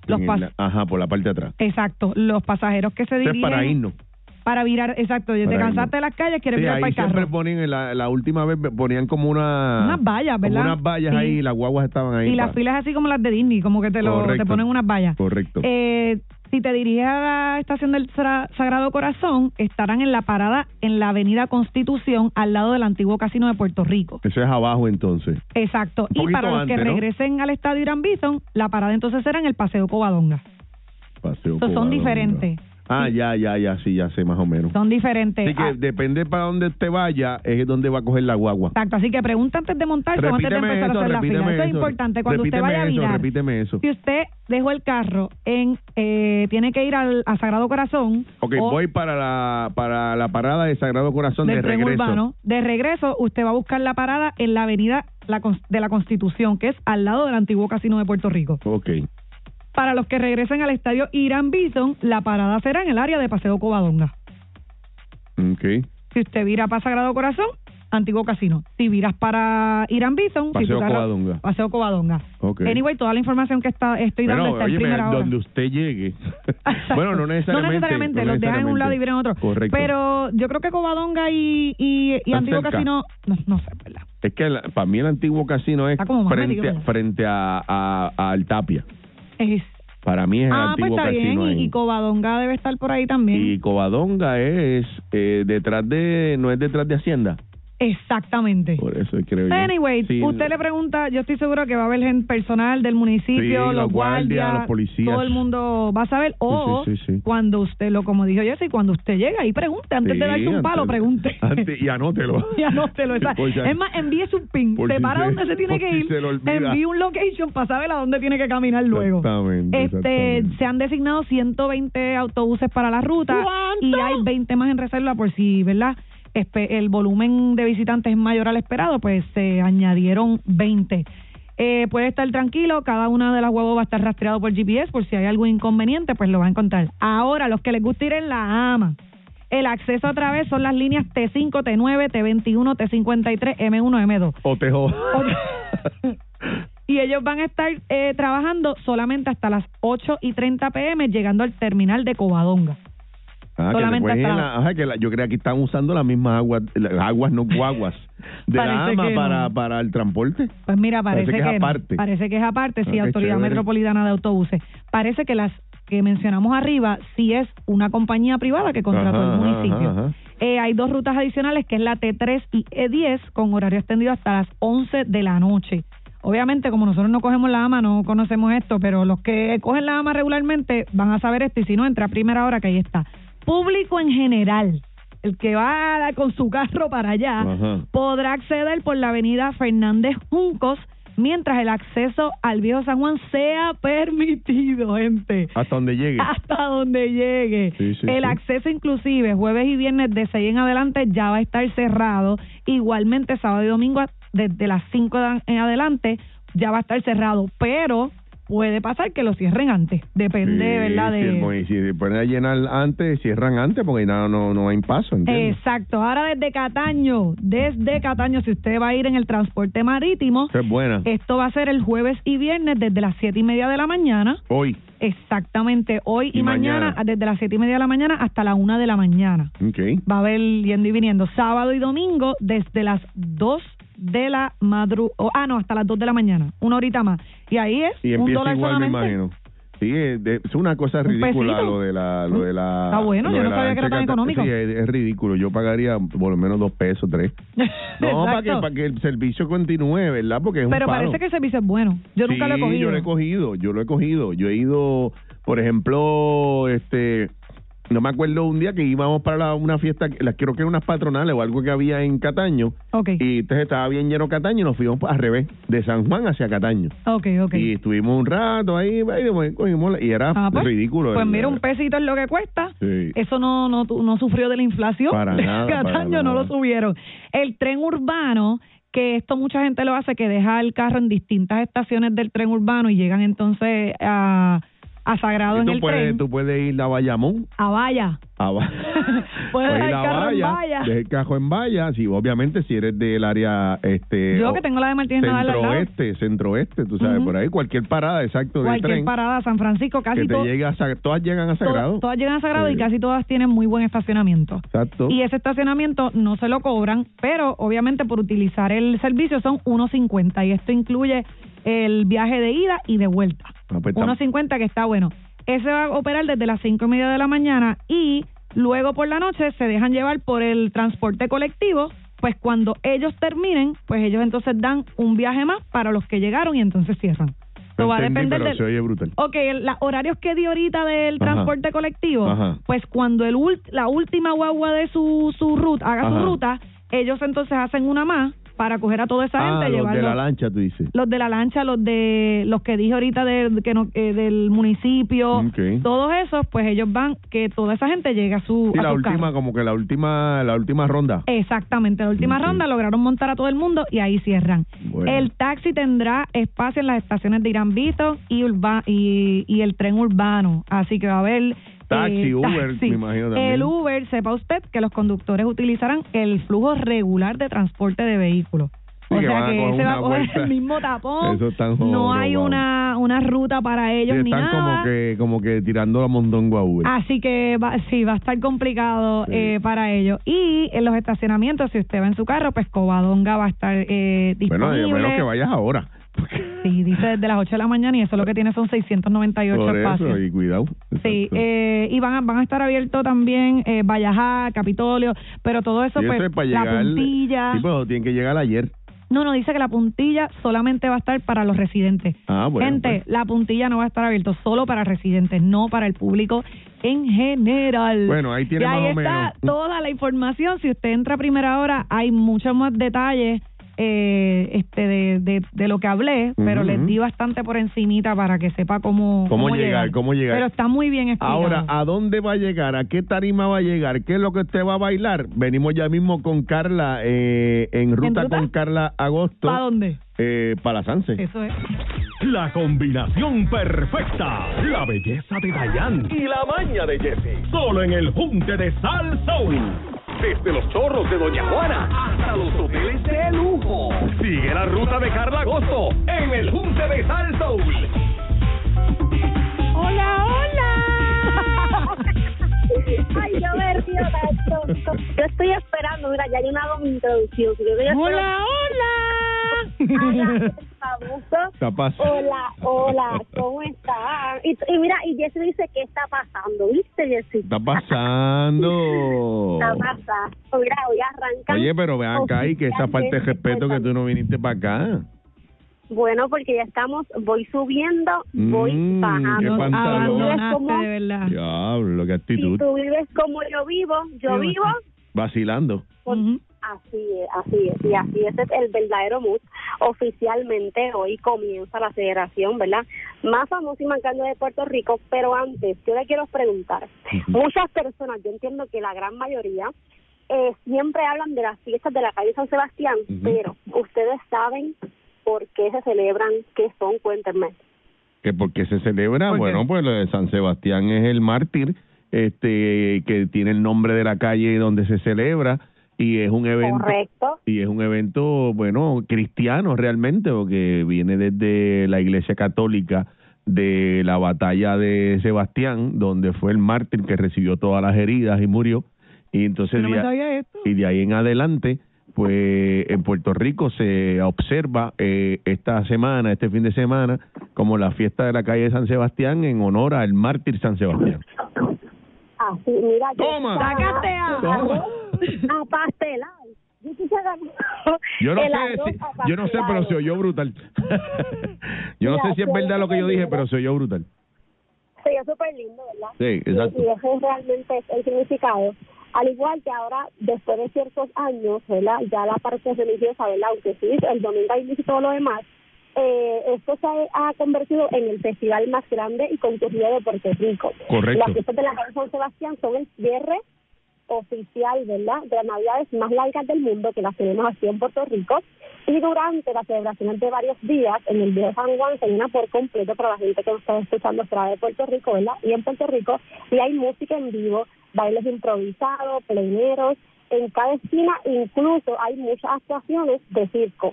Los En pas- la- Ajá, por la parte de atrás. Exacto. Los pasajeros que se Eso es dirigen para irnos. para virar, exacto. ya te Para cansaste de irnos. las calles, quieres Sí, virar ahí para el siempre carro. ponían, en la, la última vez ponían como una... Unas vallas, ¿verdad? Como unas vallas Sí. ahí y las guaguas estaban ahí. Y pa- las filas así como las de Disney, como que te, lo, te Correcto. ponen unas vallas. Correcto. Eh, si te diriges a la estación del Sra- Sagrado Corazón, estarán en la parada en la Avenida Constitución, al lado del antiguo casino de Puerto Rico. Eso es abajo entonces. Exacto. Un Y para poquito los que antes, ¿no? regresen al estadio Irán Bison, la parada entonces será en el Paseo Covadonga. Paseo Estos son Covadonga. diferentes. Ah, ya, ya, ya, sí, ya sé más o menos. Son diferentes. Así que Ah, depende para dónde te vaya, es donde va a coger la guagua. Exacto, así que pregunta antes de montarse o antes de Repíteme empezar eso, a hacer la fila. repíteme Eso es eso, importante. Cuando usted repíteme vaya a eso, virar, repíteme eso. si usted dejó el carro en, eh, tiene que ir al, a Sagrado Corazón. Ok, o- voy para la, para la parada de Sagrado Corazón de del tren regreso. urbano. De regreso, usted va a buscar la parada en la avenida la Cons- de la Constitución, que es al lado del antiguo casino de Puerto Rico. Ok. Para los que regresen al estadio Irán Bison, la parada será en el área de Paseo Covadonga. Ok. Si usted vira para Sagrado Corazón, antiguo casino. Si viras para Irán Bison, si Paseo tu carro- Covadonga. Paseo Covadonga. Ok. Anyway, toda la información que está, estoy dando Pero, está en oye, primera hora. donde usted llegue. Exacto. (laughs) bueno, no necesariamente. No necesariamente, los dejan en un lado y vienen a otro. Correcto. Pero yo creo que Covadonga y, y, y Están Antiguo cerca. Casino, no, no sé, ¿verdad? Es que la- para mí el antiguo casino es Está como más frente, metido, a- ¿verdad? frente a, a, al Tapia. Es, Para mí es el ah, pues antiguo está casino. bien. ahí. Y, y Covadonga debe estar por ahí también. Y Covadonga es eh, detrás de, no es detrás de Hacienda. Exactamente. Por eso creo yo. Anyway, Sí, usted le pregunta, yo estoy seguro que va a haber gente personal del municipio, Sí, los los guardias, guardias, los policías. todo el mundo va a saber. O sí, sí. cuando usted, lo como dijo Jessy, cuando usted llega y pregunte, antes sí, de darse un antes- palo, pregunte. (laughs) antes- y (laughs) anótelo. Ya no (laughs) te lo está. Por si- Es más, envíe su pin, por se si para se- donde se tiene por que si ir, se le olvida. envíe un location para saber a dónde tiene que caminar luego. Exactamente, Este, exactamente. se han designado 120 autobuses para la ruta y hay 20 más en reserva por si, ¿verdad? Espe- El volumen de visitantes es mayor al esperado, pues se añadieron 20. Eh, puede estar tranquilo, cada una de las huevos va a estar rastreado por GPS, por si hay algún inconveniente, pues lo va a encontrar. Ahora, los que les gusta ir en la AMA, el acceso a través son las líneas T5, T9, T21, T53, M1, M2. O te jo- Y ellos van a estar eh, trabajando solamente hasta las 8 y 30 pm, llegando al terminal de Covadonga. Ah, que Solamente después en hasta- la- ajá, que la- yo creo que están usando las mismas aguas, las aguas no guaguas, de la Parece AMA que no. para, para el transporte. Pues mira, parece, Parece que es no. aparte. Parece que es aparte, sí, Ah, qué Autoridad chévere. Metropolitana de Autobuses. Parece que las que mencionamos arriba sí es una compañía privada que contrató Ajá, el ajá, municipio. ajá. Eh, hay dos E rutas adicionales, que es la T3 y E10, con horario extendido hasta las 11 de la noche. Obviamente, como nosotros no cogemos la ama, no conocemos esto, pero los que cogen la ama regularmente van a saber esto y si no, entra a primera hora que ahí está. Público en general, el que va con su carro para allá, Ajá. podrá acceder por la avenida Fernández Juncos mientras el acceso al viejo San Juan sea (laughs) permitido, gente. Hasta donde llegue. Hasta donde llegue. Sí, sí, el sí. acceso inclusive jueves y viernes de 6 en adelante ya va a estar cerrado. Igualmente sábado y domingo desde las 5 de- en adelante ya va a estar cerrado, pero puede pasar que lo cierren antes, depende, Sí, ¿verdad? Si, el De, mo- si se ponen a llenar antes, cierran antes porque no, no, no hay paso, ¿entiendes? Exacto, ahora desde Cataño, desde Cataño, si usted va a ir en el transporte marítimo, Eso es buena. esto va a ser el jueves y viernes desde las siete y media de la mañana, Hoy. exactamente hoy y, Y mañana, mañana. desde las siete y media de la mañana hasta la una de la mañana. Ok. Va a haber yendo y viniendo sábado y domingo desde las dos de la madru, oh, ah no, hasta las dos de la mañana, una horita más. Y ahí es Y un empieza dólar igual, me solamente. imagino. Sí, es, de- es una cosa Un ridícula pesito. lo de la... Lo de la Está bueno, lo yo de no la sabía que era tan chacata- económico. Sí, es, es ridículo. Yo pagaría por lo menos dos pesos, tres. (laughs) No, para que, Exacto. para que el servicio continúe, ¿verdad? Porque es Pero un palo. parece que el servicio es bueno. Yo nunca lo he Sí, cogido. Yo lo he cogido, yo lo he cogido. Yo he ido, por ejemplo, este, no me acuerdo un día que íbamos para la- una fiesta, que- las creo que eran unas patronales o algo que había en Cataño. Ok, Y entonces estaba bien lleno Cataño y nos fuimos al revés, de San Juan hacia Cataño. ok, ok. Y estuvimos un rato ahí, y, después cogimos la- y era Ah, pues, ridículo. Pues el- mira, un pesito es lo que cuesta. Sí. Eso no, no, tu- no sufrió (laughs) de la inflación. Para nada, para Cataño no nada. lo subieron. El tren urbano, que esto mucha gente lo hace, que deja el carro en distintas estaciones del tren urbano y llegan entonces a, a Sagrado Y en tú, el puedes, tren. tú puedes ir a Bayamón. A Vaya. A Ba- (laughs) Puedes ir dejar el a carro en Valla. deja el carro en Valla. Sí, obviamente, si eres del área. este Yo o- que tengo la de Martínez Naval al centro lado. oeste, centro oeste, tú sabes, Ujú. por ahí cualquier parada, exacto, de Cualquier tren parada, San Francisco, que casi te to- llegue a Sag- todas llegan a to- Sagrado. todas llegan a Sagrado y Sí. casi todas tienen muy buen estacionamiento. Exacto. Y ese estacionamiento no se lo cobran, pero obviamente por utilizar el servicio son 1.50 y esto incluye el viaje de ida y de vuelta. Ah, pues, tam- 1.50 que está bueno. Ese va a operar desde las 5 y media de la mañana y luego por la noche se dejan llevar por el transporte colectivo, pues cuando ellos terminen, pues ellos entonces dan un viaje más para los que llegaron y entonces cierran. Esto no va a entendí, depender pero del- se oye brutal. Ok, el- los horarios que di ahorita del Ajá. transporte colectivo, Ajá. pues cuando el ult- la última guagua de su, su ruta haga su Ajá. ruta, ellos entonces hacen una más para coger a toda esa Ah, gente y los de llevarlos. la lancha, tú dices. los de la lancha, los de los que dije ahorita de, que no- eh, del municipio, Ok. todos esos, pues ellos van que toda esa gente llega a su Sí, a la sus última, carros. como que la última, la última ronda. Exactamente, la última Ok. ronda lograron montar a todo el mundo y ahí cierran. Bueno. El taxi tendrá espacio en las estaciones de Irán Vito y, urba- y, y el tren urbano, así que va a haber... eh, (laughs) Taxi, Uber, me imagino también. El Uber, sepa usted que los conductores utilizarán el flujo regular de transporte de vehículos. Sí, o que van sea a que coger ese va a una coger vuelta. el mismo tapón. Eso están no jorobados. hay una, una ruta para Sí, ellos ni están nada. Ah, como que, como que tirando la mondongo a Uber. Así que va, sí, va a estar complicado Sí. eh, para ellos. Y en los estacionamientos, si usted va en su carro, pues Covadonga va a estar eh, bueno, disponible. a menos que vayas ahora. Sí, dice desde las 8 de la mañana y eso lo que tiene son 698 Por eso, espacios. y cuidado. Sí, Exacto. eh, y van a, van a estar abiertos también eh, Vallajá, Capitolio, pero todo eso, Y eso pues, es para la llegar. puntilla. Sí, pues. pero tienen que llegar ayer. No, no, dice que la puntilla solamente va a estar para los residentes. Ah, bueno, Gente, pues. la puntilla no va a estar abierta solo para residentes, no para el público en general. Bueno, ahí tiene y ahí más o está menos. toda la información. Si usted entra a primera hora, hay muchos más detalles eh, este de, de, de lo que hablé, pero Ujú, les di ujú. bastante por encimita para que sepa cómo, pues, Cómo llegar, cómo llegar. Pero está muy bien explicado. Ahora, ¿a dónde va a llegar? ¿A qué tarima va a llegar? ¿Qué es lo que usted va a bailar? Venimos ya mismo con Carla, eh, en, ruta ruta? con Carla Agosto. ¿Para dónde? Eh, para Sanse. Eso es. La combinación perfecta. La belleza de Dayan y la maña de Jesse. Solo en el Junte de Sal Soul. Desde los chorros de Doña Juana hasta los hoteles de lujo. Sigue la ruta de Carla Agosto en el Junte de Sal Soul. Hola, hola. (laughs) Ay, yo me río tanto. Yo estoy esperando, mira, ya yo no hago mi introducción. Yo estoy hola, hola. esperando- Hola, Está pasando. Hola, hola, ¿cómo están? Y, y mira, y Jessy dice, ¿qué está pasando? ¿Viste, Jessy? Está pasando. Está pasando. Mira, hoy arrancan. Oye, pero vean acá y que esa falta de respeto que tú no viniste para acá. Bueno, porque ya estamos, voy subiendo, voy Mm, qué bajando. pantalón. Abandonaste, Abandonaste, de verdad. Diablo, qué Si actitud. tú vives como yo vivo, yo Qué vivo, Vacilando. pues, Ujú. así es, así es, y así es el verdadero mood. Oficialmente hoy comienza la federación, ¿verdad? Más famosa y mancando de Puerto Rico, pero antes, yo le quiero preguntar, muchas personas, yo entiendo que la gran mayoría, eh, siempre hablan de las fiestas de la calle San Sebastián, Ujú. pero ustedes saben por qué se celebran, qué son, cuéntenme. que porque se celebra, ¿Por qué? bueno, pues lo de San Sebastián es el mártir, este, que tiene el nombre de la calle donde se celebra y es un evento Correcto. y es un evento, bueno, cristiano realmente, porque viene desde la Iglesia Católica de la batalla de Sebastián, donde fue el mártir que recibió todas las heridas y murió. Y entonces Yo no de me a- sabía esto. y de ahí en adelante, pues en Puerto Rico se observa eh, esta semana, este fin de semana, como la fiesta de la calle de San Sebastián en honor al mártir San Sebastián. Así, mira, yo Toma. estaba- Sácate a- Toma. a pastelar. Yo quisiera ganar (laughs) Yo no el sé, arroz si- a yo no sé, pero pastelado. se oyó brutal. yo no sé si es verdad lo que yo dije, pero se oyó brutal. Se oyó súper lindo, ¿verdad? Sí, Y- exacto. Y ese es realmente el significado. Al igual que ahora, después de ciertos años, ¿verdad? Ya la parte religiosa, ¿verdad? Aunque sí, el domingo hay misa y todo lo demás. Eh, esto se ha, ha convertido en el festival más grande y concurrido de Puerto Rico. Correcto. Las fiestas de la Calle San Sebastián son el cierre oficial, ¿verdad?, de las navidades más largas del mundo que las tenemos aquí en Puerto Rico. Y durante las celebraciones de varios días, en el Viejo San Juan se llena por completo para la gente que nos está escuchando fuera de Puerto Rico, ¿verdad? Y en Puerto Rico, y hay música en vivo, bailes improvisados, pleneros, en cada esquina incluso hay muchas actuaciones de circo.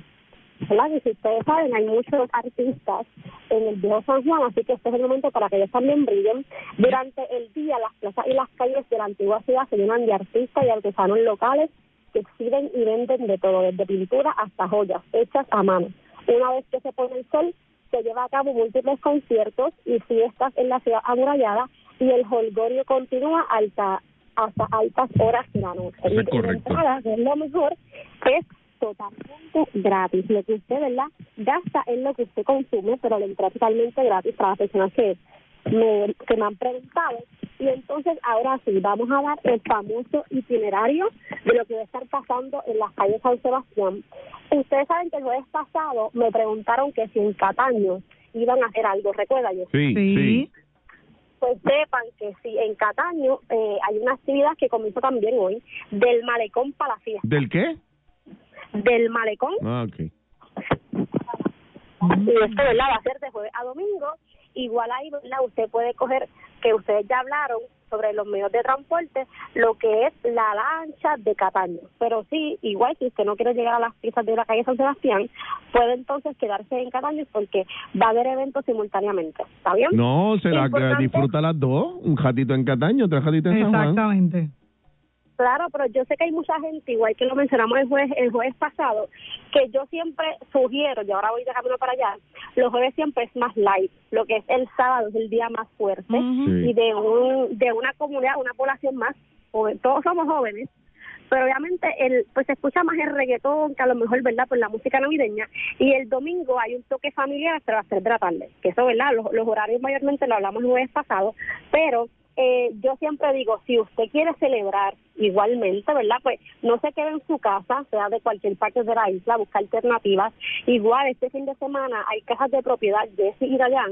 ¿verdad? Y si ustedes saben, hay muchos artistas en el viejo San Juan, así que este es el momento para que ellos también brillen. Durante el día, las plazas y las calles de la antigua ciudad se llenan de artistas y artesanos locales que exhiben y venden de todo, desde pintura hasta joyas hechas a mano. Una vez que se pone el sol, se lleva a cabo múltiples conciertos y fiestas en la ciudad amurallada y el holgorio continúa hasta, hasta altas horas de la noche. Eso es Y- y correcto. la entrada, que es lo mejor, es totalmente gratis. Lo que usted, ¿verdad? Gasta es lo que usted consume, pero le entra totalmente gratis para las personas que me, que me han preguntado. Y entonces, ahora sí, vamos a dar el famoso itinerario de lo que va a estar pasando en las calles San Sebastián. Ustedes saben que el jueves pasado me preguntaron que si en Cataño iban a hacer algo, recuerda yo. Sí, sí. Pues sepan que sí, en Cataño eh, hay una actividad que comienza también hoy, del malecón para la fiesta. ¿Del qué? Del malecón Ah, ok. y esto ¿verdad? va a ser de jueves a domingo igual ahí ¿verdad? usted puede coger que ustedes ya hablaron sobre los medios de transporte lo que es la lancha de Cataño pero sí igual si usted no quiere llegar a las fiestas de la calle San Sebastián puede entonces quedarse en Cataño porque va a haber eventos simultáneamente ¿está bien? No, se la Importante. disfruta las dos. Un ratito en Cataño, otro ratito en San Juan. Exactamente. Claro, pero yo sé que hay mucha gente, igual que lo mencionamos el jueves, el jueves pasado, que yo siempre sugiero, y ahora voy de camino para allá, los jueves siempre es más light, lo que es el sábado es el día más fuerte Ujú. Sí. y de, un, de una comunidad, una población más joven, todos somos jóvenes, pero obviamente el, pues se escucha más el reggaetón que a lo mejor, ¿verdad?, por la música navideña y el domingo hay un toque familiar hasta las 3 de la tarde, que eso, ¿verdad?, los, los horarios mayormente lo hablamos el jueves pasado, pero eh, yo siempre digo, si usted quiere celebrar igualmente, ¿verdad? Pues no se quede en su casa, sea de cualquier parte de la isla, busca alternativas. Igual este fin de semana hay casas de propiedad de y Dayan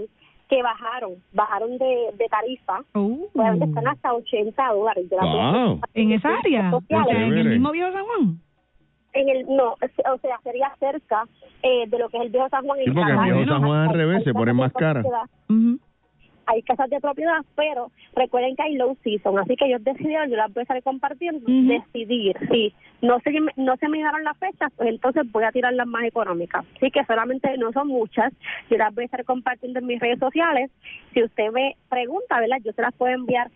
que bajaron, bajaron de, de tarifa, Uh. obviamente están hasta 80 dólares. Yo la Wow. ¿En esa área? O sea, Sociales. ¿En el Chévere. mismo viejo San Juan? En el, no, o sea, sería cerca eh, de lo que es el viejo San Juan. y Sí, porque el Caracas. viejo San Juan al Hay- revés, hay se pone casas de más cara. propiedad. Ujú. hay casas de propiedad, pero recuerden que hay low season, así que ellos decidieron, yo las voy a estar compartiendo, Ujú. decidir si no se, me- no se me dieron las fechas, pues entonces voy a tirar las más económicas. Así que solamente no son muchas, yo las voy a estar compartiendo en mis redes sociales. Si usted me pregunta, ¿verdad? Yo se las puedo enviar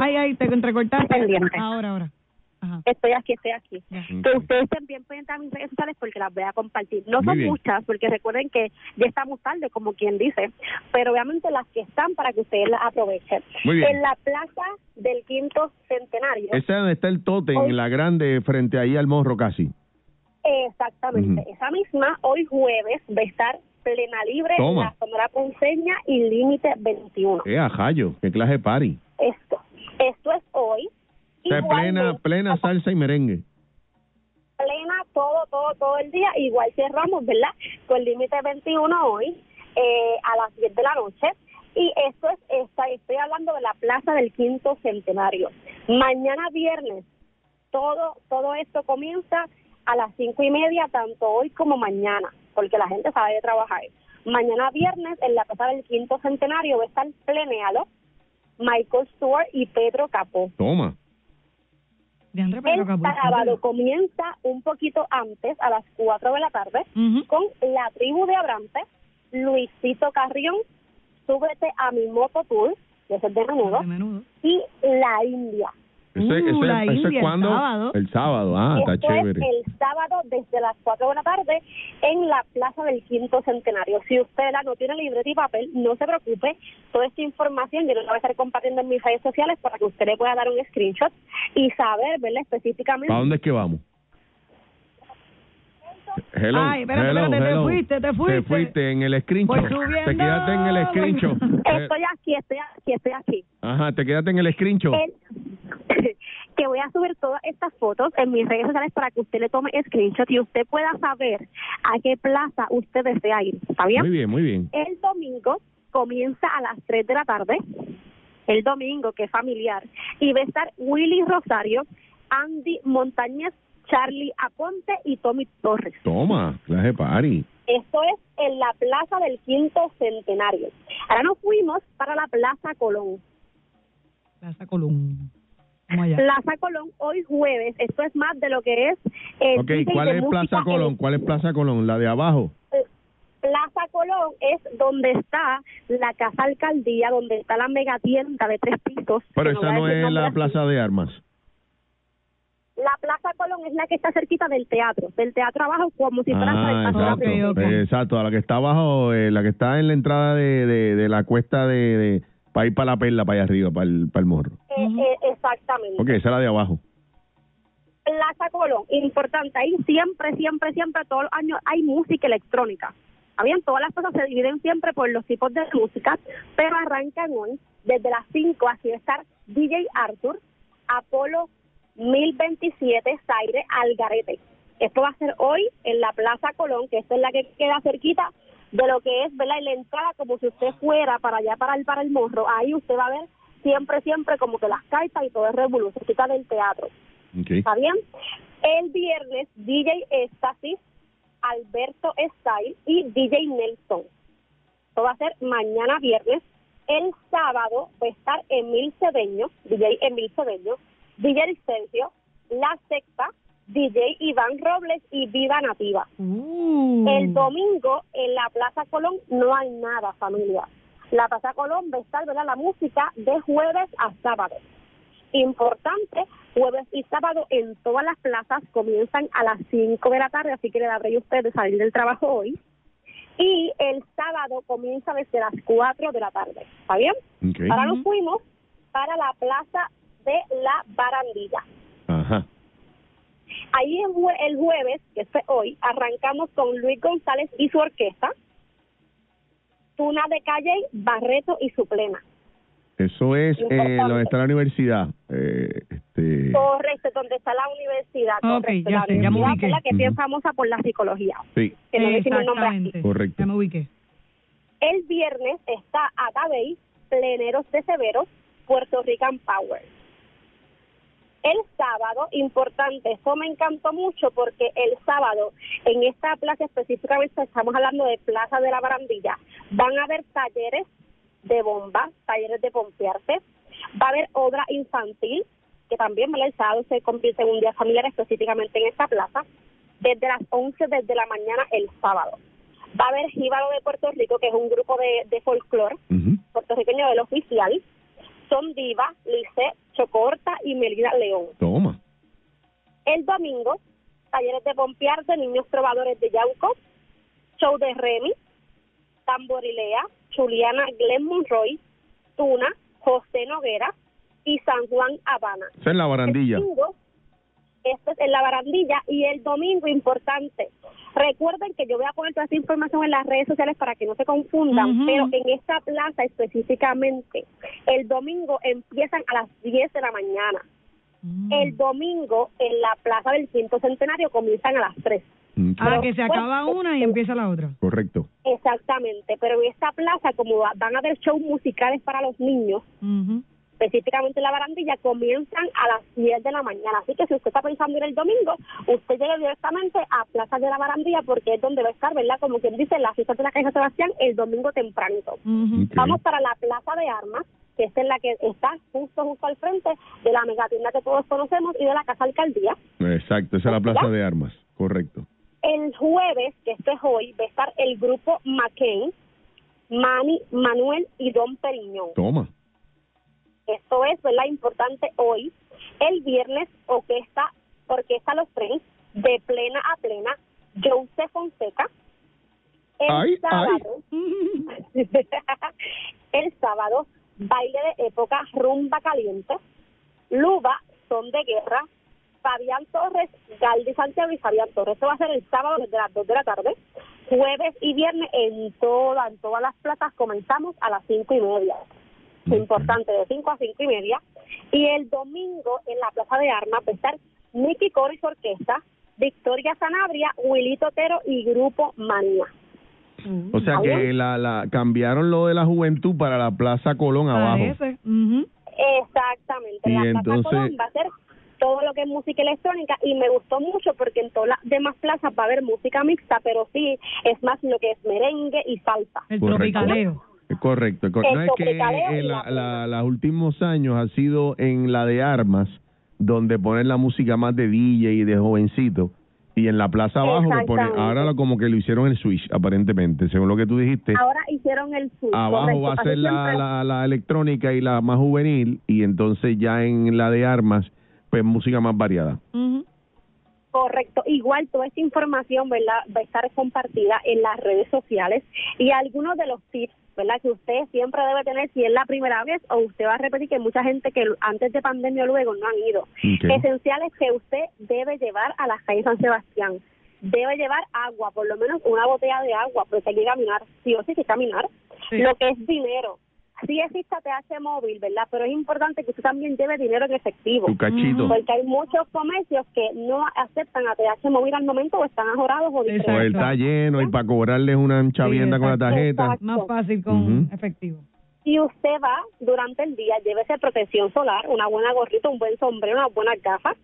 Ay, ay, te entrecortaste. Pendiente. Ahora, ahora. Ajá. estoy aquí, estoy aquí. Ya. Que ustedes estén bien pendientes a mis redes sociales porque las voy a compartir. No Muy son bien. muchas, porque recuerden que ya estamos tarde, como quien dice, pero obviamente las que están para que ustedes las aprovechen. Muy bien. En la plaza del quinto centenario, Esa es donde está el tote, en la grande, frente ahí al morro casi. Exactamente. Ujú. Esa misma, hoy jueves, va a estar plena libre Toma. la Sonora Ponceña y Límite 21. Eh, a Jayo, qué clase de party. Esto, esto es hoy. O sea, plena, Igualmente, plena salsa y merengue. plena todo, todo, todo el día. Igual cerramos, ¿verdad? Con Límite 21 hoy eh, a las 10 de la noche. Y esto es, esta, estoy hablando de la Plaza del Quinto Centenario. Mañana viernes, todo, todo esto comienza a las cinco y media, tanto hoy como mañana, porque la gente sabe de trabajar. Mañana viernes, en la Plaza del Quinto Centenario, va a estar Plenéalo, Michael Stewart y Pedro Capó. Toma. Diantre, pero El acabó. sábado comienza un poquito antes, a las 4 de la tarde, Ujú. con la tribu de Abrante, Luisito Carrión, Súbete a mi moto tour, que es el de menudo, De menudo. y la India. Ese, Uh, ese- la ese India, es el cuando. sábado. El sábado, ah, está Esto chévere. es el sábado desde las 4 de la tarde en la Plaza del Quinto Centenario. Si usted la no tiene libreta y papel, no se preocupe. Toda esta información yo la voy a estar compartiendo en mis redes sociales para que usted le pueda dar un screenshot y saber, ¿verdad? Específicamente. ¿Para dónde es que vamos? Hello, Ay, espérate, hello, espérate, te hello. fuiste, te fuiste. Te fuiste en el screenshot. Voy subiendo, Te quedaste en el voy- screenshot. Eh, Estoy aquí, estoy aquí, estoy aquí. Ajá, te quedaste en el screenshot. El- (coughs) que voy a subir todas estas fotos en mis redes sociales para que usted le tome screenshot y usted pueda saber a qué plaza usted desea ir. ¿Está bien? Muy bien, muy bien. El domingo comienza a las 3 de la tarde. El domingo, que es familiar. Y va a estar Willy Rosario, Andy Montañez, Charlie Aponte y Tommy Torres. Toma, clase de party. Esto es en la Plaza del Quinto Centenario. Ahora nos fuimos para la Plaza Colón. Plaza Colón. Vamos Ah, allá. Plaza Colón hoy jueves. Esto es más de lo que es. eh, Ok, DJ ¿cuál de es música Plaza Colón? en- ¿Cuál es Plaza Colón? ¿La de abajo? eh, Plaza Colón es donde está la Casa Alcaldía, donde está la mega tienda de tres pisos. Pero que esa voy a no decir es la nombres. Plaza de Armas. La Plaza Colón es la que está cerquita del teatro, del teatro abajo, como si fuera hasta el Ah, Paseo de la exacto. Ok, ok. Eh, exacto, a la que está abajo, eh, la que está en la entrada de, de, de la cuesta de, de para ir para la perla, para allá arriba, para el, para el morro. Eh, eh, exactamente. Ok, esa es la de abajo. Plaza Colón, importante, ahí siempre, siempre, siempre, todos los años hay música electrónica. ¿Está bien? Todas las cosas se dividen siempre por los tipos de música, pero arrancan hoy desde las 5, así va a estar DJ Arthur, Apolo 1027, Zaire Algarete. Esto va a ser hoy en la Plaza Colón, que esta es la que queda cerquita de lo que es, ¿verdad? Y la entrada, como si usted fuera para allá, para el, para el morro, ahí usted va a ver siempre, siempre como que las cartas y todo es revolución, cerquita del teatro. Okay. ¿Está bien? El viernes, DJ Éxtasis, Alberto Style y DJ Nelson. Esto va a ser mañana viernes. El sábado va a estar Emil Cedeño, DJ Emil Cedeño, DJ Licencio, La Secta, DJ Iván Robles y Viva Nativa. Uh. El domingo en la Plaza Colón no hay nada, familia. La Plaza Colón va a estar ¿verdad? la música de jueves a sábado. Importante, jueves y sábado en todas las plazas comienzan a las 5 de la tarde, así que le da breve a usted de salir del trabajo hoy. Y el sábado comienza desde las 4 de la tarde. ¿Está bien? ok. Ahora nos fuimos para la Plaza de la Barandilla. Ajá. Ahí el, jue- el jueves, que es hoy, arrancamos con Luis González y su orquesta, Tuna de Calle, Barreto y su plena. Eso es eh, Importante. donde está la universidad. Eh, este, Correcto, donde está la universidad. Ok, correcto, ya la sé, ya me universidad, ubiqué. ¿verdad? que es bien Ujú. famosa por la psicología. sí, Que no decimos nombre aquí. Exactamente. Correcto. Ya me ubiqué. El viernes está Atabey, Pleneros de Severos, Puerto Rican Power. El sábado, importante, eso me encantó mucho porque el sábado, en esta plaza específicamente, estamos hablando de Plaza de la Barandilla, van a haber talleres de bomba, talleres de pompearte, va a haber obra infantil, que también ¿verdad? el sábado se convierte en un día familiar específicamente en esta plaza, desde las 11 desde la mañana el sábado. Va a haber Jíbaro de Puerto Rico, que es un grupo de, de folclore Ujú. puertorriqueño del oficial, son Diva, Lice, Chocorta y Melida León. Toma. El domingo, talleres de pompearte, niños trovadores de Yauco, show de Remy, Tamborilea, Juliana Glenn Monroy, Tuna, José Noguera y San Juan Habana. Esa es la El barandilla. Este domingo, esto es en la barandilla y el domingo importante. Recuerden que yo voy a poner toda esta información en las redes sociales para que no se confundan, Ujú. pero en esta plaza específicamente, el domingo empiezan a las 10 de la mañana. El domingo en la plaza del quinto centenario comienzan a las 3. Mm, Ah, claro, que se Pero- acaba una y empieza la otra. Correcto. Exactamente, pero en esta plaza, como va- van a haber shows musicales para los niños, Ujú. específicamente en la barandilla, comienzan a las 10 de la mañana. Así que si usted está pensando ir el domingo, usted llega directamente a Plaza de la Barandilla porque es donde va a estar, ¿verdad? Como quien dice, la fiesta de la calle Sebastián el domingo tempranito. Ujú. Ok. Vamos para la Plaza de Armas, que es en la que está justo, justo al frente de la megatienda que todos conocemos y de la Casa Alcaldía. Exacto, esa es la plaza de armas. Correcto. El jueves, que este es hoy, va a estar el grupo McCain, Manny, Manuel y Don Periñón. Toma. Esto es, ¿verdad? Importante hoy. El viernes, orquesta, orquesta Los Friends, de plena a plena, Jose Fonseca. El Ay, sábado, (laughs) el sábado, baile de época, rumba caliente, Luba, son de guerra, Fabián Torres, Galdi Santiago y Fabián Torres. Esto va a ser el sábado desde las 2 de la tarde. Jueves y viernes en, toda, en todas las plazas comenzamos a las 5 y media importante, de 5 a 5 y media. Y el domingo en la Plaza de Armas va a estar Nicky Coris Orquesta, Victoria Sanabria, Wilito Otero y Grupo Manía. O Ah, sea que la, la cambiaron lo de la juventud para la plaza Colón abajo. Parece. Ujú. Exactamente, Y la entonces- Plaza Colón va a ser todo lo que es música electrónica y me gustó mucho porque en todas las demás plazas va a haber música mixta, pero sí es más lo que es merengue y salsa. El Correcto. tropicaleo. Es correcto. es correcto. No es que Tropicaleo y eh, la- la- la- los últimos años ha sido en la de armas, donde ponen la música más de DJ y de jovencito. Y en la plaza abajo lo ponen. Exactamente. Ahora lo- como que lo hicieron el switch, aparentemente, según lo que tú dijiste. Ahora hicieron el sur. abajo va a ser la, la, la electrónica y la más juvenil. Y entonces ya en la de armas, pues música más variada. Ujú. Correcto. Igual toda esta información, ¿verdad? Va a estar compartida en las redes sociales y algunos de los tips, ¿verdad? Que usted siempre debe tener si es la primera vez o usted va a repetir que mucha gente que antes de pandemia o luego no han ido. Ok. Esenciales que usted debe llevar a la calle San Sebastián. Debe llevar agua, por lo menos una botella de agua, porque hay que caminar, sí o sí, hay que caminar. Sí. Lo que es dinero. Sí existe ATH móvil, ¿verdad? Pero es importante que usted también lleve dinero en efectivo. Tu cachito. Porque hay muchos comercios que no aceptan ATH móvil al momento o están ajorados o Exacto. O diferentes. el está lleno y para cobrarles una anchavienda con la exacto. tarjeta. Exacto. Más fácil con Ujú. efectivo. Si usted va durante el día, llévese protección solar, una buena gorrita, un buen sombrero, unas buenas gafas.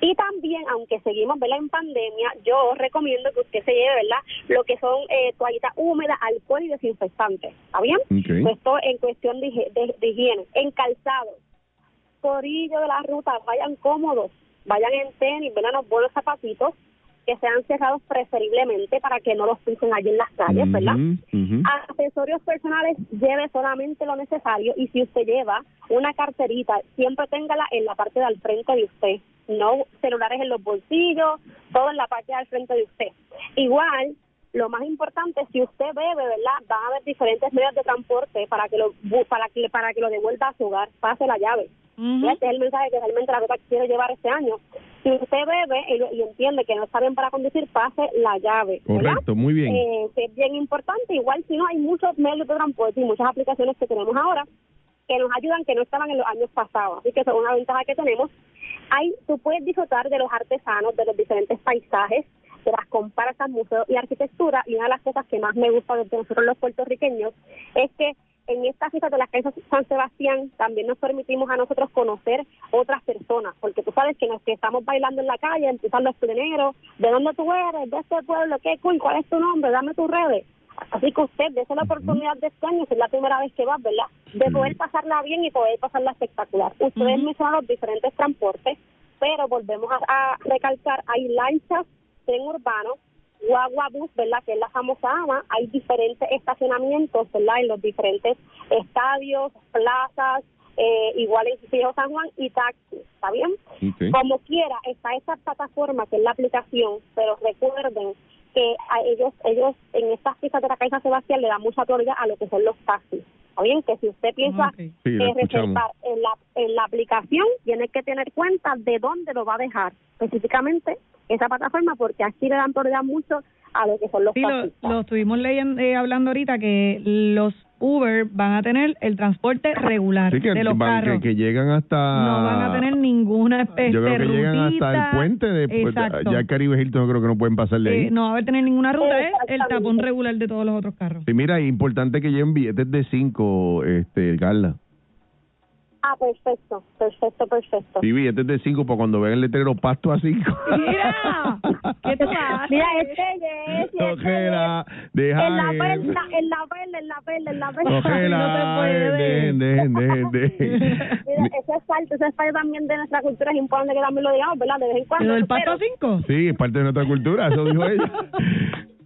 Y también, aunque seguimos ¿verdad? en pandemia, yo recomiendo que usted se lleve ¿verdad? lo que son eh, toallitas húmedas, alcohol y desinfectantes. ¿Está bien? Pues Ok. Esto en cuestión de, hige- de- de higiene. En calzado, corillo de la ruta, vayan cómodos, vayan en tenis, ¿verdad? Unos buenos zapatitos que sean cerrados preferiblemente para que no los pisen allí en las calles, ¿verdad? Ujú, ujú. Accesorios personales, lleve solamente lo necesario y si usted lleva una carterita, siempre téngala en la parte de al frente de usted. No celulares en los bolsillos, todo en la parte de al frente de usted. Igual, lo más importante, si usted bebe, ¿verdad? Van a haber diferentes medios de transporte para que lo, bu- para que, para que lo devuelva a su hogar. Pase la llave. Ujú. Este es el mensaje que realmente la ruta quiere llevar este año. Si usted bebe y, y entiende que no está bien para conducir, pase la llave. ¿verdad? Correcto, muy bien. eh, que es bien importante. Igual, si no, hay muchos medios de transporte y muchas aplicaciones que tenemos ahora que nos ayudan que no estaban en los años pasados. Así que eso es una ventaja que tenemos. Hay, tú puedes disfrutar de los artesanos, de los diferentes paisajes, de las comparsas, museos y arquitectura. Y una de las cosas que más me gusta de nosotros los puertorriqueños es que en esta fiesta de las calles San Sebastián también nos permitimos a nosotros conocer otras personas, porque tú sabes que los que estamos bailando en la calle, empiezan los pleneros, de dónde tú eres, de este pueblo, qué cool, cuál es tu nombre, dame tus redes. Así que usted, dése la oportunidad de este año, si es la primera vez que va, ¿verdad? De poder pasarla bien y poder pasarla espectacular. Ustedes Ujú. mencionaron los diferentes transportes, pero volvemos a, a recalcar, hay lanchas, tren urbano, guagua bus, ¿verdad? Que es la famosa AMA, hay diferentes estacionamientos, ¿verdad? En los diferentes estadios, plazas, eh, igual en Fijo San Juan y taxis, ¿está bien? Ok. Como quiera, está esa plataforma que es la aplicación, pero recuerden que a ellos, ellos en estas fiestas de la Caixa Sebastián le dan mucha prioridad a lo que son los taxis. ¿Está bien? Que si usted piensa Ok. Sí, lo eh, escuchamos. reservar en la, en la aplicación, tiene que tener cuenta de dónde lo va a dejar, específicamente esa plataforma, porque aquí le dan prioridad mucho a lo que son los Sí, lo, taxistas. lo estuvimos leyendo, eh, hablando ahorita que los Uber van a tener el transporte regular Así que, de los van- carros. que, que llegan hasta. no van a tener ninguna especie Yo Este, creo que llegan hasta el puente. De, pues, Exacto. ya el Caribe Hilton, yo creo que no pueden pasar de ahí. Eh, no va a haber tener ninguna ruta, es el Exactamente. tapón regular de todos los otros carros. Sí, mira, es importante que lleven billetes de 5, este, Carla. Ah, perfecto, perfecto, perfecto. Sí, billetes de 5 para cuando vean el letrero pasto a 5. Mira, (laughs) ¿qué tú haces? Mira, este (laughs) es... este Cogela, es. deja. En la perla, en la perla, en la perla, en la perla. (laughs) Cogela, puede. dejen, dejen, (laughs) dejen, Mira, dejen. eso es parte, eso es parte también de nuestra cultura, es importante que también lo digamos, ¿verdad? De vez en cuando. ¿Pero el pero- pato 5? Sí, es parte de nuestra cultura, (laughs) eso dijo ella.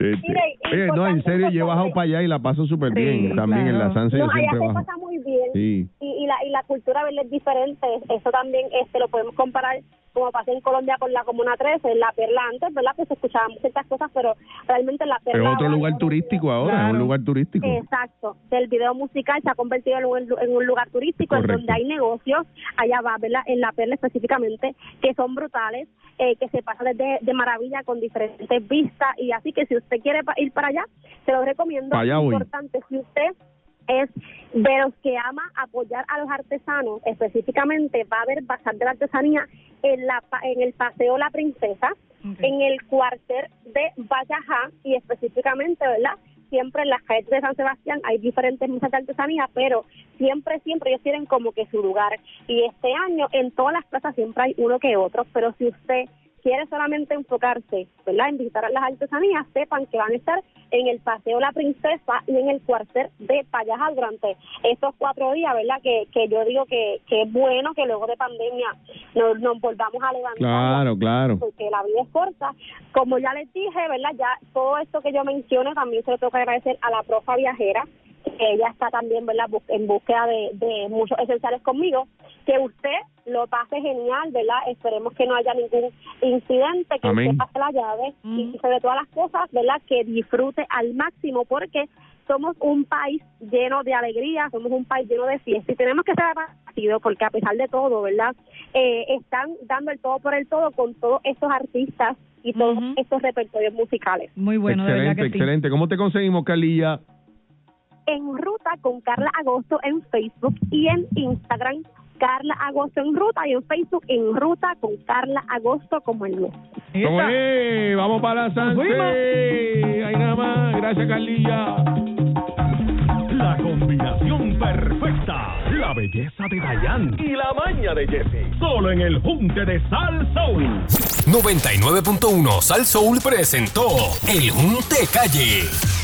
Este, Mira, y- oye, no, en importante serio, que yo he bajado sobre- para allá y la paso súper Sí, bien. También en la claro. Sanse No, yo allá siempre se bajo. pasa muy bien. Sí. Y, y, la, y la cultura ¿verdad? es diferente. Eso también este, lo podemos comparar, como pasó en Colombia con la Comuna 13, en la Perla antes, ¿verdad? Pues se escuchaban ciertas cosas, pero realmente en la Es Perla. otro ahora lugar mismo- turístico ahora, es un Claro. lugar turístico. Exacto. El video musical se ha convertido en un, en un lugar turístico en Correcto. donde hay negocios, allá va, ¿verdad? En la perla específicamente, que son brutales, eh, que se pasan de, de maravilla con diferentes vistas y así que si usted quiere pa- ir para allá, se lo recomiendo. Para allá voy. importante si usted es de los que ama apoyar a los artesanos, específicamente va a haber bazar de la artesanía en la pa- en el paseo La Princesa Ok. en el cuartel de Vallajá y específicamente, ¿verdad? Siempre en las calles de San Sebastián hay diferentes mesas de artesanía, pero siempre, siempre ellos tienen como que su lugar. Y este año en todas las plazas siempre hay uno que otro, pero si usted quiere solamente enfocarse, ¿verdad? En visitar las artesanías, sepan que van a estar en el Paseo La Princesa y en el cuartel de Payaja durante estos cuatro días, ¿verdad? Que, que yo digo que, que es bueno que luego de pandemia nos, nos volvamos a levantar Claro, claro. porque la vida es corta. Como ya les dije, ¿verdad? Ya todo esto que yo menciono también se lo tengo que agradecer a la profa viajera, que ella está también, ¿verdad?, bus- en búsqueda de, de muchos esenciales conmigo. Que usted lo pase genial, ¿verdad? Esperemos que no haya ningún incidente, que Amén. usted pase la llave Mm. y sobre todas las cosas, ¿verdad?, que disfrute al máximo, porque somos un país lleno de alegría, somos un país lleno de fiesta y tenemos que ser partido porque a pesar de todo, ¿verdad? Eh, están dando el todo por el todo con todos estos artistas y todos Ujú. estos repertorios musicales. Muy bueno, de verdad excelente, que sí. excelente. ¿Cómo te conseguimos, Calilla? En ruta con Carla Agosto en Facebook y en Instagram. Carla Agosto en ruta y en Facebook en ruta con Carla Agosto como el mío. ¿Cómo Esa. es? Vamos para Fuimos. Sanse. Ahí nada más. Gracias, Calilla. La combinación perfecta. La belleza de Dayan y la maña de Jesse. Solo en el junte de Sal Soul. 99.1 Sal Soul presentó El Junte Calle.